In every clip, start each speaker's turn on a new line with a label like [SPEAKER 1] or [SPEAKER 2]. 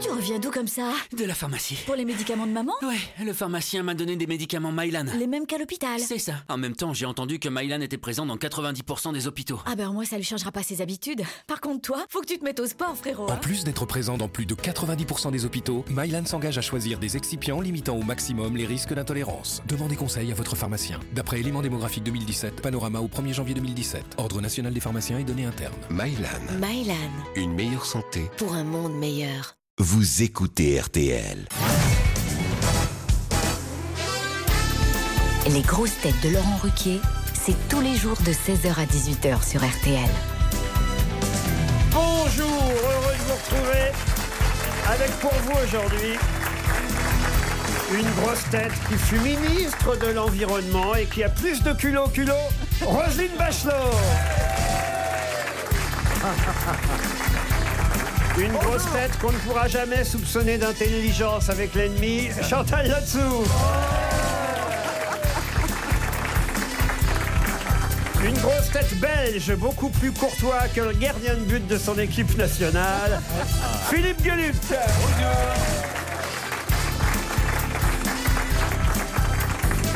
[SPEAKER 1] Tu reviens d'où comme ça
[SPEAKER 2] De la pharmacie.
[SPEAKER 1] Pour les médicaments de maman
[SPEAKER 2] Ouais, le pharmacien m'a donné des médicaments Mylan.
[SPEAKER 1] Les mêmes qu'à l'hôpital.
[SPEAKER 2] C'est ça. En même temps, j'ai entendu que Mylan était présent dans 90% des hôpitaux.
[SPEAKER 1] Ah ben au moins ça lui changera pas ses habitudes. Par contre toi, faut que tu te mettes au sport frérot.
[SPEAKER 3] En
[SPEAKER 1] hein.
[SPEAKER 3] plus d'être présent dans plus de 90% des hôpitaux, Mylan s'engage à choisir des excipients limitant au maximum les risques d'intolérance. Demandez conseil à votre pharmacien. D'après éléments démographiques 2017, panorama au 1er janvier 2017, Ordre national des pharmaciens et données internes.
[SPEAKER 4] Mylan,
[SPEAKER 5] Mylan,
[SPEAKER 4] une meilleure santé
[SPEAKER 5] pour un monde meilleur.
[SPEAKER 4] Vous écoutez RTL.
[SPEAKER 5] Les grosses têtes de Laurent Ruquier, c'est tous les jours de 16h à 18h sur RTL.
[SPEAKER 6] Bonjour, heureux de vous retrouver avec pour vous aujourd'hui une grosse tête qui fut ministre de l'Environnement et qui a plus de culot culot, Roselyne Bachelot. Une grosse tête qu'on ne pourra jamais soupçonner d'intelligence avec l'ennemi, Chantal Latsou. Une grosse tête belge, beaucoup plus courtois que le gardien de but de son équipe nationale, Philippe Gueluc.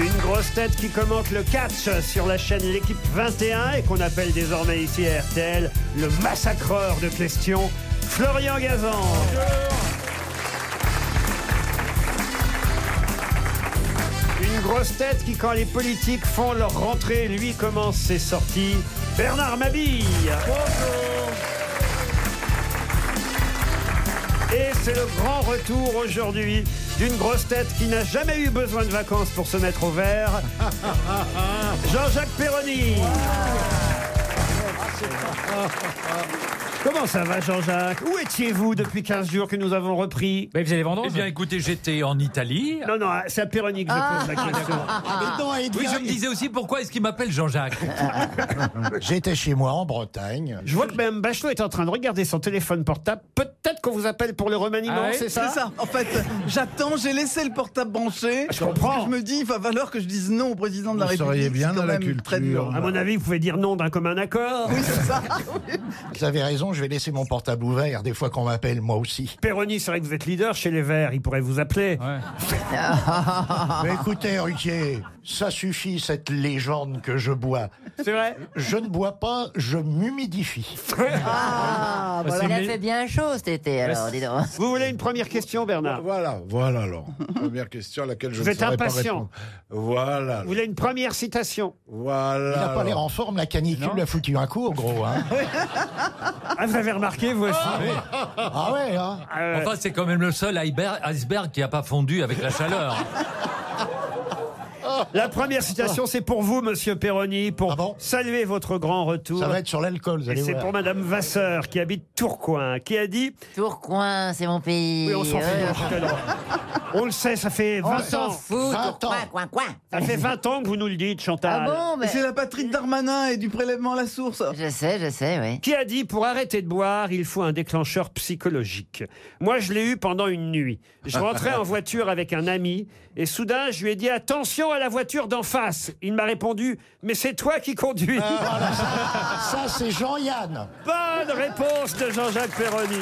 [SPEAKER 6] Une grosse tête qui commente le catch sur la chaîne L'équipe 21 et qu'on appelle désormais ici à RTL le massacreur de questions, Florian Gazan. Une grosse tête qui, quand les politiques font leur rentrée, lui commence ses sorties. Bernard Mabille. Et c'est le grand retour aujourd'hui d'une grosse tête qui n'a jamais eu besoin de vacances pour se mettre au vert. Jean-Jacques Perroni. Comment ça va, Jean-Jacques Où étiez-vous depuis 15 jours que nous avons repris
[SPEAKER 7] Mais Ben, vous allez vendre
[SPEAKER 8] Eh bien, écoutez, j'étais en Italie.
[SPEAKER 6] Non, non, c'est à Péronique que je pose
[SPEAKER 9] Ah.
[SPEAKER 6] la question.
[SPEAKER 8] Oui, je me disais aussi pourquoi est-ce qu'il m'appelle Jean-Jacques.
[SPEAKER 6] Ah,
[SPEAKER 9] J'étais chez moi en Bretagne.
[SPEAKER 6] Je vois que Mme Bachelot est en train de regarder son téléphone portable. Peut-être qu'on vous appelle pour le remaniement,
[SPEAKER 7] Ah ouais
[SPEAKER 6] c'est ça
[SPEAKER 10] C'est ça. En fait, j'attends, j'ai laissé le portable branché.
[SPEAKER 6] Je comprends.
[SPEAKER 10] Je me dis, il va falloir que je dise non au président de la
[SPEAKER 9] Vous
[SPEAKER 10] République.
[SPEAKER 9] seriez bien
[SPEAKER 10] c'est quand
[SPEAKER 9] dans la
[SPEAKER 10] même
[SPEAKER 9] culture.
[SPEAKER 10] très dur.
[SPEAKER 6] À mon avis, vous pouvez dire non d'un commun accord.
[SPEAKER 10] Oui, c'est ça.
[SPEAKER 9] Vous avez raison, je vais laisser mon portable ouvert des fois qu'on m'appelle moi aussi.
[SPEAKER 6] Péroni, c'est vrai que vous êtes leader chez les Verts, il pourrait vous appeler.
[SPEAKER 9] Mais écoutez, Ruquier, ça suffit cette légende que je bois.
[SPEAKER 6] C'est vrai
[SPEAKER 9] Je ne bois pas, je m'humidifie.
[SPEAKER 5] Ah,
[SPEAKER 7] voilà.
[SPEAKER 5] Il a fait bien chaud cet été alors, dis donc.
[SPEAKER 6] Vous voulez une première question, Bernard
[SPEAKER 11] Voilà, voilà alors. Première question à laquelle je
[SPEAKER 6] Vous
[SPEAKER 11] ne
[SPEAKER 6] êtes
[SPEAKER 11] saurais pas
[SPEAKER 6] impatient.
[SPEAKER 11] répondre. Voilà,
[SPEAKER 6] Vous voulez une première citation
[SPEAKER 11] voilà.
[SPEAKER 9] Il n'a pas
[SPEAKER 11] alors.
[SPEAKER 9] l'air en forme, la canicule
[SPEAKER 7] Non.
[SPEAKER 9] l'a foutu un coup, gros. Hein.
[SPEAKER 6] Ah, vous avez remarqué, vous aussi
[SPEAKER 9] Ah ouais, hein
[SPEAKER 6] Euh,
[SPEAKER 8] Enfin, c'est quand même le seul iceberg, iceberg qui n'a pas fondu avec la chaleur.
[SPEAKER 6] Oh. La première citation, c'est pour vous, monsieur Péroni, pour
[SPEAKER 9] Ah bon
[SPEAKER 6] saluer votre grand retour.
[SPEAKER 9] Ça va être sur l'alcool, vous
[SPEAKER 6] Et
[SPEAKER 9] allez
[SPEAKER 6] c'est
[SPEAKER 9] voir.
[SPEAKER 6] pour madame Vasseur, qui habite Tourcoing, qui a dit
[SPEAKER 5] Tourcoing, c'est mon pays.
[SPEAKER 6] Oui, on s'en fout,
[SPEAKER 5] Ouais,
[SPEAKER 6] je te le- On le sait, ça fait
[SPEAKER 5] on
[SPEAKER 6] 20
[SPEAKER 5] s'en
[SPEAKER 6] ans.
[SPEAKER 5] fout,
[SPEAKER 9] Vingt
[SPEAKER 5] Tourcoing,
[SPEAKER 9] ans.
[SPEAKER 5] coin, coin.
[SPEAKER 6] Ça fait 20 ans que vous nous le dites,
[SPEAKER 5] Ah
[SPEAKER 6] Chantal.
[SPEAKER 5] bon,
[SPEAKER 10] Et
[SPEAKER 5] mais...
[SPEAKER 10] C'est la patrie de Darmanin et du prélèvement à la source.
[SPEAKER 5] Je sais, je sais, oui.
[SPEAKER 6] Qui a dit pour arrêter de boire, il faut un déclencheur psychologique Moi, je l'ai eu pendant une nuit. Je rentrais en voiture avec un ami et soudain, je lui ai dit attention à la voiture d'en face. Il m'a répondu mais c'est toi qui conduis.
[SPEAKER 9] Ah. Ça, c'est Jean-Yann.
[SPEAKER 6] Bonne réponse de Jean-Jacques Perroni.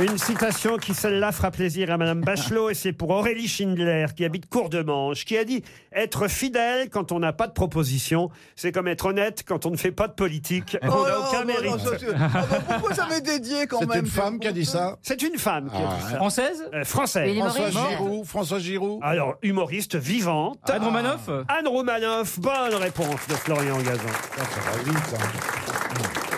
[SPEAKER 6] Une citation qui, celle-là, fera plaisir à Madame Bachelot, et c'est pour Aurélie Schindler, qui habite Cour de Manche, qui a dit Être fidèle quand on n'a pas de proposition, c'est comme être honnête quand on ne fait pas de politique. On n'a
[SPEAKER 10] là,
[SPEAKER 6] aucun
[SPEAKER 10] oh, non,
[SPEAKER 6] mérite.
[SPEAKER 10] non, ça, c'est- Ah, bah, pourquoi ça m'est dédié quand
[SPEAKER 11] C'est
[SPEAKER 10] même
[SPEAKER 11] une femme qui a dit ça Ah
[SPEAKER 6] C'est une femme qui a dit ça.
[SPEAKER 7] Française
[SPEAKER 6] Euh, française.
[SPEAKER 5] Il est
[SPEAKER 11] François
[SPEAKER 5] humoriste.
[SPEAKER 11] Giroud, François Giroud.
[SPEAKER 6] Alors, humoriste vivante.
[SPEAKER 7] Anne Romanoff
[SPEAKER 6] Anne Romanoff, bonne réponse de Florian Gazan.
[SPEAKER 11] Ah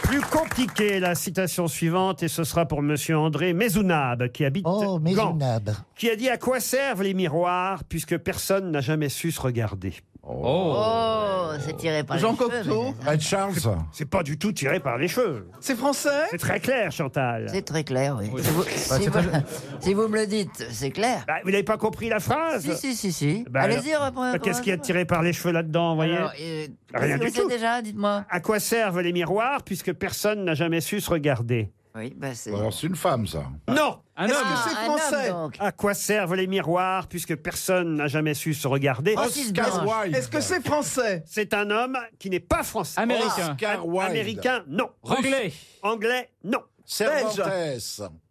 [SPEAKER 6] Plus compliqué, la citation suivante, et ce sera pour Monsieur André Mézounab, qui habite
[SPEAKER 9] Oh, mais
[SPEAKER 6] Gand,
[SPEAKER 9] Nab.
[SPEAKER 6] qui a dit à quoi servent les miroirs, puisque personne n'a jamais su se regarder.
[SPEAKER 5] Oh, c'est tiré par les
[SPEAKER 10] Jean
[SPEAKER 5] cheveux,
[SPEAKER 10] Cocteau.
[SPEAKER 5] mais-
[SPEAKER 11] Ed Charles.
[SPEAKER 6] C'est pas du tout tiré par les cheveux.
[SPEAKER 10] C'est français
[SPEAKER 6] C'est très clair, Chantal.
[SPEAKER 5] C'est très clair, oui. Si, vous, si vous- si vous me le dites, c'est clair.
[SPEAKER 6] Bah, vous n'avez pas compris la phrase
[SPEAKER 5] Eh. Si, si, si, si.
[SPEAKER 6] Bah,
[SPEAKER 5] Allez-y,
[SPEAKER 6] alors,
[SPEAKER 5] reprenez.
[SPEAKER 6] Qu'est-ce qu'il y a de tiré par les cheveux là-dedans, vous voyez
[SPEAKER 5] Alors, euh,
[SPEAKER 6] Rien
[SPEAKER 5] vous
[SPEAKER 6] du
[SPEAKER 5] le
[SPEAKER 6] tout.
[SPEAKER 5] savez déjà, dites-moi.
[SPEAKER 6] À quoi servent les miroirs, puisque personne n'a jamais su se regarder Ah.
[SPEAKER 5] Oui, bah c'est. Ah,
[SPEAKER 11] Alors c'est une femme ça.
[SPEAKER 6] Non
[SPEAKER 7] Un
[SPEAKER 10] Est-ce
[SPEAKER 7] homme
[SPEAKER 10] que c'est
[SPEAKER 5] un
[SPEAKER 10] français
[SPEAKER 5] homme, donc.
[SPEAKER 6] À quoi servent les miroirs, puisque personne n'a jamais su se regarder
[SPEAKER 5] Francis Blanche.
[SPEAKER 11] Wilde.
[SPEAKER 10] Est-ce que c'est français
[SPEAKER 6] C'est un homme qui n'est pas français.
[SPEAKER 7] Américain.
[SPEAKER 11] Oscar Wilde.
[SPEAKER 6] Américain, non.
[SPEAKER 7] Anglais
[SPEAKER 6] Anglais, non.
[SPEAKER 11] Cervantes.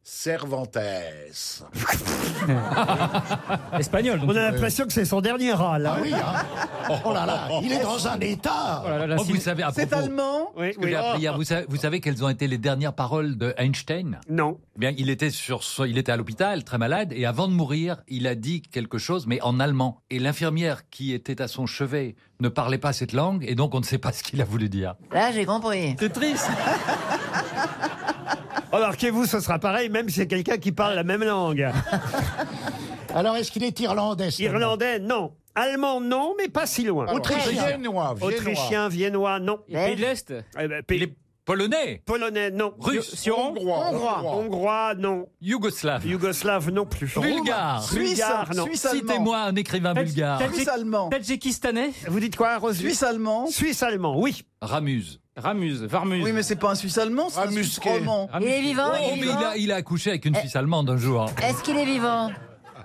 [SPEAKER 11] Cervantes.
[SPEAKER 7] Espagnol.
[SPEAKER 6] On a l'impression que c'est son dernier hein. rat, là.
[SPEAKER 11] Ah oui,
[SPEAKER 9] Oh là là, il est dans un état.
[SPEAKER 8] Oh, vous savez, à
[SPEAKER 10] C'est
[SPEAKER 8] propos-
[SPEAKER 10] allemand
[SPEAKER 6] Oui, Oh.
[SPEAKER 8] ce que j'ai appris hier, vous, savez, vous savez quelles ont été les dernières paroles de Einstein
[SPEAKER 6] Non.
[SPEAKER 8] Eh Bien, il était sur, son- il était à l'hôpital, très malade, et avant de mourir, il a dit quelque chose, mais en allemand. Et l'infirmière qui était à son chevet ne parlait pas cette langue, et donc on ne sait pas ce qu'il a voulu dire.
[SPEAKER 5] Là, j'ai compris.
[SPEAKER 8] C'est triste.
[SPEAKER 6] Alors que vous, ce sera pareil, même si c'est quelqu'un qui parle la même langue.
[SPEAKER 9] Alors, est-ce qu'il est irlandais ce
[SPEAKER 6] Irlandais, non. Allemand, non, mais pas si loin.
[SPEAKER 9] Autrichien.
[SPEAKER 11] Viennois, viennois.
[SPEAKER 6] Autrichien, viennois, non.
[SPEAKER 7] Pays de l'Est.
[SPEAKER 6] Eh ben,
[SPEAKER 8] Il
[SPEAKER 6] pays-
[SPEAKER 8] est polonais,
[SPEAKER 6] Polonais, non.
[SPEAKER 8] russe,
[SPEAKER 11] Hongrois.
[SPEAKER 10] Hongrois.
[SPEAKER 6] Hongrois, non.
[SPEAKER 8] yougoslave,
[SPEAKER 6] Yougoslave, non plus.
[SPEAKER 8] bulgare.
[SPEAKER 10] Suisse,
[SPEAKER 6] Bulgare, non.
[SPEAKER 10] Suisse allemand.
[SPEAKER 8] Citez-moi un écrivain bulgare.
[SPEAKER 10] Suisse allemand.
[SPEAKER 7] Tadjikistanais.
[SPEAKER 6] Vous dites quoi, Rose
[SPEAKER 10] Suisse allemand.
[SPEAKER 6] Suisse allemand, oui.
[SPEAKER 8] Ramuse.
[SPEAKER 7] Ramuse. Varmuse.
[SPEAKER 10] Oui, mais c'est pas un Suisse allemand, c'est un
[SPEAKER 11] Ramusqué.
[SPEAKER 10] Suisse roman.
[SPEAKER 7] Ramuse.
[SPEAKER 5] Il est vivant,
[SPEAKER 8] Oh,
[SPEAKER 5] il est
[SPEAKER 8] mais il
[SPEAKER 5] vivant. Euh,
[SPEAKER 8] a, il a accouché avec une Suisse allemande un jour. hein.
[SPEAKER 5] Est-ce qu'il est vivant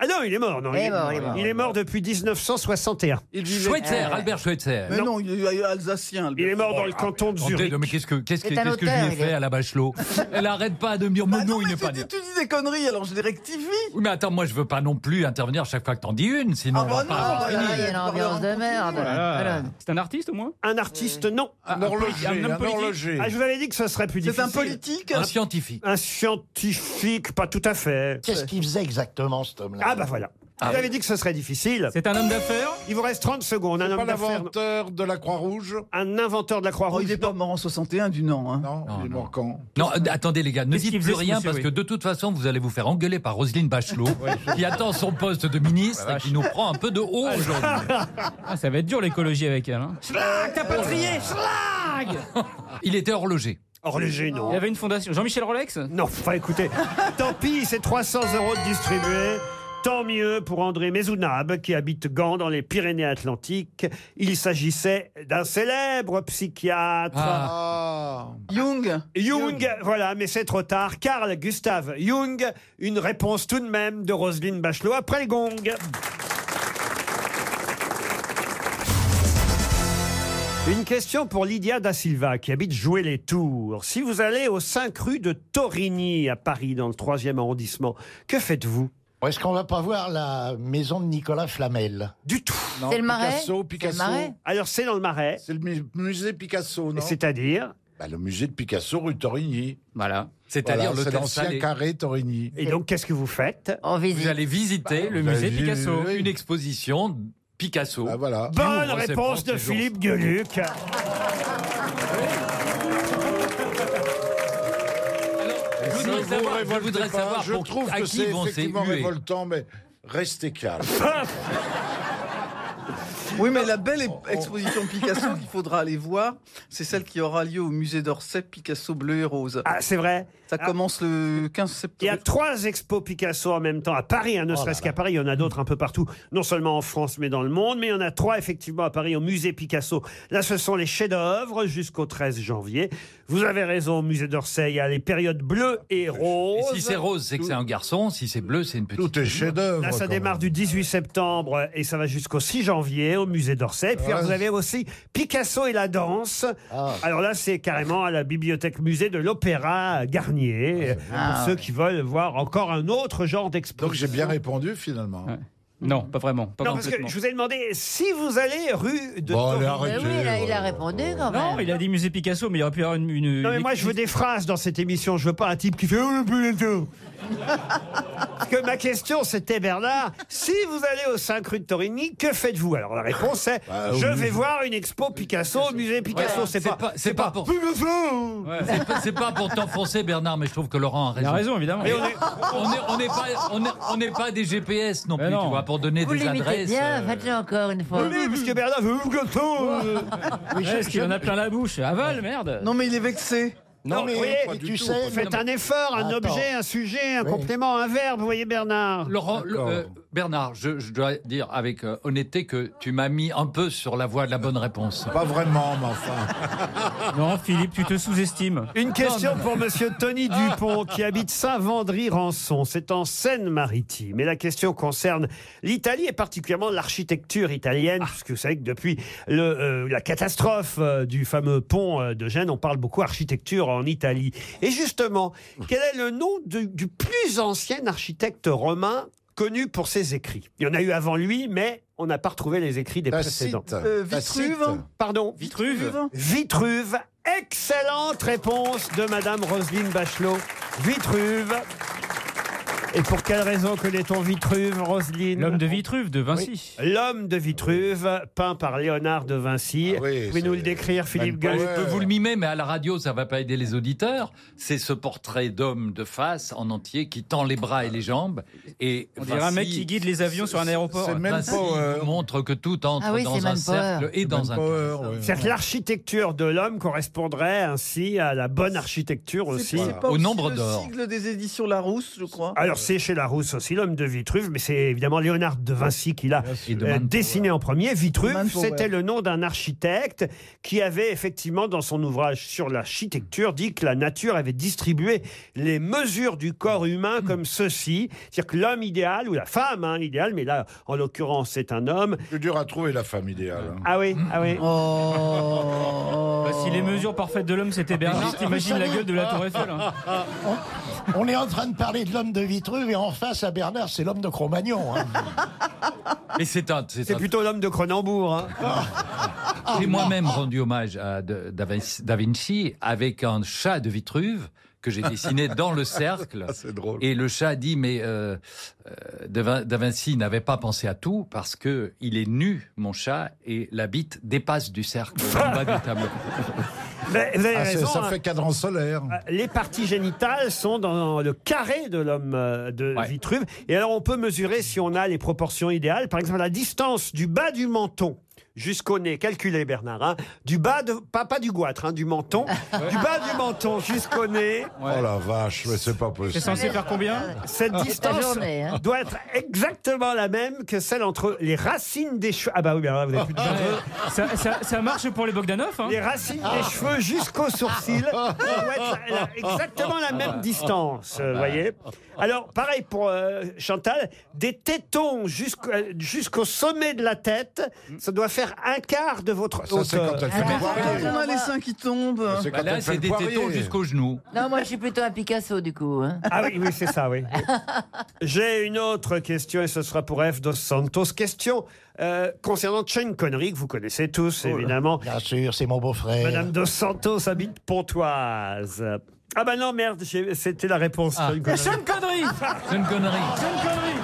[SPEAKER 6] Ah non, il est mort, non.
[SPEAKER 5] Il est mort, il est mort.
[SPEAKER 6] il mort depuis 1961.
[SPEAKER 11] Il vivait-
[SPEAKER 8] Schweitzer,
[SPEAKER 5] Euh,
[SPEAKER 8] Albert Schweitzer.
[SPEAKER 10] Mais non, il est alsacien. Albert.
[SPEAKER 6] Il est mort dans le canton de
[SPEAKER 8] Attendez,
[SPEAKER 6] Zurich.
[SPEAKER 8] Oh, non, mais qu'est-ce que, qu'est-ce que,
[SPEAKER 5] C'est un
[SPEAKER 8] qu'est-ce que je lui ai
[SPEAKER 5] auteur, il est-
[SPEAKER 8] fait à la Bachelot Elle arrête pas de me dire, mais
[SPEAKER 10] Ah
[SPEAKER 8] non,
[SPEAKER 10] mais
[SPEAKER 8] il n'est
[SPEAKER 10] tu
[SPEAKER 8] pas
[SPEAKER 10] dis-
[SPEAKER 8] né.
[SPEAKER 10] Tu dis des conneries, alors je les rectifie.
[SPEAKER 8] Oui, mais attends, moi, je veux pas non plus intervenir chaque fois que t'en dis une, sinon
[SPEAKER 10] Ah
[SPEAKER 8] on va
[SPEAKER 10] bah non,
[SPEAKER 8] pas avoir
[SPEAKER 10] bah là,
[SPEAKER 8] fini.
[SPEAKER 5] Ah, Il y a une ambiance de merde. Voilà.
[SPEAKER 7] C'est un artiste au moins
[SPEAKER 6] Un artiste, non.
[SPEAKER 11] Un horloger.
[SPEAKER 7] un homme
[SPEAKER 11] Un
[SPEAKER 7] politique.
[SPEAKER 11] horloger.
[SPEAKER 6] Ah, je vous avais dit que ce serait plus
[SPEAKER 10] C'est
[SPEAKER 6] difficile.
[SPEAKER 10] un politique.
[SPEAKER 8] Un scientifique.
[SPEAKER 6] Un scientifique, pas tout à fait.
[SPEAKER 9] Qu'est-ce qu'il faisait exactement, cet homme-là
[SPEAKER 6] Ah bah voilà. vous avez dit que ce serait difficile.
[SPEAKER 7] C'est un homme d'affaires
[SPEAKER 6] Il vous reste 30 secondes. Un
[SPEAKER 11] Pas
[SPEAKER 6] homme d'affaires.
[SPEAKER 11] l'inventeur de la Croix-Rouge
[SPEAKER 6] Un inventeur de la
[SPEAKER 10] Oh,
[SPEAKER 6] Croix-Rouge.
[SPEAKER 10] il est pas
[SPEAKER 6] non.
[SPEAKER 10] mort en 61 du Nord. Hein.
[SPEAKER 11] Non, il est mort quand
[SPEAKER 8] Non, euh, attendez, les gars, ne
[SPEAKER 7] Qu'est-ce
[SPEAKER 8] dites
[SPEAKER 7] qu'il
[SPEAKER 8] plus
[SPEAKER 7] faisait, ce
[SPEAKER 8] rien
[SPEAKER 7] monsieur,
[SPEAKER 8] parce
[SPEAKER 7] oui.
[SPEAKER 8] que de toute façon, vous allez vous faire engueuler par Roselyne Bachelot, qui attend son poste de ministre et qui nous prend un peu de haut aujourd'hui.
[SPEAKER 7] Ah, ça va être dur l'écologie avec elle. hein.
[SPEAKER 6] t'as pas trié
[SPEAKER 8] Il était horloger.
[SPEAKER 6] Horloger,
[SPEAKER 7] Il
[SPEAKER 6] non.
[SPEAKER 7] avait une fondation. Jean-Michel Rolex
[SPEAKER 6] Non, enfin écoutez, tant pis, c'est 300 euros de distribués. Tant mieux pour André Mézounab, qui habite Gand dans les Pyrénées-Atlantiques. Il s'agissait d'un célèbre psychiatre.
[SPEAKER 8] Ah.
[SPEAKER 11] Ah.
[SPEAKER 10] Jung.
[SPEAKER 6] Jung, voilà, mais c'est trop tard. Carl Gustav Jung, une réponse tout de même de Roselyne Bachelot après le gong. Une question pour Lydia Da Silva qui habite Jouer les Tours. Si vous allez aux 5 rues de Torigny à Paris, dans le 3e arrondissement, que faites-vous
[SPEAKER 9] Est-ce qu'on va pas voir la maison de Nicolas Flamel
[SPEAKER 6] Du tout.
[SPEAKER 11] Non,
[SPEAKER 5] C'est le marais
[SPEAKER 11] Picasso,
[SPEAKER 5] C'est le
[SPEAKER 11] Picasso.
[SPEAKER 5] marais
[SPEAKER 6] Alors c'est dans le marais,
[SPEAKER 11] C'est le mu- musée Picasso, non
[SPEAKER 6] c'est-à-dire.
[SPEAKER 11] Bah, Le musée de Picasso, rue Torigny.
[SPEAKER 7] Voilà.
[SPEAKER 8] C'est-à-dire le
[SPEAKER 11] Voilà, c'est l'ancien carré Torigny.
[SPEAKER 6] Et donc qu'est-ce que vous faites
[SPEAKER 5] On
[SPEAKER 8] Vous
[SPEAKER 5] visite.
[SPEAKER 8] allez visiter le
[SPEAKER 11] Bah,
[SPEAKER 8] musée
[SPEAKER 11] j'ai-
[SPEAKER 8] Picasso,
[SPEAKER 11] oui.
[SPEAKER 8] une exposition Picasso.
[SPEAKER 11] Ah voilà.
[SPEAKER 6] Bonne
[SPEAKER 8] ouvre ses
[SPEAKER 6] réponse
[SPEAKER 8] portes
[SPEAKER 6] de
[SPEAKER 8] les jours-
[SPEAKER 6] Philippe Gueluc.
[SPEAKER 8] Je
[SPEAKER 11] Ne
[SPEAKER 8] voudrais
[SPEAKER 11] vous
[SPEAKER 8] savoir, je
[SPEAKER 11] révoltez
[SPEAKER 8] voudrais
[SPEAKER 11] pas,
[SPEAKER 8] savoir
[SPEAKER 11] je
[SPEAKER 8] pour-
[SPEAKER 11] trouve
[SPEAKER 8] à
[SPEAKER 11] que
[SPEAKER 8] qui
[SPEAKER 11] c'est
[SPEAKER 8] vont ces
[SPEAKER 11] effectivement
[SPEAKER 8] huées.
[SPEAKER 11] révoltant, mais restez calme.
[SPEAKER 10] Oui, mais la belle é- exposition Picasso qu'il faudra aller voir, c'est celle qui aura lieu au musée d'Orsay, Picasso bleu et rose.
[SPEAKER 6] Ah, c'est vrai.
[SPEAKER 10] Ça
[SPEAKER 6] ah.
[SPEAKER 10] commence le 15 septembre.
[SPEAKER 6] Il y a trois expos Picasso en même temps à Paris,
[SPEAKER 11] Oh
[SPEAKER 6] hein, ne serait-ce qu'à Paris. Il y en a d'autres un peu partout, non seulement en France, mais dans le monde. Mais il y en a trois effectivement à Paris au musée Picasso. Là, ce sont les chefs-d'œuvre jusqu'au 13 janvier. Vous avez raison, au musée d'Orsay, il y a les périodes bleues et
[SPEAKER 8] Et
[SPEAKER 6] roses.
[SPEAKER 8] si c'est rose, c'est que c'est un garçon. Si c'est bleu, c'est une petite.
[SPEAKER 11] Tout est chef-d'œuvre.
[SPEAKER 6] Là, ça
[SPEAKER 11] quand
[SPEAKER 6] démarre
[SPEAKER 11] même.
[SPEAKER 6] du 18 septembre et ça va jusqu'au 6 janvier au musée d'Orsay. Puis
[SPEAKER 11] Ouais.
[SPEAKER 6] vous avez aussi Picasso et la danse.
[SPEAKER 11] Ah.
[SPEAKER 6] Alors là, c'est carrément à la bibliothèque musée de l'Opéra
[SPEAKER 11] Ah,
[SPEAKER 6] Garnier. pour ceux qui veulent voir encore un autre genre d'exposition.
[SPEAKER 11] Donc j'ai bien répondu finalement.
[SPEAKER 7] Ouais. Non, pas vraiment. Pas
[SPEAKER 6] Non, parce que
[SPEAKER 7] complètement.
[SPEAKER 6] je vous ai demandé si vous allez rue de.
[SPEAKER 11] Bon,
[SPEAKER 6] Torigny.
[SPEAKER 11] allez,
[SPEAKER 5] Mais Ben
[SPEAKER 11] arrêtez.
[SPEAKER 5] oui, il a, il a
[SPEAKER 11] voilà.
[SPEAKER 5] répondu quand même.
[SPEAKER 7] Non, il a dit musée Picasso, mais il aurait pu y avoir une. une-
[SPEAKER 6] Non, mais moi, je veux des phrases dans cette émission. Je veux pas un type qui fait. Oh, le plus lento. Parce que ma question, c'était Bernard, si vous allez au 5 rue de Torigny, que faites-vous Alors la réponse est
[SPEAKER 11] Bah, au
[SPEAKER 6] je vais
[SPEAKER 11] musée.
[SPEAKER 6] voir une expo Picasso au musée Picasso. C'est pas.
[SPEAKER 8] c'est pas pour.
[SPEAKER 6] Oui, mais enfin,
[SPEAKER 7] Ouais.
[SPEAKER 8] C'est pas- C'est pas pour t'enfoncer, Bernard, mais je trouve que Laurent a
[SPEAKER 7] Il
[SPEAKER 8] raison.
[SPEAKER 7] a raison, évidemment.
[SPEAKER 6] mais on est-
[SPEAKER 8] On n'est on n'est pas, on est- on n'est pas des GPS non
[SPEAKER 7] Mais
[SPEAKER 8] plus,
[SPEAKER 7] non.
[SPEAKER 8] tu vois, pour donner
[SPEAKER 5] Vous
[SPEAKER 8] des
[SPEAKER 5] l'imitez
[SPEAKER 8] adresses.
[SPEAKER 5] bien,
[SPEAKER 8] euh,
[SPEAKER 5] faites-le encore une fois.
[SPEAKER 6] Oui, mais parce que Bernard veut le gâteau.
[SPEAKER 7] Est-ce qu'il en a plein la bouche hein. Avale, merde
[SPEAKER 10] Non, mais il est vexé.
[SPEAKER 6] Non, mais
[SPEAKER 9] mais
[SPEAKER 6] voyez,
[SPEAKER 9] pas du
[SPEAKER 6] tu
[SPEAKER 9] tout.
[SPEAKER 6] sais, faites un effort, un
[SPEAKER 9] Attends.
[SPEAKER 6] objet, un sujet, un
[SPEAKER 9] Oui.
[SPEAKER 6] complément, un verbe, vous voyez Bernard.
[SPEAKER 8] Laurent, le-
[SPEAKER 11] D'accord.
[SPEAKER 8] euh, Bernard, je, je dois dire avec euh, honnêteté que tu m'as mis un peu sur la voie de la bonne réponse.
[SPEAKER 11] Pas vraiment, mais enfin.
[SPEAKER 8] Non, Philippe, tu te sous-estimes.
[SPEAKER 6] Une question pour Monsieur Tony Dupont qui habite Saint-Vendry-Rançon. C'est en Seine-Maritime. Et la question concerne l'Italie et particulièrement l'architecture italienne, puisque vous savez que depuis le, euh, la catastrophe euh, du fameux pont euh, de Gênes, on parle beaucoup architecture en Italie. Et justement, quel est le nom du, du plus ancien architecte romain connu pour ses écrits Il y en a eu avant lui, mais on n'a pas retrouvé les écrits des
[SPEAKER 11] Tacite.
[SPEAKER 6] précédents.
[SPEAKER 11] Euh, Vitruve. Tacite.
[SPEAKER 6] Pardon.
[SPEAKER 7] Vitruve.
[SPEAKER 6] Vitruve. Excellente réponse de Madame Roselyne Bachelot. Vitruve. Et pour quelle raison connaît-on Vitruve, Roselyne
[SPEAKER 7] L'homme de Vitruve, de Vinci.
[SPEAKER 6] Oui. L'homme de Vitruve, peint par Léonard de Vinci.
[SPEAKER 8] Ah
[SPEAKER 6] Vous pouvez nous le décrire, Philippe
[SPEAKER 8] Bah,
[SPEAKER 6] Gueule
[SPEAKER 8] Je peux vous le mimer, mais à la radio, ça va pas aider les auditeurs. C'est ce portrait d'homme de face en entier qui tend les bras et les jambes. Et
[SPEAKER 7] On dirait un mec qui guide les avions sur un aéroport.
[SPEAKER 8] C'est même
[SPEAKER 7] pas, euh,
[SPEAKER 8] montre que tout entre
[SPEAKER 7] Ah oui, c'est
[SPEAKER 8] dans un
[SPEAKER 7] Manpower.
[SPEAKER 8] cercle et
[SPEAKER 7] C'est
[SPEAKER 8] dans un
[SPEAKER 7] Manpower,
[SPEAKER 8] cadre.
[SPEAKER 6] C'est-à-dire que l'architecture de l'homme correspondrait ainsi à la bonne architecture aussi.
[SPEAKER 8] c'est pas Au aussi nombre le d'or.
[SPEAKER 10] Sigle des éditions Larousse, je crois.
[SPEAKER 6] Alors c'est chez Larousse aussi l'homme de Vitruve, mais c'est évidemment Léonard de Vinci qui l'a
[SPEAKER 8] de
[SPEAKER 6] euh,
[SPEAKER 8] Mantua.
[SPEAKER 6] dessiné en premier.
[SPEAKER 10] De
[SPEAKER 6] Vitruve,
[SPEAKER 10] Mantua,
[SPEAKER 6] c'était
[SPEAKER 10] ouais.
[SPEAKER 6] le nom d'un architecte qui avait effectivement dans son ouvrage sur l'architecture dit que la nature avait distribué les mesures du corps
[SPEAKER 10] Mm.
[SPEAKER 6] humain comme ceci, c'est-à-dire que l'homme idéal ou la femme hein, idéale, mais là en l'occurrence c'est un homme.
[SPEAKER 11] Plus dur à trouver la femme idéale. hein.
[SPEAKER 6] Ah oui, ah oui. Oh.
[SPEAKER 7] Bah, si les mesures parfaites de l'homme
[SPEAKER 6] Ah,
[SPEAKER 7] c'était Bernard, t'imagines la gueule de la Tour Eiffel. hein.
[SPEAKER 9] On est en train de parler de l'homme de Vitruve et en face à Bernard, c'est l'homme de Cro-Magnon. hein.
[SPEAKER 8] Mais c'est un.
[SPEAKER 6] C'est plutôt l'homme de Cronenbourg. hein.
[SPEAKER 8] J'ai moi-même rendu hommage à de- Da Vinci- Da Vinci avec un chat de Vitruve que j'ai dessiné dans le cercle.
[SPEAKER 11] C'est drôle.
[SPEAKER 8] Et le chat dit mais euh, euh, Da Vin- Da Vinci n'avait pas pensé à tout parce que il est nu mon chat et la bite dépasse du cercle en bas du tableau.
[SPEAKER 6] Mais vous avez
[SPEAKER 11] Ah, c'est-
[SPEAKER 6] raison.
[SPEAKER 11] ça
[SPEAKER 6] hein. Euh,
[SPEAKER 11] fait cadran solaire.
[SPEAKER 6] Les parties génitales sont dans le carré de l'homme euh, de Vitruve. Et alors, on peut mesurer si on a les proportions idéales. Par exemple, la distance du bas du menton jusqu'au nez. Calculez, Bernard. hein. Du bas de... Pas, pas du goitre, hein, du menton. du bas du menton jusqu'au nez.
[SPEAKER 11] Oh la vache, mais c'est pas
[SPEAKER 7] C'est
[SPEAKER 11] possible.
[SPEAKER 7] censé faire combien Ah.
[SPEAKER 6] Cette distance
[SPEAKER 5] journée, hein.
[SPEAKER 6] doit être exactement la même que celle entre les racines des cheveux. Ah bah oui, Bernard, vous avez plus de cheveux.
[SPEAKER 7] ça, ça- ça marche pour les Bogdanov. Hein.
[SPEAKER 6] Les racines des cheveux jusqu'aux sourcils doivent être la- la- exactement la même distance,
[SPEAKER 8] Ah.
[SPEAKER 6] vous voyez. Alors, pareil pour euh, Chantal, des tétons jusqu'au jusqu'au sommet de la tête, ça doit faire un quart de votre
[SPEAKER 11] Hmm. Ça, c'est
[SPEAKER 6] hauteur.
[SPEAKER 11] quand elle fait le poirier.
[SPEAKER 10] Ah, On a les seins qui tombent.
[SPEAKER 11] C'est
[SPEAKER 8] Bah
[SPEAKER 11] quand
[SPEAKER 8] là
[SPEAKER 11] elle fait
[SPEAKER 8] c'est
[SPEAKER 11] le
[SPEAKER 8] des tétons
[SPEAKER 11] poirier.
[SPEAKER 8] jusqu'aux genoux.
[SPEAKER 12] Non, moi, je suis plutôt un Picasso, du coup. hein.
[SPEAKER 6] Ah oui, oui, c'est ça, oui. J'ai une autre question et ce sera pour F. Dos Santos. Question euh, concernant Shane Connery, que vous connaissez tous, évidemment.
[SPEAKER 9] Oh Bien sûr, c'est mon beau-frère.
[SPEAKER 6] Madame Dos Santos habite Pontoise. Ah bah non, merde, j'ai- c'était la réponse. Sean
[SPEAKER 9] Ah.
[SPEAKER 6] Connery.
[SPEAKER 7] C'est une connerie
[SPEAKER 8] C'est une Ah. connerie.
[SPEAKER 7] C'est une connerie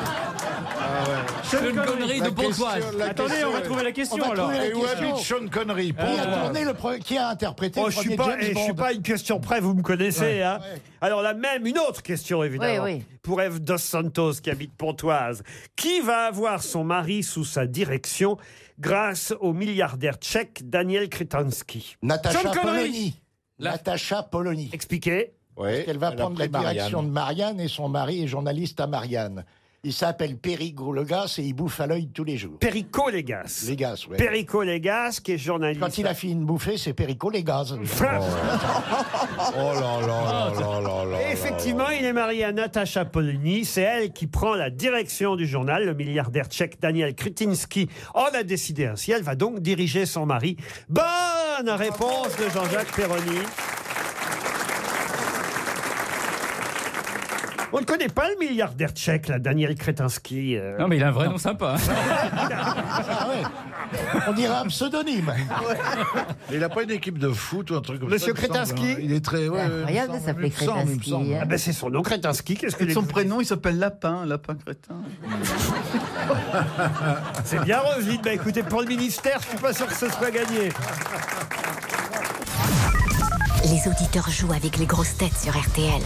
[SPEAKER 7] C'est
[SPEAKER 8] C'est une connerie de
[SPEAKER 11] La question-
[SPEAKER 8] Pontoise.
[SPEAKER 11] la
[SPEAKER 7] Attendez,
[SPEAKER 11] question
[SPEAKER 7] on va
[SPEAKER 11] est-
[SPEAKER 7] trouver la
[SPEAKER 9] On
[SPEAKER 7] question
[SPEAKER 9] va
[SPEAKER 7] alors.
[SPEAKER 9] trouver la
[SPEAKER 11] Et où
[SPEAKER 9] question.
[SPEAKER 11] habite Sean Connery
[SPEAKER 7] Euh.
[SPEAKER 9] Qui a,
[SPEAKER 11] Pontoise.
[SPEAKER 9] tourné le pre- qui a interprété
[SPEAKER 6] Oh,
[SPEAKER 9] le
[SPEAKER 6] je suis
[SPEAKER 9] premier
[SPEAKER 6] pas, eh,
[SPEAKER 9] James
[SPEAKER 6] je suis
[SPEAKER 9] Bond
[SPEAKER 6] pas une question près, vous me connaissez. hein. Alors la même, une autre question évidemment.
[SPEAKER 12] Oui, oui.
[SPEAKER 6] Pour Eve Dos Santos qui habite Pontoise. Qui va avoir son mari sous sa direction grâce au milliardaire tchèque Daniel Kritansky
[SPEAKER 9] Natacha
[SPEAKER 7] Sean Connery.
[SPEAKER 9] Polony.
[SPEAKER 8] La-
[SPEAKER 9] Natacha Polony.
[SPEAKER 6] Expliquez.
[SPEAKER 11] Ouais,
[SPEAKER 9] Elle va
[SPEAKER 11] a
[SPEAKER 9] prendre la
[SPEAKER 11] pris Marianne.
[SPEAKER 9] direction de Marianne et son mari est journaliste à Marianne. Il s'appelle Périgou Legas et il bouffe à l'œil tous les jours.
[SPEAKER 6] Perico Légas.
[SPEAKER 9] Légas, ouais.
[SPEAKER 6] Perico Légas qui est journaliste.
[SPEAKER 9] Quand il a fini une bouffée, c'est Perico Légas.
[SPEAKER 11] Oh là
[SPEAKER 13] Ah,
[SPEAKER 11] là là là là là.
[SPEAKER 6] Et effectivement, il est marié à Natacha Polony. C'est elle qui prend la direction du journal. Le milliardaire tchèque Daniel Kretinsky en a décidé ainsi. Elle va donc diriger son mari. Bonne réponse de Jean-Jacques Perroni. On ne connaît pas le milliardaire tchèque, là, Daniel Kretinsky. euh.
[SPEAKER 7] Non mais il a un vrai nom sympa. hein.
[SPEAKER 11] bah
[SPEAKER 9] Ah ouais. On dirait un pseudonyme.
[SPEAKER 11] Mais il a pas une équipe de foot ou un truc comme
[SPEAKER 6] Monsieur
[SPEAKER 11] ça. il me
[SPEAKER 6] Kretinsky.
[SPEAKER 11] semble, hein. Il est très. ouais,
[SPEAKER 12] Ah,
[SPEAKER 11] il me
[SPEAKER 12] regarde,
[SPEAKER 11] semble,
[SPEAKER 12] ça
[SPEAKER 11] il me
[SPEAKER 12] fait
[SPEAKER 11] semble, il me
[SPEAKER 12] Kretinsky,
[SPEAKER 11] semble.
[SPEAKER 12] hein.
[SPEAKER 6] Ah ben, c'est son nom, Kretinsky. Qu'est-ce que
[SPEAKER 10] Et
[SPEAKER 6] les-
[SPEAKER 10] son prénom, il s'appelle Lapin, Lapin Crétin.
[SPEAKER 6] C'est bien, Roselyne. Bah, écoutez, pour le ministère, je suis pas sûr que ce soit gagné.
[SPEAKER 5] Les auditeurs jouent avec les grosses têtes sur RTL.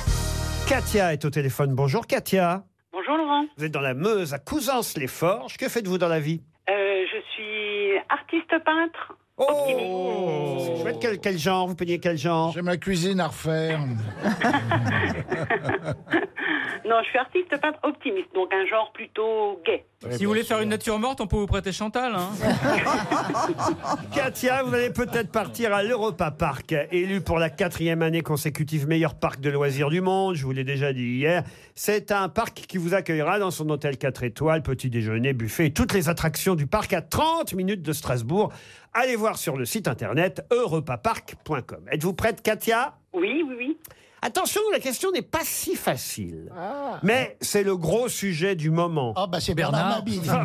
[SPEAKER 6] Katia est au téléphone. Bonjour, Katia.
[SPEAKER 14] Bonjour Laurent,
[SPEAKER 6] Vous êtes dans la Meuse, à Couzance-les-Forges. Que faites-vous dans la vie
[SPEAKER 14] Euh, je suis artiste peintre.
[SPEAKER 6] Oh C'est chouette. Quel, quel genre Vous peignez quel genre
[SPEAKER 11] J'ai ma cuisine à refaire.
[SPEAKER 14] Non, je suis artiste peintre optimiste, donc un genre plutôt gay.
[SPEAKER 7] Si vous voulez faire une nature morte, on peut vous prêter Chantal. hein.
[SPEAKER 6] Katia, vous allez peut-être partir à l'Europa Park, élu pour la quatrième année consécutive meilleur parc de loisirs du monde. Je vous l'ai déjà dit hier. C'est un parc qui vous accueillera dans son hôtel 4 étoiles, petit déjeuner, buffet et toutes les attractions du parc à 30 minutes de Strasbourg. Allez voir sur le site internet europapark.com. Êtes-vous prête, Katia
[SPEAKER 14] Oui, oui, oui.
[SPEAKER 6] Attention, la question n'est pas si facile. Mais c'est le gros sujet du moment.
[SPEAKER 9] Ah, bah c'est Bernard Mabille.
[SPEAKER 13] Ah.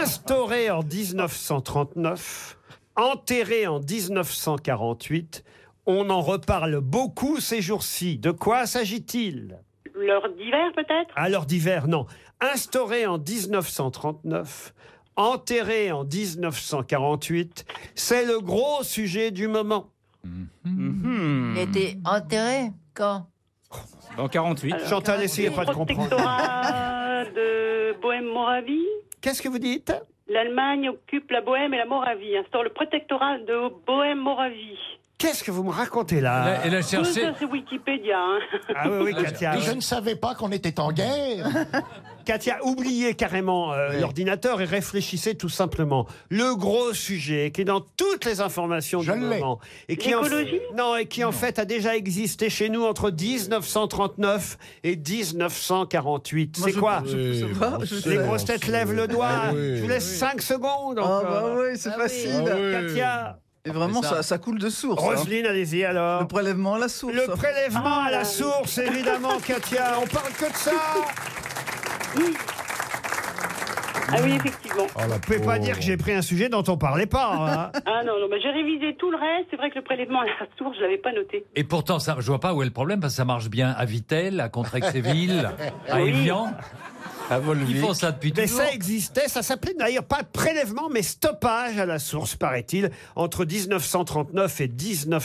[SPEAKER 6] Instauré en 1939, enterré en 1948, on en reparle beaucoup ces jours-ci. De quoi s'agit-il
[SPEAKER 14] L'heure d'hiver, peut-être
[SPEAKER 6] À l'heure d'hiver, non. Instauré en 1939, enterré en 1948, c'est le gros sujet du moment.
[SPEAKER 12] Il a été enterré quand
[SPEAKER 7] Dans 48.
[SPEAKER 6] Chantal, n'essayez pas de
[SPEAKER 7] Ah
[SPEAKER 6] comprendre.
[SPEAKER 14] Protectorat de Bohème-Moravie
[SPEAKER 6] Qu'est-ce que vous dites
[SPEAKER 14] L'Allemagne occupe la Bohème et la Moravie, instaure le protectorat de Bohème-Moravie.
[SPEAKER 6] Qu'est-ce que vous me racontez là
[SPEAKER 8] Elle a
[SPEAKER 14] Tout ça, c'est Wikipédia. hein.
[SPEAKER 6] Ah oui, oui, Katia.
[SPEAKER 9] Je ne savais pas qu'on était en guerre.
[SPEAKER 6] Katia, oubliez carrément euh, l'ordinateur et réfléchissez tout simplement. Le gros sujet qui est dans toutes les informations du
[SPEAKER 9] l'ai.
[SPEAKER 6] moment et qui, en,
[SPEAKER 14] L'écologie
[SPEAKER 6] non, et qui en fait a déjà existé chez nous entre 1939 et 1948. C'est quoi Les grosses têtes lèvent le doigt. Je vous laisse 5 secondes.
[SPEAKER 10] Ah
[SPEAKER 6] encore.
[SPEAKER 10] bah oui, c'est facile.
[SPEAKER 6] Katia,
[SPEAKER 10] Et vraiment, ça, ça coule de source. hein.
[SPEAKER 6] Roselyne, allez-y alors.
[SPEAKER 10] Le prélèvement à la source.
[SPEAKER 6] Le prélèvement à la source, évidemment, Katia. On parle que de ça.
[SPEAKER 14] Ah oui, effectivement.
[SPEAKER 6] Vous pouvez pas dire que j'ai pris un sujet dont on parlait pas. hein.
[SPEAKER 14] Ah non, non, bah, j'ai révisé tout le reste. C'est vrai que le prélèvement à la source, je l'avais pas noté.
[SPEAKER 8] Et pourtant, ça, je vois pas où est le problème, parce que ça marche bien à Vitel, à Contrexéville, à
[SPEAKER 14] Oui.
[SPEAKER 8] Evian.
[SPEAKER 11] À
[SPEAKER 8] Ils font ça depuis
[SPEAKER 6] Mais
[SPEAKER 8] toujours.
[SPEAKER 6] ça existait, ça s'appelait d'ailleurs pas prélèvement, mais stoppage à la source, paraît-il, entre 1939 et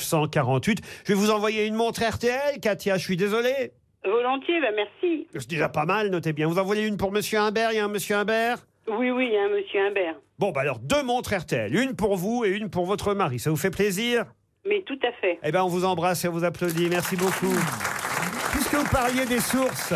[SPEAKER 6] 1948. Je vais vous envoyer une montre RTL, Katia, je suis désolé.
[SPEAKER 14] Volontiers, bah merci.
[SPEAKER 6] C'est déjà pas mal, notez bien. Vous envoyez une pour Monsieur Imbert, il y a un Monsieur Imbert
[SPEAKER 14] Oui, oui, hein, monsieur Imbert.
[SPEAKER 6] Bon, bah alors deux montres RTL, une pour vous et une pour votre mari. Ça vous fait plaisir
[SPEAKER 14] Mais tout à fait.
[SPEAKER 6] Eh bien, on vous embrasse et on vous applaudit. Merci beaucoup. Puisque vous parliez des sources,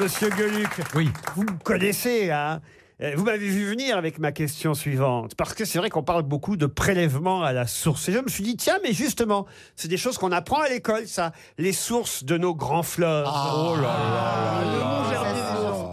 [SPEAKER 6] monsieur Gueluc,
[SPEAKER 8] Oui.
[SPEAKER 6] vous me connaissez, hein Euh, vous m'avez vu venir avec ma question suivante, parce que c'est vrai qu'on parle beaucoup de prélèvements à la source. Et je me suis dit, tiens, mais justement, c'est des choses qu'on apprend à l'école, ça, les sources de nos grands fleuves.
[SPEAKER 11] Oh là là là là.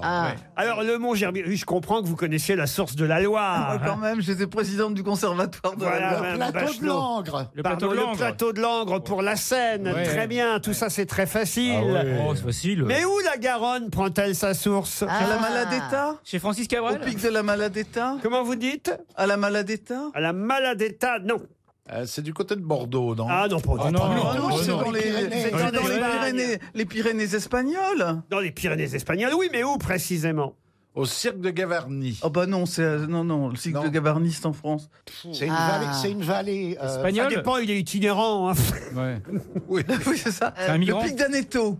[SPEAKER 12] Ah,
[SPEAKER 6] Alors, le Mont Gerbier, oui, je comprends que vous connaissiez la source de la Loire. hein.
[SPEAKER 10] Ah, quand même, j'étais présidente du conservatoire de
[SPEAKER 6] Voilà,
[SPEAKER 10] la Loire.
[SPEAKER 6] Madame
[SPEAKER 9] Plateau de
[SPEAKER 6] Bachelot.
[SPEAKER 9] Langres.
[SPEAKER 7] Le
[SPEAKER 6] Pardon,
[SPEAKER 7] plateau de
[SPEAKER 6] le
[SPEAKER 7] Langres.
[SPEAKER 6] plateau de Langres pour la Seine.
[SPEAKER 7] Ouais.
[SPEAKER 6] Très bien, tout ça, c'est très facile.
[SPEAKER 11] Ah ouais.
[SPEAKER 7] Oh, c'est facile.
[SPEAKER 6] Mais où la Garonne prend-elle sa source
[SPEAKER 10] À la
[SPEAKER 12] Ah.
[SPEAKER 10] Maladetta
[SPEAKER 7] Chez Francis
[SPEAKER 10] Au
[SPEAKER 7] Cabrel
[SPEAKER 10] pic de la Maladetta
[SPEAKER 6] Comment vous dites
[SPEAKER 10] À la Maladetta
[SPEAKER 6] À la Maladetta, non.
[SPEAKER 11] Euh, C'est du côté de Bordeaux, non
[SPEAKER 6] Ah non, pas
[SPEAKER 7] Ah
[SPEAKER 6] du tout.
[SPEAKER 7] non.
[SPEAKER 10] Ah non, c'est
[SPEAKER 9] non,
[SPEAKER 10] dans
[SPEAKER 9] les
[SPEAKER 10] les
[SPEAKER 9] Pyrénées.
[SPEAKER 10] c'est
[SPEAKER 6] Dans
[SPEAKER 10] dans
[SPEAKER 6] les
[SPEAKER 10] les Pyrénées, les Pyrénées espagnoles.
[SPEAKER 6] Dans les Pyrénées espagnoles, oui, mais où précisément
[SPEAKER 11] Au cirque de Gavarnie.
[SPEAKER 10] Oh bah non, c'est euh, non non, le cycle
[SPEAKER 11] Non.
[SPEAKER 10] de Gavarnie c'est en France.
[SPEAKER 9] C'est une
[SPEAKER 12] Ah.
[SPEAKER 9] vallée. C'est une vallée euh,
[SPEAKER 6] Ça
[SPEAKER 7] Espagnol
[SPEAKER 6] dépend, il est itinérant. hein.
[SPEAKER 7] Ouais.
[SPEAKER 11] Oui.
[SPEAKER 10] oui, c'est ça.
[SPEAKER 7] C'est un migrant.
[SPEAKER 10] Le pic d'Aneto.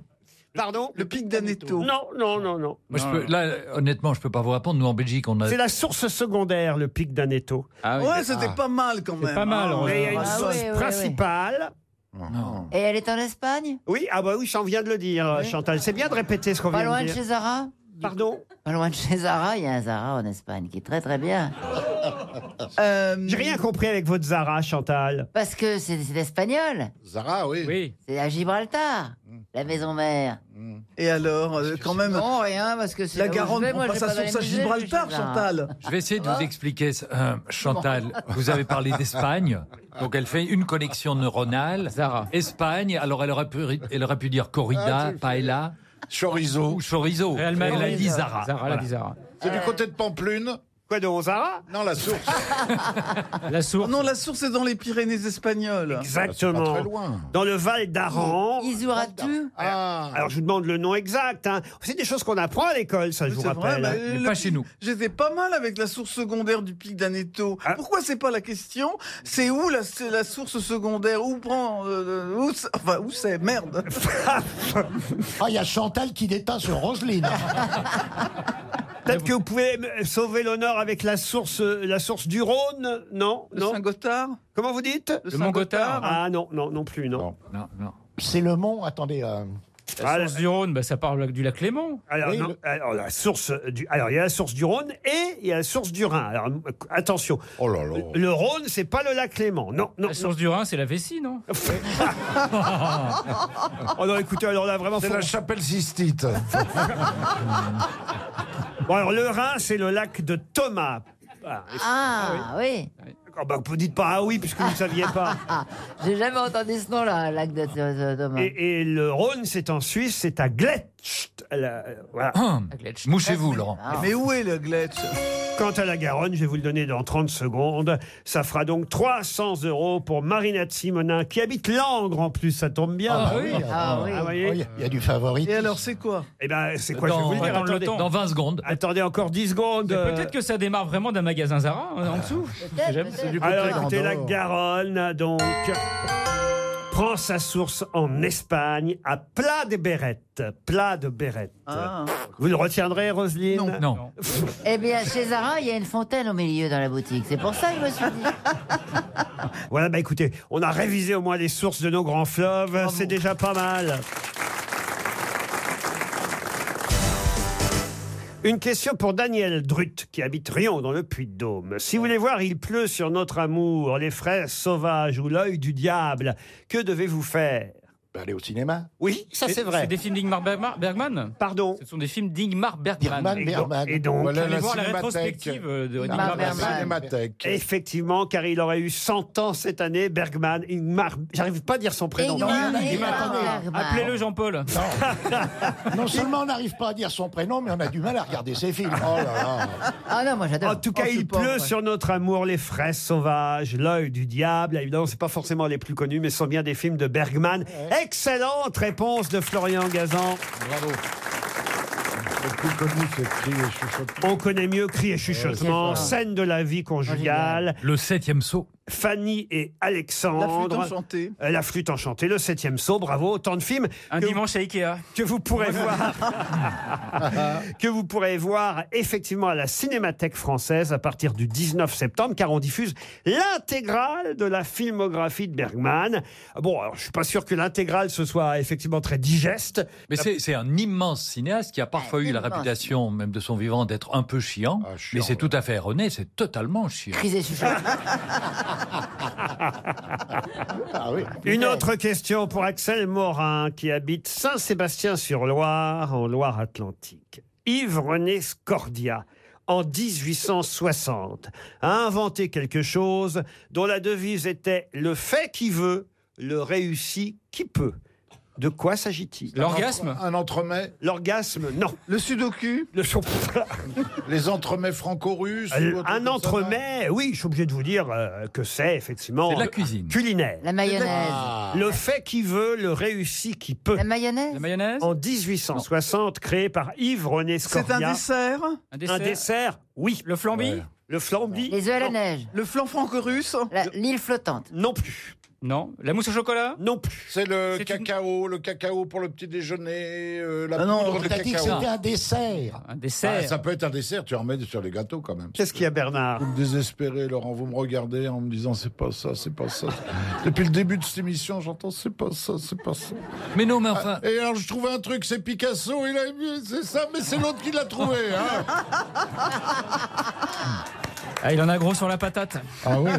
[SPEAKER 6] Pardon
[SPEAKER 10] Le pic d'Aneto.
[SPEAKER 6] Non, non, non, non.
[SPEAKER 8] Moi, je
[SPEAKER 7] Non,
[SPEAKER 8] peux-
[SPEAKER 7] non.
[SPEAKER 8] là, honnêtement, je peux pas vous répondre. Nous, en Belgique, on a.
[SPEAKER 6] C'est la source secondaire, le pic d'Aneto.
[SPEAKER 7] Ah oui.
[SPEAKER 10] Ouais, c'était pas mal quand
[SPEAKER 7] C'est
[SPEAKER 10] même.
[SPEAKER 7] pas mal,
[SPEAKER 10] Ah,
[SPEAKER 7] en
[SPEAKER 6] Mais hein. il y a une
[SPEAKER 12] Ah
[SPEAKER 10] ouais.
[SPEAKER 6] source
[SPEAKER 12] ouais, ouais, ouais.
[SPEAKER 6] principale.
[SPEAKER 8] Non.
[SPEAKER 12] et elle est en Espagne
[SPEAKER 6] Oui, ah bah oui, j'en viens de le dire,
[SPEAKER 12] Oui.
[SPEAKER 6] Chantal. C'est bien de répéter ce qu'on
[SPEAKER 12] Pas
[SPEAKER 6] vient
[SPEAKER 12] loin
[SPEAKER 6] de
[SPEAKER 12] de
[SPEAKER 6] dire.
[SPEAKER 12] chez Zara
[SPEAKER 6] Pardon
[SPEAKER 12] Pas loin de chez Zara, il y a un Zara en Espagne qui est très très bien.
[SPEAKER 10] Euh,
[SPEAKER 6] J'ai rien compris avec votre Zara, Chantal.
[SPEAKER 12] Parce que c'est c'est espagnol.
[SPEAKER 11] Zara, oui. Mm.
[SPEAKER 7] Oui.
[SPEAKER 12] C'est à Gibraltar, la maison mère.
[SPEAKER 10] Et alors, euh, quand même,
[SPEAKER 12] Non, rien, parce que c'est.
[SPEAKER 10] la
[SPEAKER 12] là où je
[SPEAKER 10] Garonne
[SPEAKER 12] vais,
[SPEAKER 10] prend
[SPEAKER 12] moi,
[SPEAKER 10] pas
[SPEAKER 12] je
[SPEAKER 10] sa
[SPEAKER 12] vais dans les
[SPEAKER 10] source à
[SPEAKER 12] musées, je vais
[SPEAKER 10] Gibraltar,
[SPEAKER 12] chez Zara.
[SPEAKER 10] Chantal.
[SPEAKER 8] Je vais essayer
[SPEAKER 12] Hein
[SPEAKER 8] de vous expliquer. euh, Chantal, vous avez parlé d'Espagne. Donc, elle fait une connexion neuronale.
[SPEAKER 7] Zara.
[SPEAKER 8] Espagne, alors elle aurait pu, elle aurait pu dire
[SPEAKER 12] Ah,
[SPEAKER 8] corrida, paella
[SPEAKER 11] Chorizo.
[SPEAKER 8] ou chorizo.
[SPEAKER 7] Real
[SPEAKER 8] elle a
[SPEAKER 7] Madrid.
[SPEAKER 8] dit Zara.
[SPEAKER 7] Zara, elle a
[SPEAKER 8] Voilà.
[SPEAKER 7] dit Zara.
[SPEAKER 11] C'est du côté de Pamplune.
[SPEAKER 6] Quoi donc, Zara
[SPEAKER 11] Non, la source.
[SPEAKER 7] La
[SPEAKER 10] Oh
[SPEAKER 7] source.
[SPEAKER 10] Non, la source est dans les Pyrénées espagnoles.
[SPEAKER 11] Ah, C'est pas
[SPEAKER 6] Exactement.
[SPEAKER 11] très loin.
[SPEAKER 6] Dans le Val d'Aran.
[SPEAKER 12] Isuratu
[SPEAKER 11] Ah.
[SPEAKER 6] Alors, je vous demande le nom exact. hein. C'est des choses qu'on apprend à l'école, ça, je
[SPEAKER 10] Oui,
[SPEAKER 6] vous
[SPEAKER 10] c'est vrai,
[SPEAKER 6] rappelle. hein.
[SPEAKER 10] bah,
[SPEAKER 8] Mais
[SPEAKER 10] le
[SPEAKER 8] pas
[SPEAKER 10] pic-
[SPEAKER 8] chez nous.
[SPEAKER 10] J'étais pas mal avec la source secondaire du pic d'Aneto.
[SPEAKER 6] Ah.
[SPEAKER 10] Pourquoi c'est pas la question C'est où la, c'est la source secondaire Où prend euh, où c'est- Enfin, où c'est Merde.
[SPEAKER 9] Ah, il y a Chantal qui déteint sur Roselyne.
[SPEAKER 6] Peut-être que vous pouvez me sauver l'honneur avec la source, euh, la source du Rhône Non,
[SPEAKER 10] Le
[SPEAKER 6] non.
[SPEAKER 10] Saint-Gothard
[SPEAKER 6] Comment vous dites
[SPEAKER 7] Le Mont Gothard.
[SPEAKER 6] Ah non, non, non plus, non.
[SPEAKER 8] Non, non.
[SPEAKER 9] C'est le mont. Attendez. euh,
[SPEAKER 7] La source du Rhône, bah, ça parle du lac Léman.
[SPEAKER 6] Alors, non, alors, la source du, alors, il y a la source du Rhône et il y a la source du Rhin. Alors, euh, attention. Le Rhône, c'est pas le lac Léman. Non, non. Ah.
[SPEAKER 7] Oh La source du Rhin, c'est la vessie, non
[SPEAKER 11] Ah,
[SPEAKER 6] Oh non, écoutez, alors là, vraiment.
[SPEAKER 11] C'est la chapelle Sistite.
[SPEAKER 6] Bon, alors, le Rhin, c'est le lac de Thomas. Ah,
[SPEAKER 12] Ah oui.
[SPEAKER 6] Ah, bah, vous dites pas ah oui, puisque vous ne saviez pas.
[SPEAKER 12] J'ai jamais entendu ce nom-là, lac de de- de- Thomas.
[SPEAKER 6] Et, et le Rhône, c'est en Suisse, c'est à Gletsch. La- euh, voilà.
[SPEAKER 8] Mouchez-vous, Laurent.
[SPEAKER 6] Mais où est le Gletsch Quant à la Garonne, je vais vous le donner dans 30 secondes. Ça fera donc 300 euros pour Marinette Simonin, qui habite Langres en plus, ça tombe bien. Ah,
[SPEAKER 9] Ah oui. Ah oui.
[SPEAKER 6] voyez
[SPEAKER 9] Il y a du favori.
[SPEAKER 10] Et alors, c'est quoi
[SPEAKER 6] Eh ben, c'est quoi Je vais vous le dire.
[SPEAKER 7] Attends le
[SPEAKER 6] attendez.
[SPEAKER 7] temps. Dans 20 secondes.
[SPEAKER 6] Attendez encore 10 secondes.
[SPEAKER 7] Mais
[SPEAKER 6] euh,
[SPEAKER 7] Peut-être que ça démarre vraiment d'un magasin Zara hein, en dessous.
[SPEAKER 6] Alors écoutez, la Garonne, donc, prend sa source en Espagne, à Pla de Bérette. Pla de Bérette. Vous le retiendrez, Roselyne Non.
[SPEAKER 12] Eh bien, chez Zara, il y a une fontaine au milieu dans la boutique. C'est pour ça que je me suis dit.
[SPEAKER 6] Voilà, bah écoutez, on a révisé au moins les sources de nos grands fleuves. C'est déjà pas mal. Une question pour Daniel Drut, qui habite Rion, dans le Puy-de-Dôme. Si vous voulez voir Il pleut sur notre amour, Les fraises sauvages ou L'œil du diable, que devez-vous faire
[SPEAKER 9] Bah, Aller au cinéma.
[SPEAKER 6] Oui, ça c'est vrai.
[SPEAKER 7] C'est des films d'Ingmar Bergma- Bergman
[SPEAKER 6] Pardon
[SPEAKER 7] Ce sont des films d'Ingmar Bergman.
[SPEAKER 9] Bergman, Bergman. Et donc- Voilà
[SPEAKER 7] Allez
[SPEAKER 9] la
[SPEAKER 7] voir la
[SPEAKER 9] cinémathèque.
[SPEAKER 7] rétrospective euh, de
[SPEAKER 9] Ingmar
[SPEAKER 7] d'Ingmar
[SPEAKER 9] Bergman.
[SPEAKER 7] Bergman.
[SPEAKER 9] Cinémathèque.
[SPEAKER 6] Effectivement, car il aurait eu 100 ans cette année, Bergman. Ingmar, j'arrive pas à dire son prénom.
[SPEAKER 7] Appelez-le Jean-Paul.
[SPEAKER 9] Non seulement on n'arrive pas à dire son prénom, mais on a du mal à regarder ses films. Oh là là.
[SPEAKER 12] Ah non, moi j'adore.
[SPEAKER 6] En tout
[SPEAKER 8] Oh,
[SPEAKER 6] cas, il pleut sur notre amour, les fraises sauvages, l'œil du diable. Évidemment, c'est pas forcément les plus connus, mais ce sont bien des films de Bergman. Excellente réponse de Florian Gazan.
[SPEAKER 11] Bravo. Le plus connu, c'est Cri et Chuchotement.
[SPEAKER 6] On connaît mieux cri et chuchotement,
[SPEAKER 8] Ouais, c'est ça.
[SPEAKER 6] scène de la vie conjugale.
[SPEAKER 8] Le septième saut.
[SPEAKER 6] Fanny et Alexandre.
[SPEAKER 10] La flûte enchantée.
[SPEAKER 6] Euh, La flûte enchantée, le septième saut, bravo, autant de films.
[SPEAKER 7] Un
[SPEAKER 6] que-
[SPEAKER 7] dimanche à Ikea.
[SPEAKER 6] Que vous pourrez voir. que vous pourrez voir effectivement à la Cinémathèque française à partir du 19 septembre, car on diffuse l'intégrale de la filmographie de Bergman. Bon, alors je suis pas sûr que l'intégrale ce soit effectivement très digeste.
[SPEAKER 8] Mais c'est c'est un immense cinéaste qui a parfois eu la
[SPEAKER 6] immense.
[SPEAKER 8] réputation, même de son vivant, d'être un peu chiant. mais c'est tout à fait erroné, c'est totalement chiant.
[SPEAKER 12] Crise et chuchotement.
[SPEAKER 11] Ah
[SPEAKER 6] Une autre question pour Axel Morin, qui habite Saint-Sébastien-sur-Loire, en Loire-Atlantique. Yves-René Scordia, en 1860, a inventé quelque chose dont la devise était « le fait qui veut, le réussit qui peut ». De quoi s'agit-il
[SPEAKER 7] L'orgasme
[SPEAKER 11] Un entremet
[SPEAKER 6] L'orgasme, non.
[SPEAKER 10] Le sudoku
[SPEAKER 6] Le
[SPEAKER 11] Les entremets franco-russes ou
[SPEAKER 6] Euh,
[SPEAKER 11] autre
[SPEAKER 6] Un
[SPEAKER 11] comme ça,
[SPEAKER 6] entremet, oui, je suis obligé de vous dire euh, que c'est effectivement...
[SPEAKER 8] C'est de la
[SPEAKER 6] euh,
[SPEAKER 8] cuisine.
[SPEAKER 6] Culinaire.
[SPEAKER 12] La mayonnaise.
[SPEAKER 6] Ah. Le fait qui veut, le réussit qui peut.
[SPEAKER 12] La mayonnaise.
[SPEAKER 7] La mayonnaise
[SPEAKER 6] En 1860, créé par Yves René Scordia.
[SPEAKER 10] C'est un dessert
[SPEAKER 7] Un dessert,
[SPEAKER 6] Un dessert, oui.
[SPEAKER 7] Le flambi
[SPEAKER 6] Le flambi.
[SPEAKER 12] Les œufs à la neige.
[SPEAKER 10] Le flan franco-russe
[SPEAKER 12] L'île flottante.
[SPEAKER 6] Non plus.
[SPEAKER 7] Non. La mousse au chocolat
[SPEAKER 6] Non plus.
[SPEAKER 11] C'est le
[SPEAKER 7] C'est une-
[SPEAKER 11] cacao, le cacao pour le petit déjeuner, euh, la
[SPEAKER 10] Ah non,
[SPEAKER 11] poudre
[SPEAKER 10] on
[SPEAKER 11] de
[SPEAKER 10] t'a dit que
[SPEAKER 11] cacao.
[SPEAKER 10] c'était
[SPEAKER 9] un dessert.
[SPEAKER 7] Un
[SPEAKER 11] Ah, ça peut être un dessert, tu en mets sur les gâteaux quand même.
[SPEAKER 6] Qu'est-ce qu'il y a, Bernard
[SPEAKER 11] Vous me désespérez, Laurent, vous me regardez en me disant c'est pas ça, c'est pas ça. Depuis le début de cette émission, j'entends c'est pas ça, c'est pas ça. Ah,
[SPEAKER 8] Mais non, mais enfin.
[SPEAKER 11] Et alors je trouvais un truc, c'est Picasso, il a c'est ça, mais c'est l'autre qui l'a trouvé. Hein
[SPEAKER 7] Ah, il en a gros sur la patate.
[SPEAKER 11] ah ouais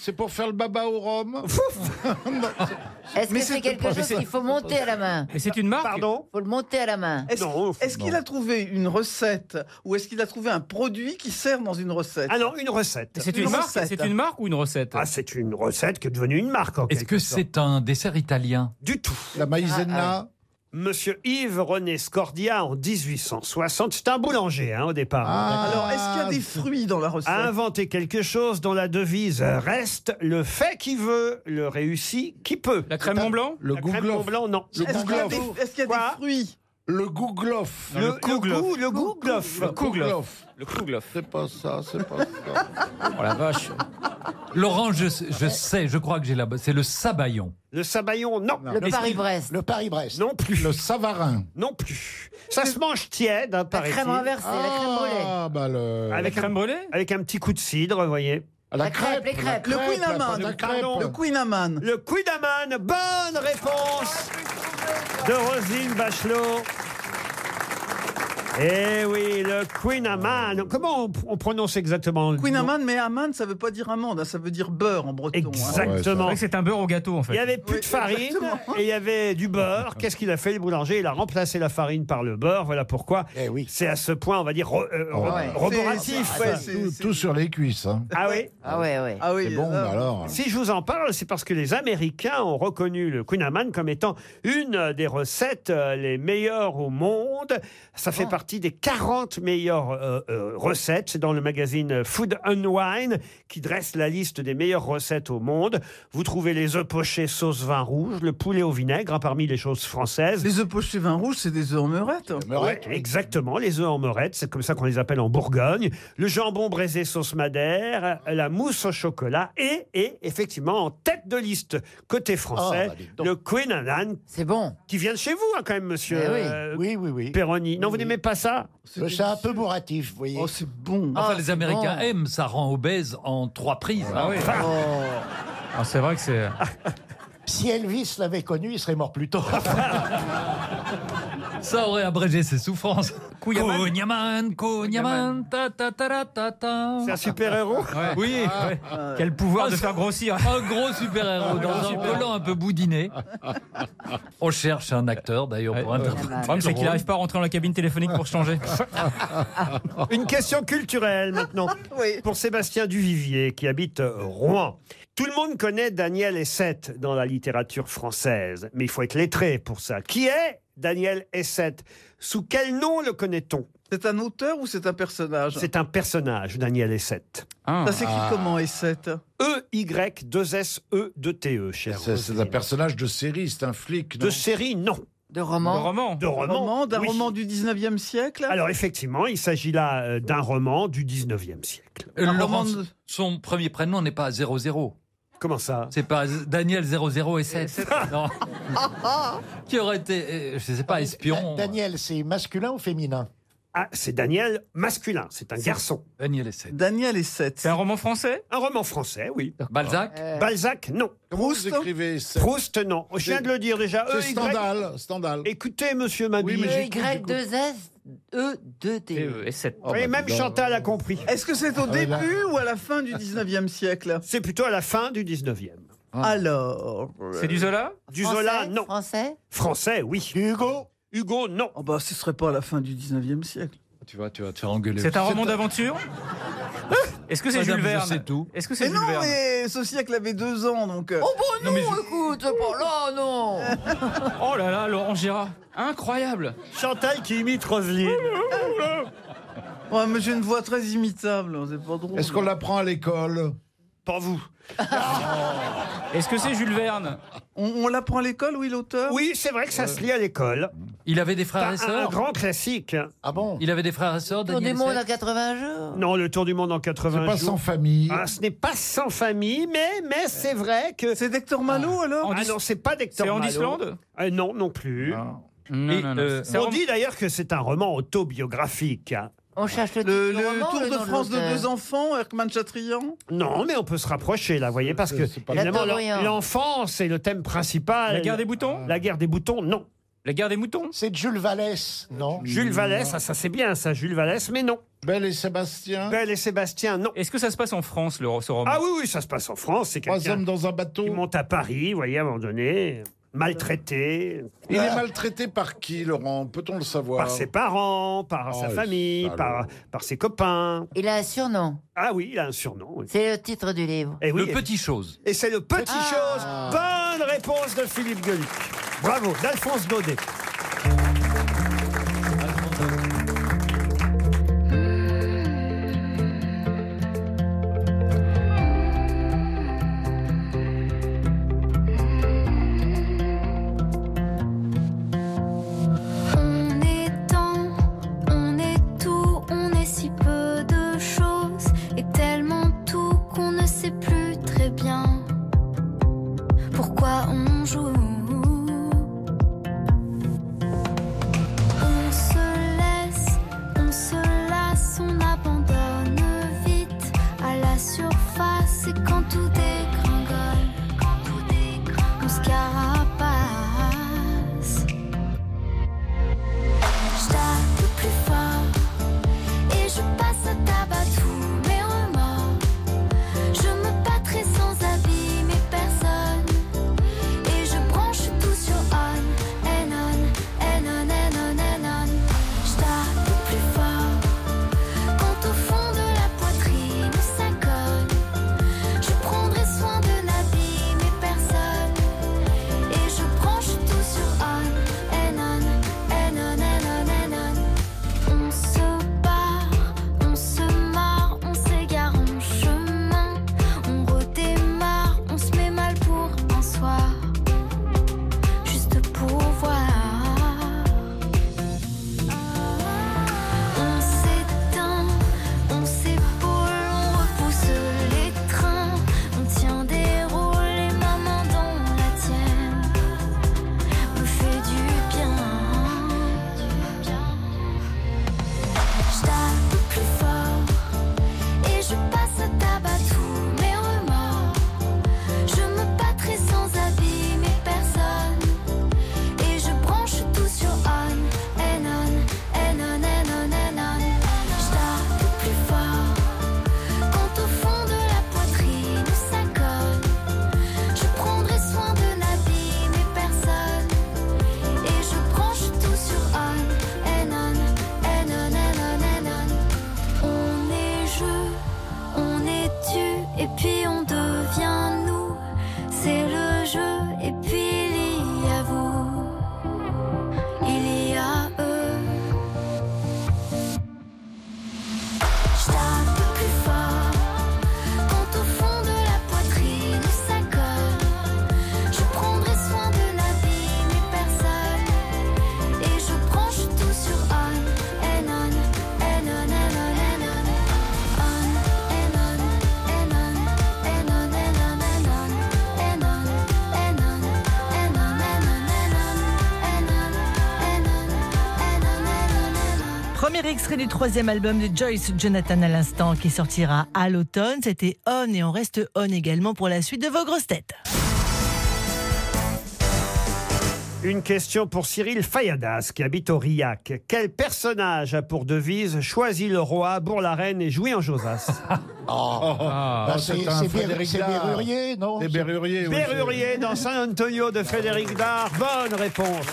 [SPEAKER 11] C'est pour faire le baba au rhum.
[SPEAKER 12] Est-ce que
[SPEAKER 10] Mais
[SPEAKER 12] c'est
[SPEAKER 10] c'est-
[SPEAKER 12] quelque chose qu'il faut monter à la main
[SPEAKER 7] Et c'est une marque
[SPEAKER 6] Pardon
[SPEAKER 12] Il faut le monter à la main.
[SPEAKER 10] Est-ce
[SPEAKER 6] Non,
[SPEAKER 10] est-ce qu'il a trouvé une recette ou est-ce qu'il a trouvé un produit qui sert dans une recette
[SPEAKER 6] Ah non, une recette.
[SPEAKER 7] C'est une,
[SPEAKER 10] Une
[SPEAKER 7] marque
[SPEAKER 10] recette.
[SPEAKER 7] C'est une marque ou une recette
[SPEAKER 6] Ah, c'est une recette qui est devenue une marque. en
[SPEAKER 8] Est-ce
[SPEAKER 6] quelque
[SPEAKER 8] que
[SPEAKER 6] sorte.
[SPEAKER 8] c'est un dessert italien
[SPEAKER 6] Du tout.
[SPEAKER 11] La maïzena.
[SPEAKER 6] Ah, Monsieur Yves René Scordia, en 1860, c'est un boulanger hein, au départ.
[SPEAKER 11] Ah.
[SPEAKER 10] Alors, est-ce qu'il y a des fruits dans la recette
[SPEAKER 6] a inventé quelque chose dont la devise reste le fait qui veut, le réussit qui peut.
[SPEAKER 7] La crème Mont Blanc
[SPEAKER 11] Le
[SPEAKER 6] La crème
[SPEAKER 11] gouglof.
[SPEAKER 6] Mont Blanc, non.
[SPEAKER 11] Le
[SPEAKER 10] Est-ce qu'il y a des,
[SPEAKER 11] gouglof.
[SPEAKER 10] est-ce qu'il y a des
[SPEAKER 6] Quoi
[SPEAKER 10] fruits
[SPEAKER 11] Le gouglof.
[SPEAKER 7] Non, le Kouglof.
[SPEAKER 6] goût, le gouglof.
[SPEAKER 11] Le gouglof.
[SPEAKER 7] Le Kouglof.
[SPEAKER 11] C'est pas ça, c'est pas ça.
[SPEAKER 7] Oh la vache.
[SPEAKER 8] Laurent, je, je sais, je crois que j'ai la bonne. C'est le sabayon.
[SPEAKER 6] Le sabayon, non.
[SPEAKER 12] Le Paris-Brest.
[SPEAKER 9] Le Paris-Brest.
[SPEAKER 6] Non plus.
[SPEAKER 11] Le savarin.
[SPEAKER 6] Non plus. Ça se mange tiède, hein,
[SPEAKER 12] La
[SPEAKER 6] paraît-il.
[SPEAKER 12] crème renversée, la crème brûlée.
[SPEAKER 11] Ah, bah le.
[SPEAKER 7] La
[SPEAKER 6] Avec
[SPEAKER 7] crème
[SPEAKER 6] un,
[SPEAKER 7] brûlée
[SPEAKER 6] avec un petit coup de cidre, vous voyez.
[SPEAKER 12] La crêpe, les crêpes.
[SPEAKER 10] Le
[SPEAKER 11] crêpe, la
[SPEAKER 10] Queen
[SPEAKER 11] pâte
[SPEAKER 10] Amman.
[SPEAKER 11] à crêpe.
[SPEAKER 10] Le Queen Amman.
[SPEAKER 6] Le Queen Amman, bonne réponse de Rosine Bachelot. Eh oui, le Queen Amman. Comment on, on prononce exactement le
[SPEAKER 10] Queen
[SPEAKER 6] nom
[SPEAKER 10] Amman, mais Amman, ça veut pas dire amande, hein, ça veut dire beurre en breton. hein.
[SPEAKER 6] Exactement. C'est un beurre au gâteau en
[SPEAKER 10] fait.
[SPEAKER 6] Il y avait plus
[SPEAKER 10] Oui,
[SPEAKER 6] de farine
[SPEAKER 10] exactement.
[SPEAKER 6] et il y avait du beurre. Qu'est-ce qu'il a fait le boulanger Il a remplacé la farine par le beurre. Voilà pourquoi. C'est à ce point, on va dire, re- euh, re-
[SPEAKER 11] Ouais.
[SPEAKER 6] roboratif.
[SPEAKER 11] Ça, tout, tout sur les cuisses. hein.
[SPEAKER 6] Ah oui
[SPEAKER 12] Ah ouais, ouais.
[SPEAKER 10] Ah oui,
[SPEAKER 11] C'est bon,
[SPEAKER 10] euh,
[SPEAKER 11] alors.
[SPEAKER 6] Si je vous en parle, c'est parce que les Américains ont reconnu le Kunaman comme étant une des recettes euh, les meilleures au monde. Ça fait partie des 40 meilleures euh, euh, recettes. C'est dans le magazine Food and Wine qui dresse la liste des meilleures recettes au monde. Vous trouvez les œufs pochés sauce vin rouge, le poulet au vinaigre hein, parmi les choses françaises.
[SPEAKER 10] Les œufs pochés vin rouge, c'est des œufs en meurette.
[SPEAKER 6] Ouais, exactement, les œufs en meurette, c'est comme ça qu'on les appelle en Bourgogne. Le jambon braisé sauce madère, la mousse au chocolat et, et effectivement, en tête de liste côté français,
[SPEAKER 9] Ah, bah, dis
[SPEAKER 6] le Queen Anne.
[SPEAKER 12] C'est bon.
[SPEAKER 6] Qui vient de chez vous, hein, quand même, monsieur
[SPEAKER 9] Eh
[SPEAKER 6] oui,
[SPEAKER 9] oui. oui, oui.
[SPEAKER 6] Perroni. Non, vous
[SPEAKER 9] oui.
[SPEAKER 6] n'aimez pas ça
[SPEAKER 9] C'est un peu bourratif, vous voyez. Oh,
[SPEAKER 10] c'est bon.
[SPEAKER 6] Ah,
[SPEAKER 8] Enfin, les Américains aiment, ça rend obèse en trois prises. Ah,
[SPEAKER 9] Ah oui.
[SPEAKER 8] c'est vrai que c'est.
[SPEAKER 9] Si Elvis l'avait connu, il serait mort plus tôt.
[SPEAKER 8] Ça aurait abrégé ses souffrances.
[SPEAKER 9] Kouyaman.
[SPEAKER 8] Konyaman, Konyaman, ta ta ta ta ta ta.
[SPEAKER 6] C'est un super-héros
[SPEAKER 8] Ouais. Oui. ouais.
[SPEAKER 7] Quel pouvoir
[SPEAKER 8] Un
[SPEAKER 7] de faire grossir.
[SPEAKER 8] Un gros super-héros dans un collant un peu boudiné. On cherche un acteur d'ailleurs pour interpréter.
[SPEAKER 7] Le problème, c'est qu'il n'arrive pas à rentrer dans la cabine téléphonique pour changer.
[SPEAKER 6] Une question culturelle maintenant pour Sébastien Duvivier qui habite euh, Rouen. Tout le monde connaît Daniel Essette dans la littérature française, mais il faut être lettré pour ça. Qui est Daniel Essette Sous quel nom le connaît-on
[SPEAKER 10] C'est un auteur ou c'est un personnage
[SPEAKER 6] C'est un personnage, Daniel Essette.
[SPEAKER 10] Ça s'écrit
[SPEAKER 7] Ah.
[SPEAKER 10] comment, Essette
[SPEAKER 6] E E-Y-2-S-E-2-T-E, E, cher
[SPEAKER 11] C'est c'est un personnage de série, c'est un flic.
[SPEAKER 6] De série, non.
[SPEAKER 12] De
[SPEAKER 6] roman De roman.
[SPEAKER 10] De roman. D'un
[SPEAKER 6] oui.
[SPEAKER 10] roman du 19e siècle
[SPEAKER 6] Alors effectivement, il s'agit là euh, d'un roman du 19e siècle.
[SPEAKER 8] Euh, Laurent, son premier prénom n'est pas 00.
[SPEAKER 6] Comment ça
[SPEAKER 8] C'est pas Daniel 00 et 7. non. Qui aurait été, euh, je sais pas, espion.
[SPEAKER 9] Daniel, c'est masculin ou féminin
[SPEAKER 6] Ah, c'est Daniel masculin, c'est un garçon.
[SPEAKER 8] Daniel et 7.
[SPEAKER 10] Daniel et 7. C'est
[SPEAKER 6] un roman français Un roman français, oui.
[SPEAKER 8] Balzac
[SPEAKER 9] Euh.
[SPEAKER 6] Balzac, non.
[SPEAKER 11] Proust Vous écrivez Essette
[SPEAKER 6] Proust, non. Je viens de le dire déjà.
[SPEAKER 11] C'est
[SPEAKER 6] E, Y.
[SPEAKER 11] Stendhal, Stendhal.
[SPEAKER 6] Écoutez, monsieur Mabille.
[SPEAKER 12] E,
[SPEAKER 10] E
[SPEAKER 7] euh,
[SPEAKER 12] E-Y-2-S-E-2-T-E.
[SPEAKER 7] Oh,
[SPEAKER 6] Vous
[SPEAKER 7] bah,
[SPEAKER 6] voyez, même Chantal a compris.
[SPEAKER 10] Est-ce que c'est au
[SPEAKER 7] Ah,
[SPEAKER 10] début ou à la fin du 19e siècle Ah.
[SPEAKER 6] C'est plutôt à la fin du 19e.
[SPEAKER 10] Alors.
[SPEAKER 7] C'est du Zola
[SPEAKER 6] Du Zola, non.
[SPEAKER 12] Français
[SPEAKER 6] Français, oui.
[SPEAKER 9] Hugo
[SPEAKER 6] Hugo, non.
[SPEAKER 10] Oh bah, ce serait pas à la fin du 19e siècle.
[SPEAKER 8] Tu vois, tu vas te faire engueuler.
[SPEAKER 7] C'est un roman d'aventure Est-ce que c'est
[SPEAKER 8] Madame,
[SPEAKER 7] Jules
[SPEAKER 8] je
[SPEAKER 7] Verne
[SPEAKER 8] sais tout.
[SPEAKER 7] Est-ce que c'est
[SPEAKER 10] Mais
[SPEAKER 7] Jules
[SPEAKER 10] non,
[SPEAKER 7] Verne
[SPEAKER 10] mais ce siècle avait deux ans, donc. euh,
[SPEAKER 12] Oh bon, non, écoute, pas là, non
[SPEAKER 7] Oh là là, Laurent Gérard. Incroyable.
[SPEAKER 6] Chantal qui imite Roselyne.
[SPEAKER 10] Ouais, mais j'ai une voix très imitable, hein, c'est pas drôle.
[SPEAKER 11] Est-ce qu'on l'apprend à l'école
[SPEAKER 6] Pas vous.
[SPEAKER 7] Est-ce que c'est Jules Verne
[SPEAKER 10] On, on l'apprend à l'école, oui, l'auteur Euh.
[SPEAKER 6] Oui, c'est vrai que ça se lit à l'école.
[SPEAKER 8] Il avait des frères
[SPEAKER 6] Un-
[SPEAKER 8] et
[SPEAKER 6] un,
[SPEAKER 8] sœurs
[SPEAKER 6] grand classique.
[SPEAKER 9] Ah bon
[SPEAKER 8] Il avait des frères et sœurs,
[SPEAKER 12] Tour du
[SPEAKER 8] Daniel
[SPEAKER 12] monde
[SPEAKER 8] Essette
[SPEAKER 12] en 80 jours.
[SPEAKER 6] Non, le tour du monde en 80
[SPEAKER 11] C'est pas
[SPEAKER 6] jours.
[SPEAKER 11] sans famille.
[SPEAKER 6] Ah, ce n'est pas sans famille, mais, mais c'est vrai que.
[SPEAKER 10] C'est d'Hector Malot, alors
[SPEAKER 6] Ah non, c'est pas d'Hector
[SPEAKER 7] C'est en
[SPEAKER 6] Malot.
[SPEAKER 7] Islande
[SPEAKER 6] Ah Non, non plus.
[SPEAKER 7] Non,
[SPEAKER 8] Et,
[SPEAKER 7] non, non,
[SPEAKER 8] euh,
[SPEAKER 7] c'est un
[SPEAKER 6] On
[SPEAKER 7] roman-
[SPEAKER 6] dit d'ailleurs que c'est un roman autobiographique. hein.
[SPEAKER 12] On cherche le,
[SPEAKER 10] Le,
[SPEAKER 12] titre
[SPEAKER 10] le
[SPEAKER 12] du roman,
[SPEAKER 10] Tour
[SPEAKER 12] le nom
[SPEAKER 10] de France de
[SPEAKER 12] l'auteur
[SPEAKER 10] deux enfants, Erkman Chatrian
[SPEAKER 6] Non, mais on peut se rapprocher là, voyez, parce que
[SPEAKER 11] c'est pas-
[SPEAKER 6] évidemment
[SPEAKER 12] La Torient.
[SPEAKER 6] l'en- l'enfance est le thème principal.
[SPEAKER 7] La guerre des boutons
[SPEAKER 6] La guerre des boutons, non.
[SPEAKER 7] La guerre des moutons
[SPEAKER 9] C'est Jules Vallès, non
[SPEAKER 8] Mm.
[SPEAKER 6] Jules Vallès, ah, ça c'est bien ça, Jules Vallès, mais non.
[SPEAKER 11] Belle et Sébastien.
[SPEAKER 6] Belle et Sébastien, non.
[SPEAKER 7] Est-ce que ça se passe en France, le, ce roman
[SPEAKER 6] Ah oui, oui, ça se passe en France, c'est
[SPEAKER 11] Trois
[SPEAKER 6] quelqu'un
[SPEAKER 11] hommes dans un
[SPEAKER 6] qui
[SPEAKER 11] bateau.
[SPEAKER 6] monte à Paris, vous voyez, à un moment donné, maltraité Ah.
[SPEAKER 11] Il est maltraité par qui, Laurent Peut-on le savoir
[SPEAKER 6] par ses parents, par
[SPEAKER 11] Oh,
[SPEAKER 6] sa
[SPEAKER 11] le
[SPEAKER 6] famille,
[SPEAKER 11] salaud.
[SPEAKER 6] par, par ses copains.
[SPEAKER 12] Il a un surnom.
[SPEAKER 6] Ah oui, il a un surnom. oui.
[SPEAKER 12] C'est le titre du livre. Ah.
[SPEAKER 6] Eh oui,
[SPEAKER 8] Le petit chose.
[SPEAKER 6] Et c'est le petit chose. Bonne réponse de Philippe Gueluc. Bravo, d'Alphonse Daudet.
[SPEAKER 15] On est tant, on est tout, on est si peu de choses et tellement tout qu'on ne sait plus très bien pourquoi on joue.
[SPEAKER 16] Premier extrait du troisième album de Joyce Jonathan à l'instant qui sortira à l'automne. C'était On et on reste On également pour la suite de vos grosses têtes.
[SPEAKER 6] Une question pour Cyril Fayadas, qui habite Aurillac. Quel personnage a pour devise Choisis le roi, bourre la reine et jouis en Josas
[SPEAKER 9] Ah,
[SPEAKER 13] oh,
[SPEAKER 9] bah, c'est
[SPEAKER 6] c'est un
[SPEAKER 9] c'est Bér-
[SPEAKER 6] Frédéric
[SPEAKER 9] c'est
[SPEAKER 6] Dard.
[SPEAKER 9] Bérurier, non
[SPEAKER 11] C'est
[SPEAKER 9] C'est-
[SPEAKER 11] Bérurier, oui.
[SPEAKER 6] Berrurier dans San Antonio de Frédéric Dard. Bonne réponse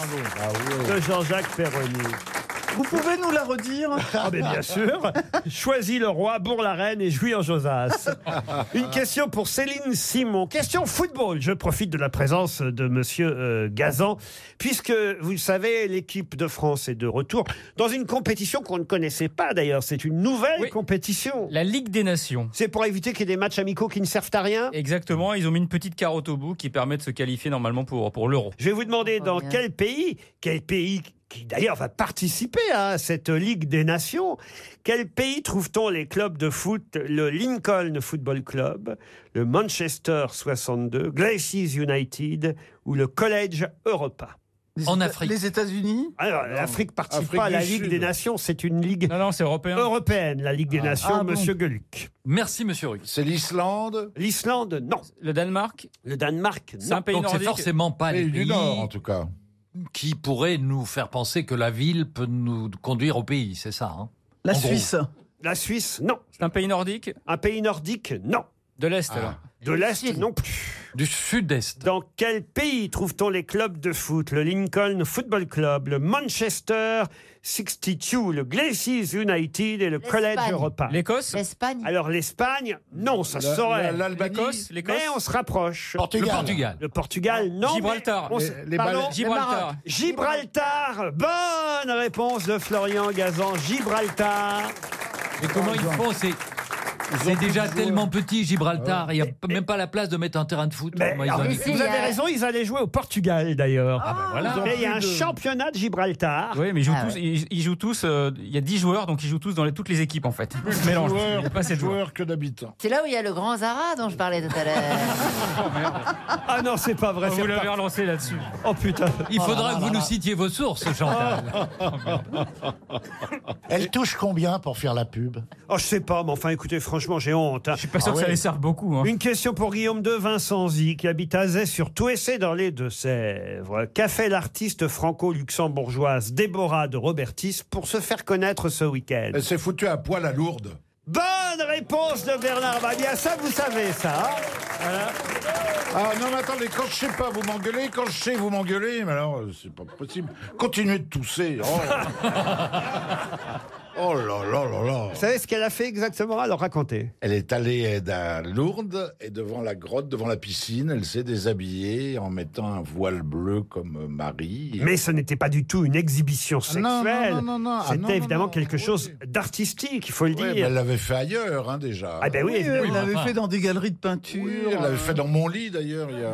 [SPEAKER 6] de Jean-Jacques Perroni.
[SPEAKER 10] Vous pouvez nous la redire
[SPEAKER 6] Ah, mais bien sûr. Choisis le roi, bourre la reine et jouis en Josas. Une question pour Céline Simon. Question football. Je profite de la présence de monsieur euh, Gazan, puisque vous le savez, l'équipe de France est de retour dans une compétition qu'on ne connaissait pas d'ailleurs. C'est une nouvelle compétition.
[SPEAKER 7] La Ligue des Nations.
[SPEAKER 6] C'est pour éviter qu'il y ait des matchs amicaux qui ne servent à rien
[SPEAKER 7] Exactement, ils ont mis une petite carotte au bout qui permet de se qualifier normalement pour, pour l'euro.
[SPEAKER 6] Je vais vous demander
[SPEAKER 8] Oh,
[SPEAKER 6] dans quel pays, quel pays qui d'ailleurs va participer à cette Ligue des Nations, quel pays trouve-t-on les clubs de foot Le Lincoln Football Club, le Manchester 62, Glacis United ou le College Europa
[SPEAKER 10] En Afrique. Les États-Unis
[SPEAKER 6] Alors, l'Afrique participe
[SPEAKER 10] Afrique
[SPEAKER 6] pas à la
[SPEAKER 10] du
[SPEAKER 6] Ligue
[SPEAKER 10] Sud.
[SPEAKER 6] des Nations, c'est une ligue européenne, la Ligue des Nations,
[SPEAKER 11] Ah bon.
[SPEAKER 6] monsieur Gueluc.
[SPEAKER 8] Merci, monsieur Ruc.
[SPEAKER 11] C'est l'Islande
[SPEAKER 6] L'Islande, non.
[SPEAKER 7] Le Danemark
[SPEAKER 6] Le Danemark,
[SPEAKER 8] C'est
[SPEAKER 6] non.
[SPEAKER 8] un pays Donc, c'est nordique. forcément pas les
[SPEAKER 11] Pays du
[SPEAKER 8] pays-
[SPEAKER 11] Nord, en tout cas.
[SPEAKER 8] Qui pourrait nous faire penser que la ville peut nous conduire au pays, c'est ça hein En gros.
[SPEAKER 6] La Suisse, non.
[SPEAKER 7] C'est un pays nordique
[SPEAKER 6] Un pays nordique, non. Ah.
[SPEAKER 7] De l'Est, alors
[SPEAKER 6] De l'Est, non plus.
[SPEAKER 8] Du Sud-Est.
[SPEAKER 6] Dans quel pays trouve-t-on les clubs de foot Le Lincoln Football Club, le Manchester 62, le Glacis United et le Collège Europa.
[SPEAKER 7] L'Écosse
[SPEAKER 6] L'Espagne Alors l'Espagne, non, ça se
[SPEAKER 11] La-
[SPEAKER 6] saurait.
[SPEAKER 11] la- l'Albanie
[SPEAKER 7] L'Écosse
[SPEAKER 6] Mais
[SPEAKER 7] L'Écosse
[SPEAKER 6] on se rapproche.
[SPEAKER 11] Portugal. Le Portugal.
[SPEAKER 6] Le Portugal, non. mais
[SPEAKER 7] Gibraltar.
[SPEAKER 6] on se-
[SPEAKER 7] Les- les
[SPEAKER 6] Pardon
[SPEAKER 7] Bal- Gibraltar.
[SPEAKER 6] Le Maroc. Gibraltar. Bonne réponse de Florian Gazan. Gibraltar.
[SPEAKER 8] Et comment ils font C'est c'est déjà tellement petit, Gibraltar. Il n'y a p- même pas la place de mettre un terrain de foot. Comment ils ont mis-
[SPEAKER 6] Eh, Vous avez raison, ils allaient jouer au Portugal d'ailleurs.
[SPEAKER 7] Ah, voilà.
[SPEAKER 6] Mais il y a un
[SPEAKER 7] Ils ont plus de-
[SPEAKER 6] championnat de Gibraltar.
[SPEAKER 7] Oui, mais ils jouent
[SPEAKER 6] Ah
[SPEAKER 7] tous.
[SPEAKER 6] ouais.
[SPEAKER 7] Ils, ils jouent tous. euh, Il y a 10 joueurs, donc ils jouent tous dans les- toutes les équipes en fait. Ils se mélangent. Il n'y a pas 7 joueurs
[SPEAKER 11] que d'habitants.
[SPEAKER 12] C'est là où il y a le grand Zara dont je parlais tout à l'heure.
[SPEAKER 6] Ah non, c'est pas vrai.
[SPEAKER 7] Vous l'avez relancé là-dessus.
[SPEAKER 6] Oh putain.
[SPEAKER 8] Il faudra
[SPEAKER 9] Ah,
[SPEAKER 8] que vous
[SPEAKER 9] là,
[SPEAKER 8] nous
[SPEAKER 9] là.
[SPEAKER 8] citiez vos sources, Chantal.
[SPEAKER 9] Elle touche combien pour faire la pub Ah
[SPEAKER 6] Oh, je sais pas, mais enfin, écoutez, franchement, j'ai honte. Je suis
[SPEAKER 7] pas sûr que ça les serve
[SPEAKER 9] hein.
[SPEAKER 7] beaucoup.
[SPEAKER 6] Une question pour Guillaume de Vincenzi, qui habite Azay sur Touessé dans les Deux-Sèvres. Qu'a fait l'artiste franco-luxembourgeoise Déborah de Robertis pour se faire connaître ce week-end Elle
[SPEAKER 11] s'est foutue à poil à Lourdes.
[SPEAKER 6] Bonne réponse de Bernard Mabia, ça vous savez ça. hein
[SPEAKER 11] Ah non, mais attendez, quand je sais pas, vous m'engueulez, quand je sais, vous m'engueulez, mais alors, euh, c'est pas possible. Continuez de tousser. Oh, Oh là là là là.
[SPEAKER 6] Vous savez ce qu'elle a fait exactement Alors racontez.
[SPEAKER 11] Elle est allée à Lourdes et devant la grotte, devant la piscine, elle s'est déshabillée en mettant un voile bleu comme Marie.
[SPEAKER 6] Mais ce n'était pas du tout une exhibition
[SPEAKER 11] Ah,
[SPEAKER 6] sexuelle.
[SPEAKER 11] non, non, non, non, non. Ah,
[SPEAKER 6] C'était
[SPEAKER 11] non, non,
[SPEAKER 6] évidemment
[SPEAKER 11] non.
[SPEAKER 6] quelque chose d'artistique, il faut le
[SPEAKER 11] Ouais, mais
[SPEAKER 6] dire.
[SPEAKER 11] elle l'avait fait ailleurs, hein, déjà.
[SPEAKER 6] Ah ben oui,
[SPEAKER 10] elle
[SPEAKER 6] évidemment.
[SPEAKER 10] l'avait fait dans des galeries de peinture.
[SPEAKER 11] Oui, elle l'avait fait dans mon lit, d'ailleurs, il y a...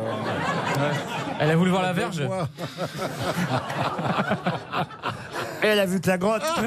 [SPEAKER 7] Elle a voulu voir la verge.
[SPEAKER 6] Et elle a vu que la grotte.
[SPEAKER 9] Ah.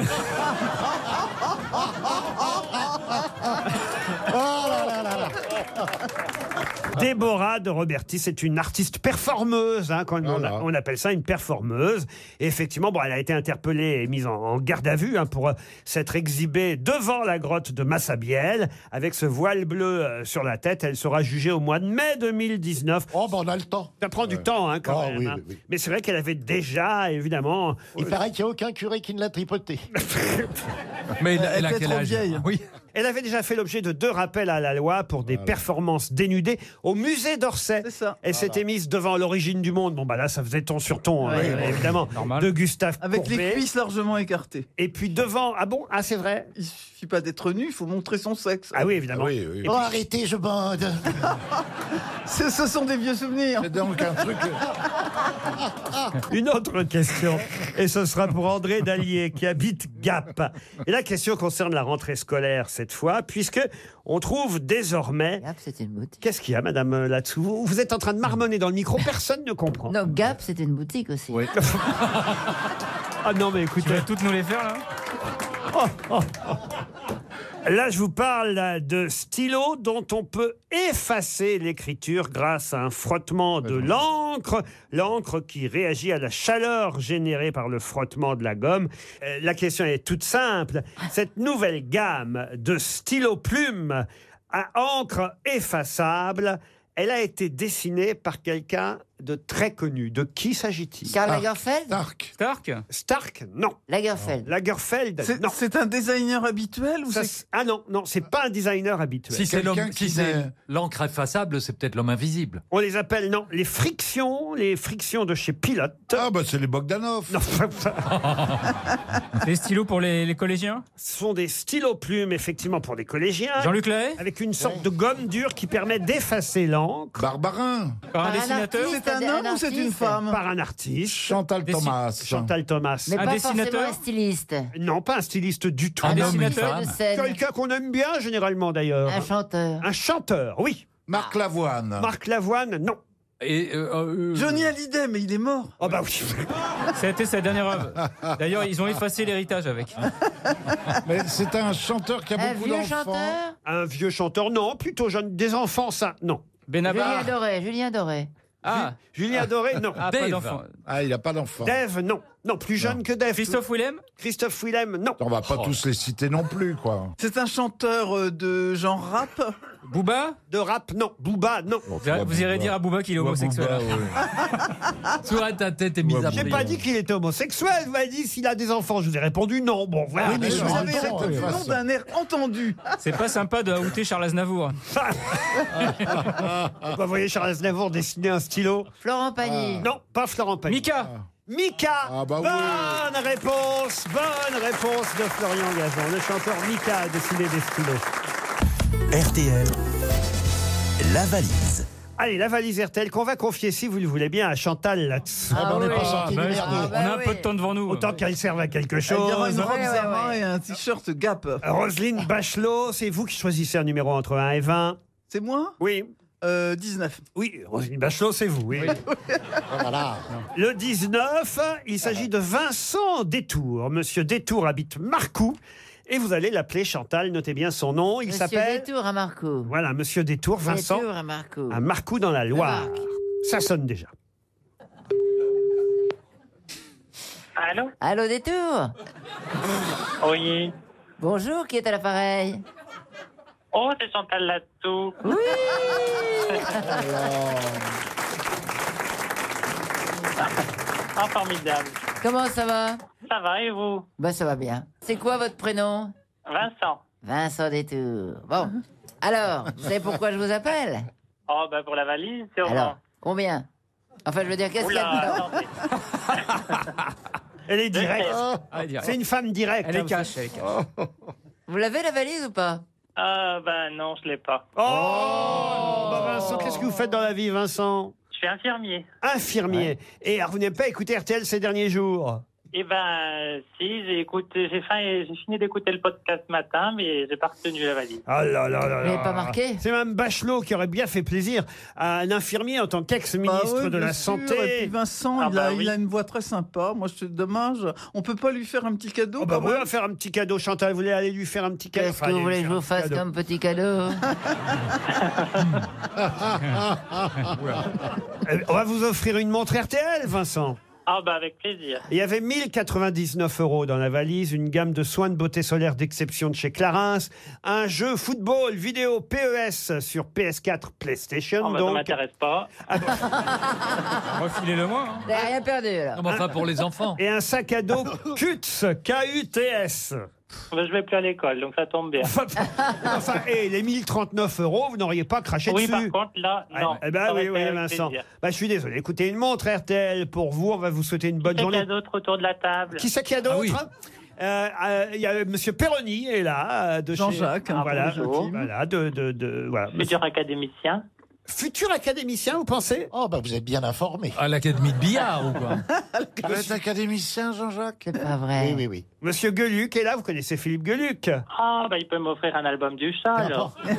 [SPEAKER 6] Déborah de Roberti, c'est une artiste performeuse, hein, quand on, a- on appelle ça une performeuse. Et effectivement, bon, elle a été interpellée et mise en, en garde à vue hein, pour euh, s'être exhibée devant la grotte de Massabielle avec ce voile bleu euh, sur la tête. Elle sera jugée au mois de mai 2019.
[SPEAKER 9] Oh, ben on a le temps. Ah,
[SPEAKER 6] Ça prend du temps, hein, quand même. hein. Mais c'est vrai qu'elle avait déjà, évidemment. euh,
[SPEAKER 9] Il paraît qu'il n'y a aucun curé qui ne l'a tripoté.
[SPEAKER 8] Mais
[SPEAKER 9] elle a quel âge
[SPEAKER 8] Oui.
[SPEAKER 6] Elle avait déjà fait l'objet de deux rappels à la loi pour des performances dénudées au musée d'Orsay. Elle s'était mise devant l'origine du monde. Bon, bah là, ça faisait ton sur ton,
[SPEAKER 10] Ouais,
[SPEAKER 6] euh,
[SPEAKER 10] ouais.
[SPEAKER 6] évidemment, de Gustave
[SPEAKER 10] Avec les
[SPEAKER 6] Courbet.
[SPEAKER 10] cuisses largement écartées.
[SPEAKER 6] Et puis devant, ah bon, ah c'est vrai.
[SPEAKER 10] Il suffit pas d'être nu, il faut montrer son sexe.
[SPEAKER 6] Ah oui, évidemment.
[SPEAKER 11] oui.
[SPEAKER 10] puis-
[SPEAKER 9] Oh, arrêtez, je bande.
[SPEAKER 10] ce, ce sont des vieux souvenirs.
[SPEAKER 11] C'est donc un truc. euh,
[SPEAKER 6] Une autre question, et ce sera pour André Dallier qui habite Gap. Et la question concerne la rentrée scolaire cette fois, puisque on trouve désormais. Qu'est-ce qu'il y a, Madame euh, là-dessous vous, vous êtes en train de marmonner dans le micro, personne ne comprend.
[SPEAKER 12] Non, Gap, c'était une boutique aussi.
[SPEAKER 6] ah non, mais écoutez. Oh,
[SPEAKER 7] Tu vas toutes nous les faire là
[SPEAKER 6] Là, je vous parle de stylos dont on peut effacer l'écriture grâce à un frottement de l'encre, l'encre qui réagit à la chaleur générée par le frottement de la gomme. Euh, La question est toute simple. Cette nouvelle gamme de stylos plumes à encre effaçable, elle a été dessinée par quelqu'un de très connu. De qui s'agit-il
[SPEAKER 12] Karl Lagerfeld
[SPEAKER 6] Stark.
[SPEAKER 7] Stark
[SPEAKER 6] Stark, non. Oh.
[SPEAKER 12] Lagerfeld.
[SPEAKER 6] Lagerfeld, non. C'est un designer habituel ou Ah non, non, c'est pas un designer habituel.
[SPEAKER 8] Si c'est l'homme, si c'est l'encre effaçable, c'est peut-être l'homme invisible.
[SPEAKER 6] On les appelle, non, les frictions, les frictions de chez Pilote. Ah bah c'est les Bogdanov.
[SPEAKER 7] Les stylos pour les, les collégiens
[SPEAKER 6] Ce sont des stylos plumes, effectivement, pour des collégiens.
[SPEAKER 7] Jean-Luc Lahaye
[SPEAKER 6] Avec une sorte de gomme dure qui permet d'effacer l'encre. Barbarin.
[SPEAKER 7] Par un Par un dessinateur artiste,
[SPEAKER 10] C'est un un homme ou c'est artiste. une femme
[SPEAKER 6] Par un artiste. Chantal
[SPEAKER 10] Thomas.
[SPEAKER 6] Chantal Thomas.
[SPEAKER 12] Mais pas forcément un styliste.
[SPEAKER 6] Non, pas un styliste du tout.
[SPEAKER 12] Un Un homme, une dessinateur femme. de scène.
[SPEAKER 6] Quelqu'un qu'on aime bien, généralement, d'ailleurs.
[SPEAKER 12] Un chanteur.
[SPEAKER 6] Un chanteur, oui. Marc Lavoine. Marc Lavoine, non.
[SPEAKER 8] Et
[SPEAKER 7] euh,
[SPEAKER 10] Johnny Hallyday, mais il est mort.
[SPEAKER 6] Oh bah oui.
[SPEAKER 7] Ça a été sa dernière œuvre. D'ailleurs, ils ont effacé l'héritage avec.
[SPEAKER 11] Mais c'est un chanteur qui a
[SPEAKER 12] Un
[SPEAKER 11] beaucoup
[SPEAKER 12] vieux
[SPEAKER 11] d'enfants.
[SPEAKER 12] chanteur
[SPEAKER 6] Un vieux chanteur, non. Plutôt jeune. Des enfants, ça, non.
[SPEAKER 12] Julien Doré, Julien Doré.
[SPEAKER 6] Ah. Julien Doré, non.
[SPEAKER 7] Ah, pas Dave. d'enfant.
[SPEAKER 11] Ah, il n'a pas d'enfants.
[SPEAKER 6] Dave, non. Non, plus jeune que Dave.
[SPEAKER 7] Christophe Willem
[SPEAKER 6] Christophe Willem, non.
[SPEAKER 11] On va pas tous les citer non plus, quoi.
[SPEAKER 10] C'est un chanteur euh, de genre rap
[SPEAKER 7] Booba
[SPEAKER 6] De rap, non. Booba, non.
[SPEAKER 7] Vous, vous irez dire à Booba qu'il est homosexuel.
[SPEAKER 8] Soit ta tête est mise à
[SPEAKER 6] J'ai
[SPEAKER 8] prix.
[SPEAKER 6] pas dit qu'il était homosexuel, vous m'avez dit s'il a des enfants. Je vous ai répondu non. Bon, voilà.
[SPEAKER 10] Oui, mais vous avez répondu non d'un air entendu.
[SPEAKER 7] C'est pas sympa de outer Charles Aznavour.
[SPEAKER 6] Bah, Vous voyez Charles Aznavour dessiner un stylo.
[SPEAKER 12] Florent Pagny.
[SPEAKER 6] Non, pas Florent Pagny.
[SPEAKER 7] Ah. Mika Ah, bah
[SPEAKER 6] Mika Bonne réponse Bonne réponse de Florian Gazan. Le chanteur Mika a dessiné des stylos.
[SPEAKER 4] RTL, la valise.
[SPEAKER 6] Allez, la valise RTL qu'on va confier, si vous le voulez bien, à Chantal là-dessus.
[SPEAKER 7] Ah Ah bah, on est oui. pas sorti Ah bah, du merdier. on a un peu de temps devant nous.
[SPEAKER 6] Autant qu'elle serve à quelque
[SPEAKER 10] Il y
[SPEAKER 6] chose.
[SPEAKER 10] aura une robe Zara et un t-shirt Gap.
[SPEAKER 6] Roselyne Bachelot, c'est vous qui choisissez un numéro entre 1 et 20.
[SPEAKER 10] C'est moi
[SPEAKER 6] Oui.
[SPEAKER 10] Euh, 19.
[SPEAKER 6] Oui, Roselyne Bachelot, c'est vous. oui. Le 19, il s'agit de Vincent Détour. Monsieur Détour habite Marcoux. Et vous allez l'appeler Chantal, notez bien son nom. Il
[SPEAKER 12] Monsieur
[SPEAKER 6] s'appelle.
[SPEAKER 12] Détour à Marco.
[SPEAKER 6] Voilà, Monsieur Détour, Vincent.
[SPEAKER 12] Détour à Marco.
[SPEAKER 6] À Marcoux dans la Loire. Ça sonne déjà.
[SPEAKER 12] Allô Allô, Détour
[SPEAKER 17] Oui.
[SPEAKER 12] Bonjour, qui est à l'appareil
[SPEAKER 17] Oh, c'est Chantal Latsou.
[SPEAKER 12] Oui
[SPEAKER 17] Ah, formidable.
[SPEAKER 12] Comment ça va
[SPEAKER 17] Ça va et vous
[SPEAKER 12] Bah, ça va bien. C'est quoi votre prénom
[SPEAKER 17] Vincent.
[SPEAKER 12] Vincent Détour. Bon.
[SPEAKER 6] Ah.
[SPEAKER 12] Alors, vous savez pourquoi je vous appelle
[SPEAKER 17] Oh, bah pour la valise, c'est
[SPEAKER 12] Alors, combien Enfin, je veux dire, qu'est-ce qu'il y a dedans
[SPEAKER 17] Oula, attendez.
[SPEAKER 6] Elle est directe.
[SPEAKER 12] Oh.
[SPEAKER 6] C'est une femme directe.
[SPEAKER 7] Elle est
[SPEAKER 6] hein,
[SPEAKER 7] cash, elle est cash.
[SPEAKER 12] Vous l'avez la valise ou pas
[SPEAKER 17] Ah, bah non, je l'ai pas.
[SPEAKER 6] Oh, Bah, Vincent, qu'est-ce que vous faites dans la vie, Vincent
[SPEAKER 17] Je suis infirmier.
[SPEAKER 6] Infirmier. Et alors, vous n'avez pas écouté RTL ces derniers jours
[SPEAKER 17] Eh ben, si, j'ai écouté, j'ai fin- j'ai fini d'écouter le podcast ce matin, mais j'ai pas retenu la valise.
[SPEAKER 6] Ah là là là là.
[SPEAKER 12] Vous n'avez pas marqué
[SPEAKER 6] C'est même Bachelot qui aurait bien fait plaisir à un infirmier en tant
[SPEAKER 10] Bah
[SPEAKER 6] qu'ex-ministre
[SPEAKER 10] ouais,
[SPEAKER 6] de
[SPEAKER 10] bien
[SPEAKER 6] la
[SPEAKER 10] sûr. Et puis
[SPEAKER 6] Santé.
[SPEAKER 10] Vincent,
[SPEAKER 17] Ah
[SPEAKER 10] il,
[SPEAKER 17] bah
[SPEAKER 10] a,
[SPEAKER 17] oui.
[SPEAKER 10] il a une voix très sympa. Moi, je dommage. On peut pas lui faire un petit cadeau
[SPEAKER 6] Oh bah,
[SPEAKER 10] quand
[SPEAKER 6] on
[SPEAKER 10] même
[SPEAKER 6] va faire un petit cadeau. Chantal, vous voulez aller lui faire un petit cadeau
[SPEAKER 12] Qu'est-ce
[SPEAKER 6] Enfin,
[SPEAKER 12] que vous
[SPEAKER 6] aller
[SPEAKER 12] voulez
[SPEAKER 6] lui
[SPEAKER 12] que je
[SPEAKER 6] faire un
[SPEAKER 12] vous fasse
[SPEAKER 6] cadeau.
[SPEAKER 12] comme petit cadeau
[SPEAKER 6] Euh, On va vous offrir une montre RTL, Vincent.
[SPEAKER 17] Ah, bah avec plaisir.
[SPEAKER 6] Il y avait 1099 euros dans la valise, une gamme de soins de beauté solaire d'exception de chez Clarins, un jeu football vidéo PES sur PS4 PlayStation.
[SPEAKER 17] Oh, bah, ça
[SPEAKER 6] donc,
[SPEAKER 17] m'intéresse pas.
[SPEAKER 7] Refilez-le moi. hein.
[SPEAKER 12] Vous n'avez rien perdu, alors.
[SPEAKER 8] Non, Ah, mais enfin, pour les enfants.
[SPEAKER 6] et un sac à dos KUTS, K-U-T-S.
[SPEAKER 17] Bah, je vais plus à l'école, donc ça tombe bien.
[SPEAKER 6] Enfin, et les 1039 euros, vous n'auriez pas craché
[SPEAKER 17] oui, par
[SPEAKER 6] dessus.
[SPEAKER 17] contre, là,
[SPEAKER 6] Ouais,
[SPEAKER 17] non.
[SPEAKER 6] eh
[SPEAKER 17] Ça
[SPEAKER 6] ben oui,
[SPEAKER 17] aurait
[SPEAKER 6] oui,
[SPEAKER 17] été avec
[SPEAKER 6] Vincent.
[SPEAKER 17] plaisir.
[SPEAKER 6] Bah, je suis désolé. Écoutez, une montre RTL pour vous. On va vous souhaiter une bonne
[SPEAKER 17] Qui c'est qu'il y
[SPEAKER 6] journée.
[SPEAKER 17] a d'autres autour de la table
[SPEAKER 6] Qui c'est qu'il y a d'autre
[SPEAKER 8] Ah oui.
[SPEAKER 6] Euh, euh, Il y a Monsieur Perroni est là, euh, de chez-
[SPEAKER 10] Jean-Jacques, hein,
[SPEAKER 6] voilà,
[SPEAKER 10] bonjour.
[SPEAKER 6] voilà, de, de, de- voilà.
[SPEAKER 17] Futur académicien
[SPEAKER 6] Futur académicien, vous pensez
[SPEAKER 9] Oh, bah vous êtes bien informé.
[SPEAKER 8] À l'académie de billard ou quoi
[SPEAKER 9] Vous êtes académicien, Jean-Jacques
[SPEAKER 12] C'est pas vrai.
[SPEAKER 9] Oui, oui, oui.
[SPEAKER 6] Monsieur Gueluc est là, vous connaissez Philippe Gueluc.
[SPEAKER 17] Ah, bah il peut m'offrir un album du chat, alors.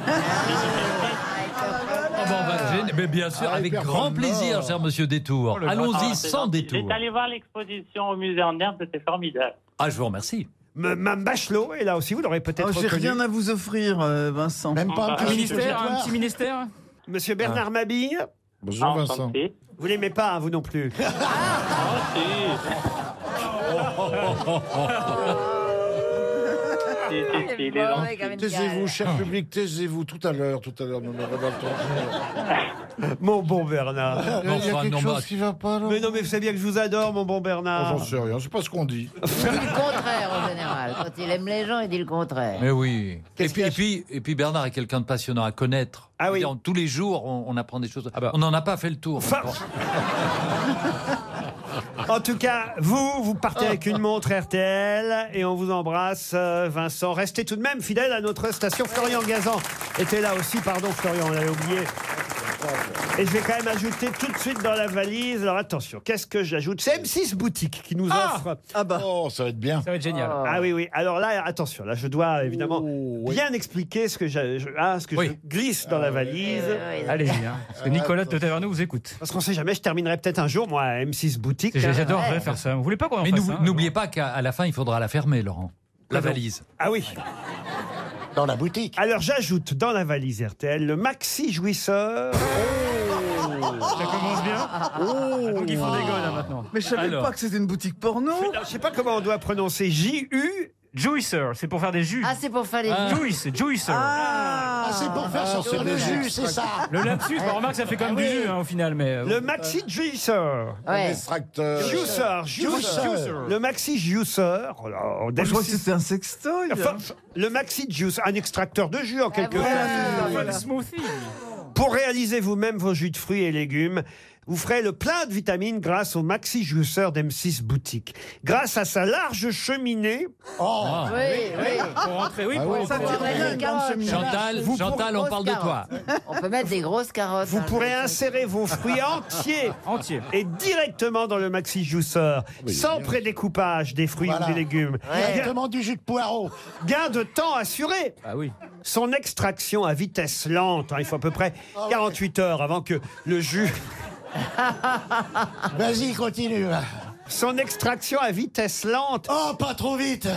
[SPEAKER 8] Oh, bon, bah, gêne- mais Bien sûr, avec Oh, grand plaisir, cher monsieur Détour.
[SPEAKER 7] le
[SPEAKER 8] Allons-y
[SPEAKER 17] Ah, c'est
[SPEAKER 8] sans
[SPEAKER 17] gentil.
[SPEAKER 8] détour.
[SPEAKER 17] J'étais allé voir l'exposition au musée en herbe, c'était formidable.
[SPEAKER 8] Ah, je vous remercie.
[SPEAKER 6] M- Mme Bachelot est là aussi, vous l'aurez peut-être
[SPEAKER 10] Oh, J'ai
[SPEAKER 6] reconnu.
[SPEAKER 10] rien à vous offrir, euh, Vincent.
[SPEAKER 6] Même
[SPEAKER 17] Bah,
[SPEAKER 6] pas un petit ministère, un petit
[SPEAKER 7] ministère
[SPEAKER 6] Monsieur Bernard Mabille
[SPEAKER 11] Bonjour, Vincent.
[SPEAKER 6] Vous l'aimez pas, hein, vous non plus
[SPEAKER 11] Ah, Il est gentil. Taisez-vous, cher public, taisez-vous. Tout à l'heure, tout à l'heure, nous nous
[SPEAKER 6] Mon bon Bernard.
[SPEAKER 11] Il y a- il y a Enfin, quelque non, chose bah- qui
[SPEAKER 6] va pas, Mais non, mais vous savez bien que je vous adore, mon bon Bernard.
[SPEAKER 11] Oh, J'en sais rien, c'est pas ce qu'on dit.
[SPEAKER 12] Il dit le contraire en général. Quand il aime les gens, il dit le contraire.
[SPEAKER 8] Mais oui. Et puis, et, puis, et puis Bernard est quelqu'un de passionnant à connaître. Ah oui. Ah bah. tous les jours, on, on apprend des choses. On n'en a pas fait le tour. Bon.
[SPEAKER 6] En tout cas, vous, vous partez avec une montre RTL et on vous embrasse, euh, Vincent. Restez tout de même fidèle à notre station. Florian Gazan était là aussi, pardon Florian, on l'avait oublié. Et je vais quand même ajouter tout de suite dans la valise. Alors attention, qu'est-ce que j'ajoute C'est M6 Boutique qui nous offre.
[SPEAKER 10] Ah bah.
[SPEAKER 11] Oh, ça va être bien.
[SPEAKER 7] Ça va être génial.
[SPEAKER 6] Ah oui, oui. Alors là, attention, là, je dois évidemment bien expliquer ce que, j'a- je, ah, ce que je glisse
[SPEAKER 11] Ah,
[SPEAKER 6] dans la valise.
[SPEAKER 7] Allez-y, hein, parce
[SPEAKER 11] Euh,
[SPEAKER 7] que Nicolas de Taverneau vous écoute.
[SPEAKER 6] Parce qu'on sait jamais, je terminerai peut-être un jour, moi, à M6 Boutique.
[SPEAKER 7] C'est- j'adorerais Ouais. faire ça. Vous voulez pas qu'on en
[SPEAKER 8] Mais
[SPEAKER 7] fasse
[SPEAKER 8] n'oublie-
[SPEAKER 7] un,
[SPEAKER 8] n'oubliez pas qu'à à la fin, il faudra la fermer, Laurent. La
[SPEAKER 6] Pardon
[SPEAKER 8] valise.
[SPEAKER 6] Ah oui. Dans la boutique. Alors j'ajoute dans la valise RTL le maxi jouisseur.
[SPEAKER 7] Oh.
[SPEAKER 6] Oh.
[SPEAKER 7] Ça commence bien. Ah,
[SPEAKER 6] Donc
[SPEAKER 7] il faut des gueules, là, maintenant.
[SPEAKER 10] Mais je savais
[SPEAKER 7] Alors.
[SPEAKER 10] pas que c'était une boutique porno.
[SPEAKER 6] Je sais pas comment on doit prononcer J-U.
[SPEAKER 7] Juicer, c'est pour faire des jus.
[SPEAKER 12] Ah, c'est pour faire les
[SPEAKER 7] Ah.
[SPEAKER 12] jus.
[SPEAKER 7] Juice, juicer.
[SPEAKER 12] Ah,
[SPEAKER 9] c'est pour faire sortir le jus, c'est ça. Ah
[SPEAKER 7] Le lapsus, bah, remarque, ça fait quand même du jus hein, au final. Mais...
[SPEAKER 6] Le maxi juisseur.
[SPEAKER 12] Ouais.
[SPEAKER 11] Extracteur.
[SPEAKER 6] Juicer, juicer.
[SPEAKER 7] Juicer.
[SPEAKER 6] Le maxi juicer. Oh là, on
[SPEAKER 10] je crois que
[SPEAKER 6] délicieuse.
[SPEAKER 10] c'était un sextoy. hein.
[SPEAKER 6] Enfin, le maxi juice, un extracteur de jus en quelque
[SPEAKER 10] voilà, c'est
[SPEAKER 13] Ah
[SPEAKER 10] ça,
[SPEAKER 6] sorte.
[SPEAKER 10] voilà.
[SPEAKER 7] smoothie.
[SPEAKER 6] Pour réaliser vous-même vos jus de fruits et légumes, vous ferez le plein de vitamines grâce au maxi juiceur d'M6 Boutique. Grâce à sa large cheminée.
[SPEAKER 9] Oh.
[SPEAKER 13] Oh.
[SPEAKER 9] Ah,
[SPEAKER 12] Oui, oui.
[SPEAKER 7] Pour rentrer, oui,
[SPEAKER 6] Ah
[SPEAKER 7] pour
[SPEAKER 6] oui,
[SPEAKER 7] rentrer.
[SPEAKER 12] On peut mettre des carottes.
[SPEAKER 8] Chantal,
[SPEAKER 12] Vous
[SPEAKER 8] Chantal,
[SPEAKER 12] pourrez-
[SPEAKER 8] on parle de toi.
[SPEAKER 12] On peut mettre des grosses carottes.
[SPEAKER 6] Vous
[SPEAKER 7] Ah,
[SPEAKER 12] hein.
[SPEAKER 6] pourrez insérer vos fruits entiers,
[SPEAKER 7] Entiers.
[SPEAKER 6] et directement dans le maxi juiceur,
[SPEAKER 9] Ah
[SPEAKER 6] sans prédécoupage des fruits
[SPEAKER 9] Voilà.
[SPEAKER 6] ou des légumes.
[SPEAKER 9] Directement du jus de poireau.
[SPEAKER 6] Gain de temps assuré.
[SPEAKER 7] Ah oui.
[SPEAKER 6] Son extraction à vitesse lente, hein, il faut à peu près
[SPEAKER 9] Ah
[SPEAKER 6] 48 heures avant que le jus.
[SPEAKER 9] Vas-y, continue.
[SPEAKER 6] Son extraction à vitesse lente.
[SPEAKER 9] Oh, pas trop vite.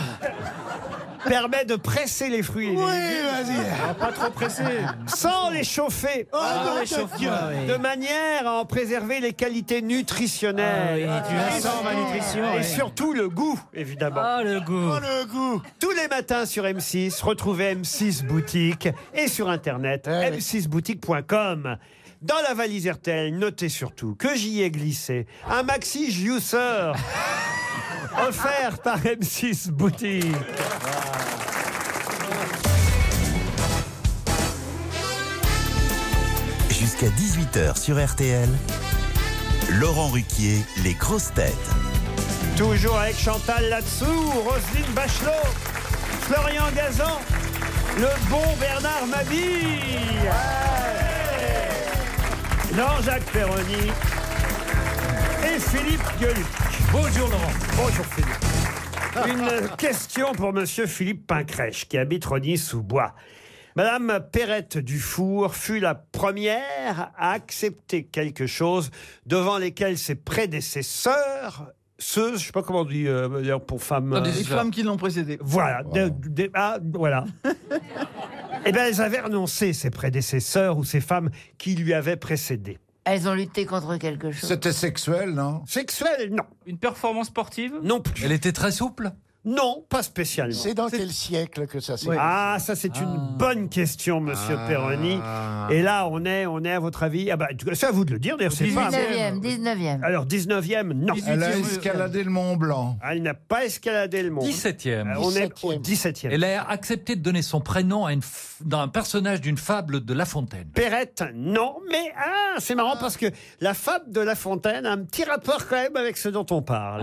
[SPEAKER 6] Permet de presser les fruits et les
[SPEAKER 9] Oui,
[SPEAKER 6] légumes
[SPEAKER 9] vas-y.
[SPEAKER 7] Ah, Pas trop pressé.
[SPEAKER 6] sans les chauffer.
[SPEAKER 9] Ah, non,
[SPEAKER 7] réchauffe-moi,
[SPEAKER 6] Dieu.
[SPEAKER 7] oui.
[SPEAKER 6] De manière à en préserver les qualités nutritionnelles.
[SPEAKER 7] Ah oui, tu la sens, ma nutrition,
[SPEAKER 6] Et
[SPEAKER 7] oui.
[SPEAKER 6] surtout le goût, évidemment.
[SPEAKER 7] Ah, le goût.
[SPEAKER 9] Oh, le goût.
[SPEAKER 6] Tous les matins sur M6, retrouvez M6 Boutique et sur Internet, m6boutique.com. Dans la valise RTL, notez surtout que j'y ai glissé un maxi juicer offert par M6 Boutique.
[SPEAKER 9] Ah,
[SPEAKER 4] Jusqu'à 18h sur RTL, Laurent Ruquier, les grosses
[SPEAKER 6] Ah,
[SPEAKER 4] têtes.
[SPEAKER 10] Euh,
[SPEAKER 6] Toujours avec Chantal Latsou, Roselyne Bachelot, Florian Gazan, le bon Bernard Mabille, Jean-Jacques Perroni et Philippe Gueluc.
[SPEAKER 7] Bonjour Laurent.
[SPEAKER 6] Bonjour Philippe. Une question pour monsieur Philippe Pincrèche qui habite Rony-sous-Bois. Madame Perrette Dufour fut la première à accepter quelque chose devant lesquels ses prédécesseurs, ceux, je sais pas comment on dit euh, d'ailleurs pour femmes. euh,
[SPEAKER 10] Les femmes qui l'ont précédé.
[SPEAKER 6] voilà. de- de- ah, voilà. Eh bien, elles avaient renoncé, ses prédécesseurs ou ces femmes qui lui avaient précédé.
[SPEAKER 12] Elles ont lutté contre quelque chose.
[SPEAKER 11] C'était sexuel, non
[SPEAKER 6] Sexuelle, non.
[SPEAKER 7] Une performance sportive
[SPEAKER 6] Non plus.
[SPEAKER 8] Elle était très souple.
[SPEAKER 6] Non, pas spécialement.
[SPEAKER 9] C'est dans quel siècle que ça s'est passé
[SPEAKER 6] Ah, ça c'est une bonne question, Monsieur
[SPEAKER 9] Ah.
[SPEAKER 6] Perroni. Et là, on est, on est à votre avis. Ah bah, en tout cas, c'est à vous de le dire. D'ailleurs, c'est pas. à moi.
[SPEAKER 12] 19e, 19e.
[SPEAKER 6] Alors 19e, non.
[SPEAKER 11] Elle a escaladé le Mont Blanc.
[SPEAKER 6] Elle n'a pas escaladé le monde. Euh,
[SPEAKER 8] 17e.
[SPEAKER 6] on est au 17e.
[SPEAKER 8] Elle a accepté de donner son prénom à, une f- dans un personnage d'une fable de La Fontaine.
[SPEAKER 6] Perrette, non. Mais ah, c'est marrant parce que la fable de La Fontaine a un petit rapport quand même avec ce dont on parle.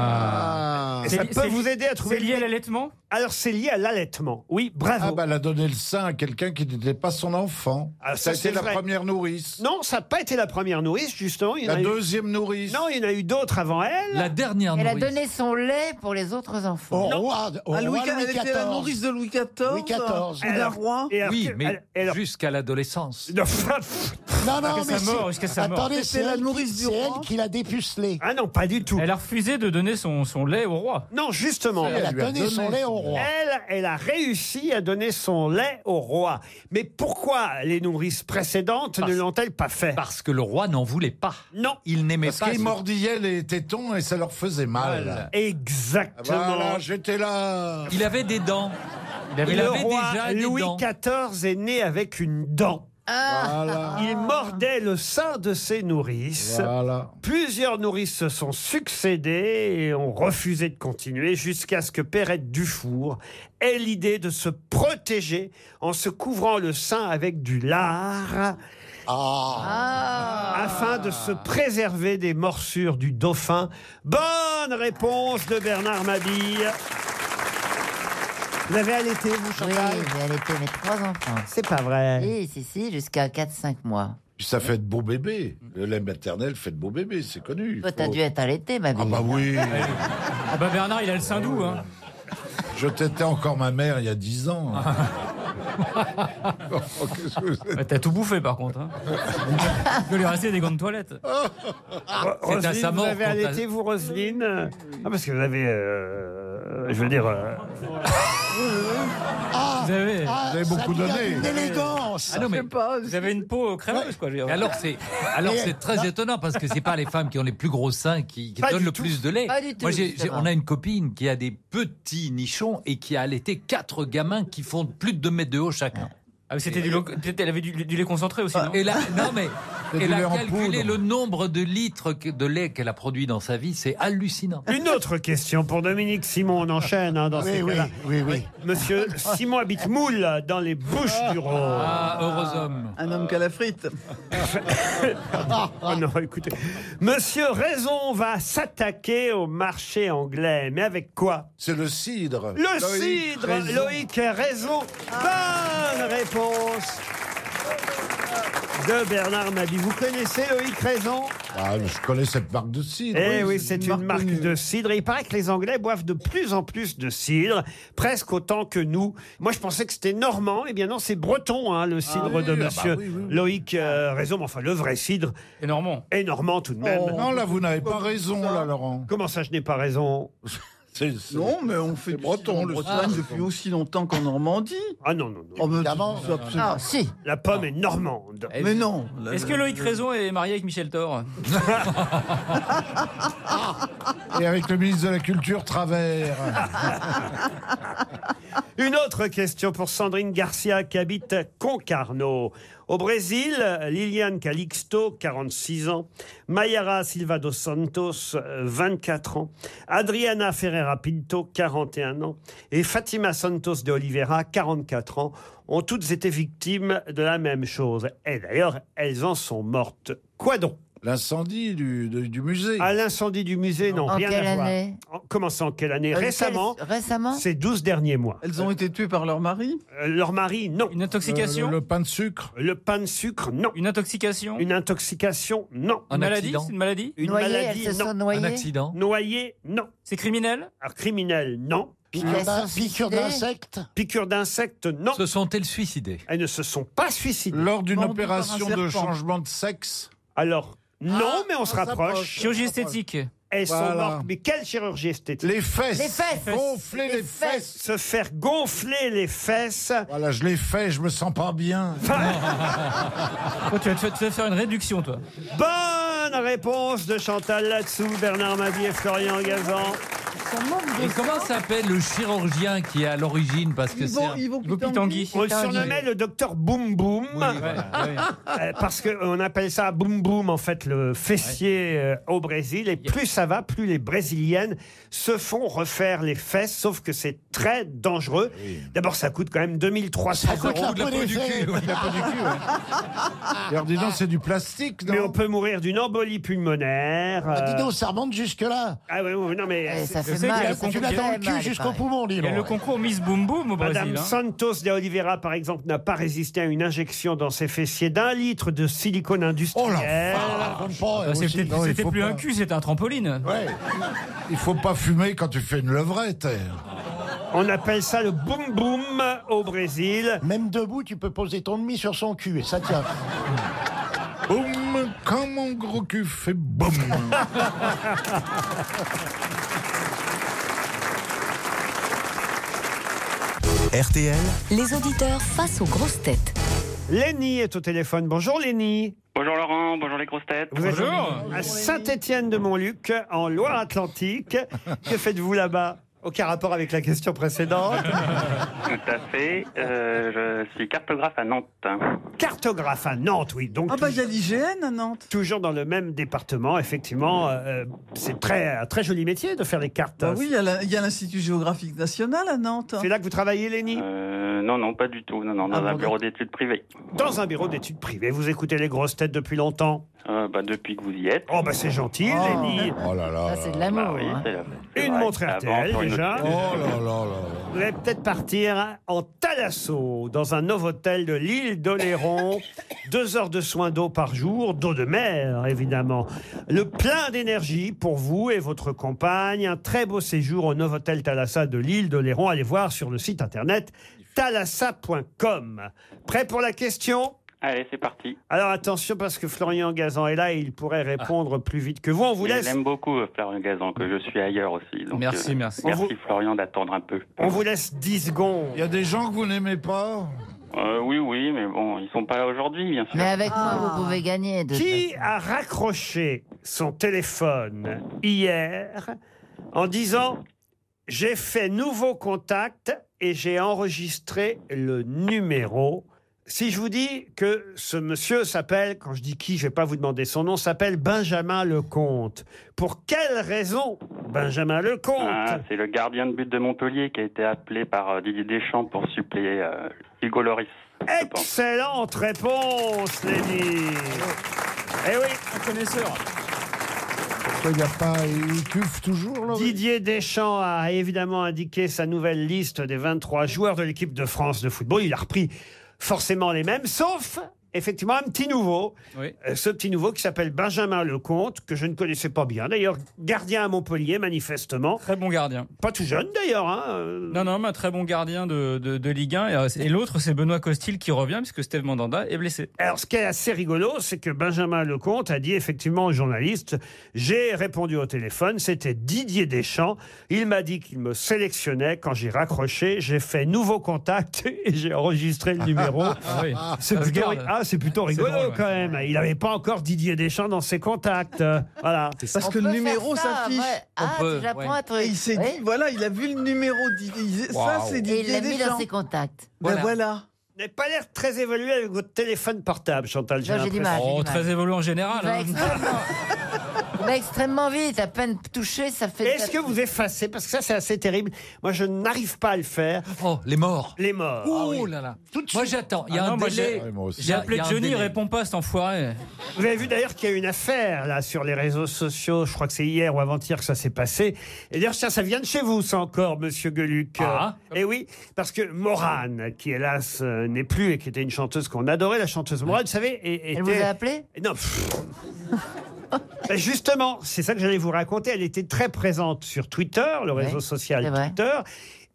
[SPEAKER 7] Ah.
[SPEAKER 6] Et ça
[SPEAKER 7] C'est-
[SPEAKER 6] peut
[SPEAKER 7] c'est-
[SPEAKER 6] vous aider à trouver.
[SPEAKER 7] C'est lié à l'allaitement
[SPEAKER 6] Alors c'est lié à l'allaitement. Oui, bravo.
[SPEAKER 11] Ah, bah, elle a donné le sein à quelqu'un qui n'était pas son enfant.
[SPEAKER 6] Ah, ça,
[SPEAKER 11] ça a été
[SPEAKER 6] c'est
[SPEAKER 11] la
[SPEAKER 6] vrai.
[SPEAKER 11] première nourrice.
[SPEAKER 6] Non, ça n'a pas été la première nourrice, justement. Il y en
[SPEAKER 11] La
[SPEAKER 6] a eu-
[SPEAKER 11] deuxième nourrice.
[SPEAKER 6] Non, il y en a eu d'autres avant elle.
[SPEAKER 8] La dernière
[SPEAKER 12] Elle a
[SPEAKER 8] nourrice.
[SPEAKER 12] donné son lait pour les autres enfants.
[SPEAKER 11] Oh,
[SPEAKER 9] Au roi, au
[SPEAKER 10] Ah,
[SPEAKER 9] roi
[SPEAKER 10] Louis,
[SPEAKER 9] Louis
[SPEAKER 10] elle était la nourrice
[SPEAKER 9] XIV.
[SPEAKER 10] de Louis XIV.
[SPEAKER 9] Louis XIV.
[SPEAKER 10] Ou d'un roi.
[SPEAKER 6] Et alors-
[SPEAKER 8] Oui,
[SPEAKER 6] elle-
[SPEAKER 8] mais
[SPEAKER 6] elle-
[SPEAKER 8] jusqu'à l'adolescence.
[SPEAKER 6] Non, pff,
[SPEAKER 9] Non, non,
[SPEAKER 7] Jusqu'à sa
[SPEAKER 9] mais c'est-
[SPEAKER 7] mort, jusqu'à sa mort.
[SPEAKER 9] Attendez, c'est elle, qui- c'est elle qui l'a dépucelé.
[SPEAKER 6] Ah non, pas du tout.
[SPEAKER 7] Elle a refusé de donner son, son lait au roi.
[SPEAKER 6] Non, justement.
[SPEAKER 9] Elle a donné son lait au roi.
[SPEAKER 7] Eh
[SPEAKER 6] Elle, elle a réussi à donner son lait au roi. Mais pourquoi les nourrices précédentes ne l'ont-elles pas fait
[SPEAKER 8] Parce que le roi n'en voulait pas.
[SPEAKER 6] Non.
[SPEAKER 8] Il n'aimait
[SPEAKER 11] Parce
[SPEAKER 8] pas.
[SPEAKER 11] qu'ils
[SPEAKER 8] ce-
[SPEAKER 11] mordillaient les tétons et ça leur faisait mal.
[SPEAKER 9] Ah, bah,
[SPEAKER 6] Exactement.
[SPEAKER 11] Voilà, j'étais là.
[SPEAKER 8] Il avait des dents. Il avait,
[SPEAKER 6] Et
[SPEAKER 8] il
[SPEAKER 6] le
[SPEAKER 8] avait
[SPEAKER 6] roi
[SPEAKER 8] déjà des
[SPEAKER 6] Louis
[SPEAKER 8] dents.
[SPEAKER 6] XIV est né avec une dent. Il mordait le sein de ses nourrices.
[SPEAKER 11] Voilà.
[SPEAKER 6] Plusieurs nourrices se sont succédées et ont refusé de continuer jusqu'à ce que Perrette Dufour ait l'idée de se protéger en se couvrant le sein avec du lard.
[SPEAKER 8] Ah.
[SPEAKER 6] Afin de se préserver des morsures du dauphin. Bonne réponse de Bernard Mabille. Vous avez allaité, vous,
[SPEAKER 12] Chantal Oui, j'ai allaité mes trois enfants.
[SPEAKER 6] C'est pas vrai.
[SPEAKER 12] Si, si, si, jusqu'à 4-5 mois.
[SPEAKER 11] Puis Ça fait de beaux bébés. Le lait maternel fait de beaux bébés, c'est connu.
[SPEAKER 12] Toi, t'as
[SPEAKER 8] Oh.
[SPEAKER 11] Faut-
[SPEAKER 12] dû être allaité, ma
[SPEAKER 11] Ah
[SPEAKER 12] belle.
[SPEAKER 11] bah oui.
[SPEAKER 7] Ah bah Bernard, il a le sein doux. Hein.
[SPEAKER 11] Je t'étais encore ma mère il y a dix ans. Oh, qu'est-ce que c'est
[SPEAKER 7] Bah, T'as tout bouffé par contre. hein. Il doit lui rester des gants de toilette.
[SPEAKER 9] Ah.
[SPEAKER 6] Roselyne,
[SPEAKER 7] Ah, à sa mort
[SPEAKER 6] Vous avez
[SPEAKER 7] qu'on t'a-
[SPEAKER 6] allaité, vous, Roselyne Ah, parce que vous avez. euh, je veux dire. euh,
[SPEAKER 9] Ah,
[SPEAKER 7] Vous avez,
[SPEAKER 9] ah, ça lui a donné. Une élégance.
[SPEAKER 8] Ah non, mais
[SPEAKER 7] vous avez une peau euh, crémeuse quoi. je veux dire.
[SPEAKER 8] Alors c'est alors
[SPEAKER 7] Et-
[SPEAKER 8] c'est très étonnant parce que c'est pas les femmes qui ont les plus gros seins qui, qui
[SPEAKER 7] Pas
[SPEAKER 8] donnent
[SPEAKER 7] du
[SPEAKER 8] le
[SPEAKER 7] tout.
[SPEAKER 8] plus de lait.
[SPEAKER 7] Pas du tout,
[SPEAKER 8] Moi, j'ai- j'ai-
[SPEAKER 7] justement.
[SPEAKER 8] on a une copine qui a des petits nichons et qui a allaité quatre gamins qui font plus de 2 mètres de haut chacun.
[SPEAKER 7] Ah, mais c'était du lo- peut-être elle avait du, du lait concentré aussi. non
[SPEAKER 8] Et là, non mais
[SPEAKER 7] C'est du
[SPEAKER 8] elle
[SPEAKER 7] lait
[SPEAKER 8] a
[SPEAKER 7] en
[SPEAKER 8] calculé
[SPEAKER 7] poudre.
[SPEAKER 8] le nombre de litres que- de lait qu'elle a produit dans sa vie, c'est hallucinant.
[SPEAKER 6] Une autre question pour Dominique Simon, on enchaîne hein, dans
[SPEAKER 8] Oui,
[SPEAKER 6] ces
[SPEAKER 8] oui,
[SPEAKER 6] cas-là.
[SPEAKER 9] Oui, oui.
[SPEAKER 6] Monsieur Simon habite Moule, dans les Bouches-du-Rhône.
[SPEAKER 8] Ah, heureux homme.
[SPEAKER 10] Un homme qu'à la frite.
[SPEAKER 6] Oh non, écoutez. Monsieur Raison va s'attaquer au marché anglais, mais avec quoi
[SPEAKER 11] C'est le cidre.
[SPEAKER 6] Le
[SPEAKER 11] Loïc
[SPEAKER 6] cidre
[SPEAKER 11] Raison.
[SPEAKER 6] Loïc Raison. Bonne réponse de Bernard Mabie. Vous connaissez Loïc Raison
[SPEAKER 11] Ah, je connais cette marque de cidre.
[SPEAKER 6] Eh oui, c'est une marque de cidre. Et il paraît que les Anglais boivent de plus en plus de cidre, presque autant que nous. Moi, je pensais que c'était normand. Eh bien non, c'est breton, hein, le cidre
[SPEAKER 11] oui,
[SPEAKER 6] de
[SPEAKER 11] ah bah
[SPEAKER 6] monsieur
[SPEAKER 11] oui, oui, oui.
[SPEAKER 6] Loïc euh, Raison. Mais enfin, le vrai cidre.
[SPEAKER 7] Et normand.
[SPEAKER 6] Et normand tout de même.
[SPEAKER 11] Oh, non, là, vous n'avez pas raison, là, Laurent.
[SPEAKER 6] Comment ça, je n'ai pas raison
[SPEAKER 10] Non, mais on fait du breton, en
[SPEAKER 11] le
[SPEAKER 10] Bretagne
[SPEAKER 11] cidre.
[SPEAKER 10] depuis aussi longtemps qu'en Normandie.
[SPEAKER 6] Ah non, non, non.
[SPEAKER 10] Oh, mais,
[SPEAKER 9] Évidemment.
[SPEAKER 10] c'est absolument-
[SPEAKER 12] Ah, si.
[SPEAKER 6] La pomme est normande.
[SPEAKER 10] mais non.
[SPEAKER 7] Est-ce que Loïc Raison est marié avec Michel Thor
[SPEAKER 11] Et avec le ministre de la Culture, Travers.
[SPEAKER 6] Une autre question pour Sandrine Garcia qui habite Concarneau. Au Brésil, Liliane Calixto, 46 ans, Mayara Silva dos Santos, euh, 24 ans, Adriana Ferreira Pinto, 41 ans, et Fatima Santos de Oliveira, 44 ans, ont toutes été victimes de la même chose. Et d'ailleurs, elles en sont mortes. Quoi donc
[SPEAKER 11] L'incendie du, de- du musée.
[SPEAKER 6] À l'incendie du musée, non,
[SPEAKER 12] En
[SPEAKER 6] rien
[SPEAKER 12] quelle
[SPEAKER 6] à voir.
[SPEAKER 12] année
[SPEAKER 6] En- Comment ça, en quelle année
[SPEAKER 12] Euh,
[SPEAKER 6] Récemment,
[SPEAKER 12] quelle- Récemment
[SPEAKER 6] ces 12 derniers mois.
[SPEAKER 10] Elles ont été tuées par leur mari
[SPEAKER 6] Euh, Leur mari, non.
[SPEAKER 7] Une intoxication
[SPEAKER 11] Euh, Le, le pain de sucre.
[SPEAKER 6] Le pain de sucre, non.
[SPEAKER 7] Une intoxication
[SPEAKER 6] Une intoxication, non.
[SPEAKER 7] Une
[SPEAKER 8] Un
[SPEAKER 7] maladie
[SPEAKER 8] accident.
[SPEAKER 7] C'est une maladie
[SPEAKER 6] Une
[SPEAKER 12] Noyées,
[SPEAKER 6] maladie,
[SPEAKER 12] elles se
[SPEAKER 6] non.
[SPEAKER 12] sont noyées.
[SPEAKER 8] Un accident.
[SPEAKER 6] Noyé, non.
[SPEAKER 7] C'est criminel
[SPEAKER 6] Un criminel, non.
[SPEAKER 12] Elles
[SPEAKER 9] Piqûre
[SPEAKER 12] sont
[SPEAKER 9] d'un- piqûre
[SPEAKER 12] suicidées.
[SPEAKER 9] d'insecte.
[SPEAKER 6] Piqûre d'insectes, non.
[SPEAKER 8] Se sont-elles suicidées
[SPEAKER 6] Elles ne se sont pas suicidées.
[SPEAKER 11] Lors d'une
[SPEAKER 10] Mordu par un
[SPEAKER 11] opération de
[SPEAKER 10] serpent.
[SPEAKER 11] changement de sexe.
[SPEAKER 6] Alors, non,
[SPEAKER 11] Ah,
[SPEAKER 6] mais on se
[SPEAKER 11] on
[SPEAKER 6] rapproche.
[SPEAKER 11] s'approche.
[SPEAKER 7] Chirurgie esthétique
[SPEAKER 6] Elles sont
[SPEAKER 11] Voilà.
[SPEAKER 6] mortes. Mais quelle chirurgie esthétique
[SPEAKER 11] Les fesses.
[SPEAKER 12] Les fesses.
[SPEAKER 11] Gonfler les,
[SPEAKER 12] Les
[SPEAKER 11] fesses.
[SPEAKER 12] fesses.
[SPEAKER 6] Se faire gonfler les fesses.
[SPEAKER 11] Voilà, je l'ai fait, je me sens pas bien.
[SPEAKER 7] Toi, tu vas te faire- tu vas te faire une réduction, toi.
[SPEAKER 6] Bonne réponse de Chantal là-dessous, Bernard Mabie et Florian Gazan.
[SPEAKER 8] Et comment s'appelle le chirurgien qui est à l'origine parce que
[SPEAKER 10] Ils
[SPEAKER 8] c'est
[SPEAKER 10] vont,
[SPEAKER 8] un-
[SPEAKER 10] ils vont
[SPEAKER 7] Yves
[SPEAKER 10] quitter
[SPEAKER 7] Pitangui.
[SPEAKER 6] On le surnommait le docteur Boum Boum.
[SPEAKER 7] Ouais, ouais.
[SPEAKER 6] Euh, parce qu'on appelle ça boum boum, en fait, le fessier euh, au Brésil. Et plus ça va, plus les Brésiliennes se font refaire les fesses, sauf que c'est très dangereux. D'abord, ça coûte quand même 2300
[SPEAKER 9] Ah coûte
[SPEAKER 6] euros.
[SPEAKER 9] la peau des fesses.
[SPEAKER 18] Ah
[SPEAKER 11] Alors, dis donc, c'est du plastique, non
[SPEAKER 6] Mais on peut mourir d'une embolie pulmonaire.
[SPEAKER 9] Ah,
[SPEAKER 6] euh,
[SPEAKER 9] dis donc, ça remonte jusque-là.
[SPEAKER 6] Ah oui, oui, non mais...
[SPEAKER 12] Eh,
[SPEAKER 6] euh,
[SPEAKER 12] Ça
[SPEAKER 6] c'est-
[SPEAKER 7] je sais
[SPEAKER 12] fait
[SPEAKER 7] qu'il y a
[SPEAKER 12] mal.
[SPEAKER 7] le
[SPEAKER 12] ça
[SPEAKER 9] Tu
[SPEAKER 12] fait
[SPEAKER 9] l'as dans le
[SPEAKER 12] très
[SPEAKER 9] cul
[SPEAKER 12] mal,
[SPEAKER 9] jusqu'au
[SPEAKER 12] pareil.
[SPEAKER 9] poumon, dis
[SPEAKER 7] Il y a le
[SPEAKER 9] donc.
[SPEAKER 7] concours Miss Boom Boom au
[SPEAKER 6] Madame
[SPEAKER 7] Brésil. hein.
[SPEAKER 6] Santos de Oliveira, par exemple, n'a pas résisté à une injection dans ses fessiers d'un litre de silicone
[SPEAKER 9] Oh la
[SPEAKER 6] industriel.
[SPEAKER 9] vache, on
[SPEAKER 7] Ah,
[SPEAKER 9] prend,
[SPEAKER 7] c'est
[SPEAKER 9] aussi.
[SPEAKER 7] peut-être-
[SPEAKER 11] non, il
[SPEAKER 7] C'était
[SPEAKER 11] faut
[SPEAKER 7] plus
[SPEAKER 11] pas.
[SPEAKER 7] un cul, c'était un trampoline.
[SPEAKER 11] Ouais. Il faut pas fumer quand tu fais une levrette.
[SPEAKER 6] On appelle ça le boum boum au Brésil.
[SPEAKER 9] Même debout, tu peux poser ton demi sur son cul et ça tient.
[SPEAKER 11] Boum, quand mon gros cul fait boum.
[SPEAKER 4] RTL.
[SPEAKER 5] Les auditeurs face aux grosses têtes.
[SPEAKER 6] Lenny est au téléphone. Bonjour Lenny.
[SPEAKER 18] Bonjour Laurent, bonjour les grosses têtes.
[SPEAKER 6] Vous êtes à Saint-Étienne-de-Montluc, en Loire-Atlantique. que faites-vous là-bas Aucun rapport avec la question précédente.
[SPEAKER 18] Tout à fait, euh, je suis cartographe à Nantes.
[SPEAKER 6] Cartographe à Nantes, oui. Donc, ah bah il y a l'IGN à Nantes. Toujours dans le même département, effectivement. euh, c'est très, un très joli métier de faire les cartes.
[SPEAKER 19] Bah
[SPEAKER 18] Euh,
[SPEAKER 19] oui, il y a la- il y a l'Institut géographique national à Nantes.
[SPEAKER 6] C'est là que vous travaillez, Léni
[SPEAKER 18] Euh, non, non, pas du tout, non,
[SPEAKER 6] Ah
[SPEAKER 18] non, dans un bureau d'études privées.
[SPEAKER 6] Dans un bureau d'études privées, vous écoutez les grosses têtes depuis longtemps
[SPEAKER 18] Euh, bah, depuis que vous y êtes.
[SPEAKER 6] Oh bah c'est gentil, Lenny.
[SPEAKER 11] Oh là là.
[SPEAKER 6] c'est de hein.
[SPEAKER 18] Bah oui, c'est la- c'est
[SPEAKER 6] Une
[SPEAKER 18] vrai.
[SPEAKER 6] montre
[SPEAKER 18] Avant,
[SPEAKER 6] RTL,
[SPEAKER 18] pour une
[SPEAKER 6] déjà.
[SPEAKER 9] Oh
[SPEAKER 18] autre-
[SPEAKER 13] Oh
[SPEAKER 6] Vous allez peut-être partir en Thalasso, dans un hôtel de l'île d'Oléron. Deux heures de soins d'eau par jour, d'eau de mer, évidemment. Le plein d'énergie pour vous et votre compagne. Un très beau séjour au Novotel Thalassa de l'île d'Oléron. Allez voir sur le site internet thalassa.com. Prêt pour la question
[SPEAKER 18] Allez, c'est parti.
[SPEAKER 6] Alors attention, parce que Florian Gazan est là et il pourrait
[SPEAKER 18] Ah.
[SPEAKER 6] répondre plus vite que vous. On vous
[SPEAKER 18] Mais
[SPEAKER 6] laisse.
[SPEAKER 18] Je l'aime beaucoup, euh, Florian Gazan, que je suis ailleurs aussi. donc,
[SPEAKER 6] Merci,
[SPEAKER 18] euh,
[SPEAKER 6] merci.
[SPEAKER 18] Merci,
[SPEAKER 6] On vous-
[SPEAKER 18] Florian, d'attendre un peu.
[SPEAKER 6] On vous laisse 10 secondes. Il
[SPEAKER 11] y a des gens que vous n'aimez pas
[SPEAKER 18] Euh, oui, oui, mais bon, ils sont pas là Euh, aujourd'hui, bien sûr.
[SPEAKER 12] Mais avec
[SPEAKER 10] Ah.
[SPEAKER 12] moi, vous pouvez gagner. de-
[SPEAKER 6] Qui a raccroché son téléphone hier en disant J'ai fait nouveau contact et j'ai enregistré le numéro. Si je vous dis que ce monsieur s'appelle, quand je dis qui, je vais pas vous demander son nom, s'appelle Benjamin Lecomte. Pour quelle raison Benjamin Lecomte
[SPEAKER 18] Ah, c'est le gardien de but de Montpellier qui a été appelé par euh, Didier Deschamps pour suppléer euh, Hugo Loris.
[SPEAKER 6] Excellente réponse, Lénie. Eh oui.
[SPEAKER 7] Un connaisseur.
[SPEAKER 11] Il n'y a pas. Il cuve toujours, là
[SPEAKER 6] Didier Deschamps a évidemment indiqué sa nouvelle liste des 23 joueurs de l'équipe de France de football. Il a repris forcément les mêmes, sauf effectivement un petit nouveau. Euh, Ce petit nouveau qui s'appelle Benjamin Lecomte, que je ne connaissais pas bien. D'ailleurs, gardien à Montpellier, manifestement.
[SPEAKER 7] Très bon gardien.
[SPEAKER 6] Pas tout jeune d'ailleurs. hein, euh.
[SPEAKER 7] Non, non, mais un très bon gardien de, de, de Ligue 1. Et, euh, Et l'autre, c'est Benoît Costil qui revient, puisque Steve Mandanda est blessé.
[SPEAKER 6] Alors, ce qui est assez rigolo, c'est que Benjamin Lecomte a dit effectivement au journaliste J'ai répondu au téléphone, c'était Didier Deschamps. Il m'a dit qu'il me sélectionnait. Quand j'ai raccroché, j'ai fait nouveau contact et j'ai enregistré le numéro.
[SPEAKER 7] Ah oui,
[SPEAKER 6] c'est
[SPEAKER 7] ça se
[SPEAKER 6] plutôt,
[SPEAKER 7] garde.
[SPEAKER 6] ah, c'est plutôt
[SPEAKER 7] C'est
[SPEAKER 6] rigolo
[SPEAKER 7] drôle, ouais.
[SPEAKER 6] quand même. Il n'avait pas encore Didier Deschamps dans ses contacts. Euh, voilà.
[SPEAKER 19] Parce que le numéro
[SPEAKER 12] ça,
[SPEAKER 19] s'affiche.
[SPEAKER 12] ouais. Ah, On peut, j'apprends ouais. un truc.
[SPEAKER 19] Et il s'est
[SPEAKER 12] Oui.
[SPEAKER 19] dit, voilà, il a vu le numéro. d'Idi- Ça,
[SPEAKER 6] Waouh.
[SPEAKER 19] c'est
[SPEAKER 12] Et
[SPEAKER 19] Didier
[SPEAKER 12] il l'a mis
[SPEAKER 19] Deschamps.
[SPEAKER 12] dans ses contacts.
[SPEAKER 19] Ben voilà.
[SPEAKER 6] Vous n'avez pas l'air très évolué avec votre téléphone portable, Chantal.
[SPEAKER 12] Non, j'ai du
[SPEAKER 6] l'impression.
[SPEAKER 12] mal, j'ai du mal. Oh, très évolué
[SPEAKER 7] en général.
[SPEAKER 8] Ah,
[SPEAKER 12] Il va extrêmement, il va extrêmement vite. À peine touché, ça fait.
[SPEAKER 6] Est-ce que vous effacez Parce que ça, c'est assez terrible. Moi, je n'arrive pas à le faire.
[SPEAKER 8] Oh, les morts.
[SPEAKER 6] Les morts. Ah
[SPEAKER 8] Oh là là. Moi j'attends. Il y a
[SPEAKER 7] Ah
[SPEAKER 8] un
[SPEAKER 7] non, moi,
[SPEAKER 8] délai.
[SPEAKER 7] j'ai-
[SPEAKER 8] Il y a-
[SPEAKER 7] J'ai appelé
[SPEAKER 8] il y a un
[SPEAKER 7] Johnny, il
[SPEAKER 8] délai.
[SPEAKER 7] répond pas, cet enfoiré.
[SPEAKER 6] Vous avez vu d'ailleurs qu'il y a eu une affaire là sur les réseaux sociaux. Je crois que c'est hier ou avant-hier que ça s'est passé. Et d'ailleurs, tiens, ça vient de chez vous, ça encore, Monsieur Gueluc.
[SPEAKER 8] Ah.
[SPEAKER 6] Et oui, parce que Morane, qui hélas euh, n'est plus et qui était une chanteuse qu'on adorait, la chanteuse Morane, vous savez, et-
[SPEAKER 12] Elle
[SPEAKER 6] était-
[SPEAKER 12] vous a appelé
[SPEAKER 6] Non. pff. Ben justement, c'est ça que j'allais vous raconter. Elle était très présente sur Twitter, le réseau social Twitter.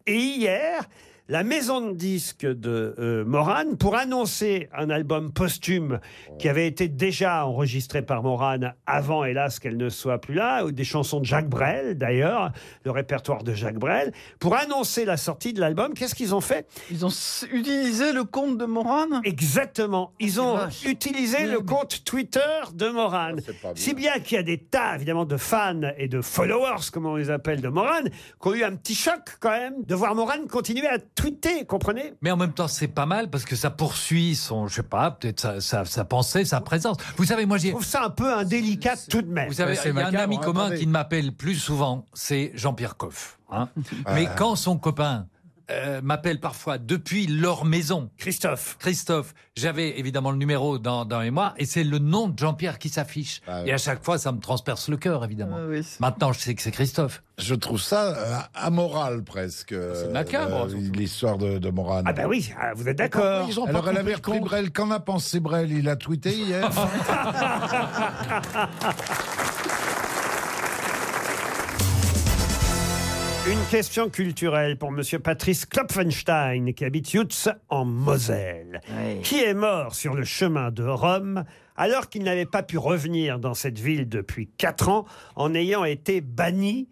[SPEAKER 6] Et hier, la maison de disques de euh, Morane, pour annoncer un album posthume qui avait été déjà enregistré par Morane avant, hélas, qu'elle ne soit plus là, ou des chansons de Jacques Brel, d'ailleurs, le répertoire de Jacques Brel, pour annoncer la sortie de l'album, qu'est-ce qu'ils ont fait Ils ont utilisé le compte de Morane Exactement. Ils ont utilisé le compte Twitter de Morane. Si bien qu'il y a des tas, évidemment, de fans et de followers, comme on les appelle, de Morane, qui ont eu un petit choc quand même de voir Morane continuer à tweeter, comprenez
[SPEAKER 8] Mais en même temps, c'est pas mal parce que ça poursuit son, je sais pas, peut-être sa, sa- sa pensée, sa présence. Vous savez, moi, j'ai. Je trouve
[SPEAKER 6] ça un peu indélicat tout de même.
[SPEAKER 8] Vous savez,
[SPEAKER 6] Ouais, c'est
[SPEAKER 8] il y a un
[SPEAKER 6] macabre,
[SPEAKER 8] ami
[SPEAKER 6] hein,
[SPEAKER 8] commun
[SPEAKER 6] attendez.
[SPEAKER 8] qui ne m'appelle plus souvent, c'est Jean-Pierre Coff. hein. Mais
[SPEAKER 6] Ah.
[SPEAKER 8] quand son copain. euh, m'appelle parfois depuis leur maison.
[SPEAKER 6] Christophe.
[SPEAKER 8] Christophe. J'avais évidemment le numéro dans, dans les mois et c'est le nom de Jean-Pierre qui s'affiche.
[SPEAKER 6] Bah
[SPEAKER 8] Et à chaque fois, ça me transperce le cœur, évidemment.
[SPEAKER 6] Ah
[SPEAKER 8] Maintenant, je sais que c'est Christophe.
[SPEAKER 11] Je trouve ça euh, amoral presque. Ah, Euh, C'est
[SPEAKER 8] macabre,
[SPEAKER 11] L'histoire de, de Morane.
[SPEAKER 6] Ah ben oui, ah, vous êtes d'accord.
[SPEAKER 11] Ils ont Alors elle avait repris Brel. Qu'en a pensé Brel Il a tweeté hier.
[SPEAKER 6] Une question culturelle pour Monsieur Patrice Klopfenstein, qui habite Jutz en Moselle, qui est mort sur le chemin de Rome alors qu'il n'avait pas pu revenir dans cette ville depuis quatre ans en ayant été banni.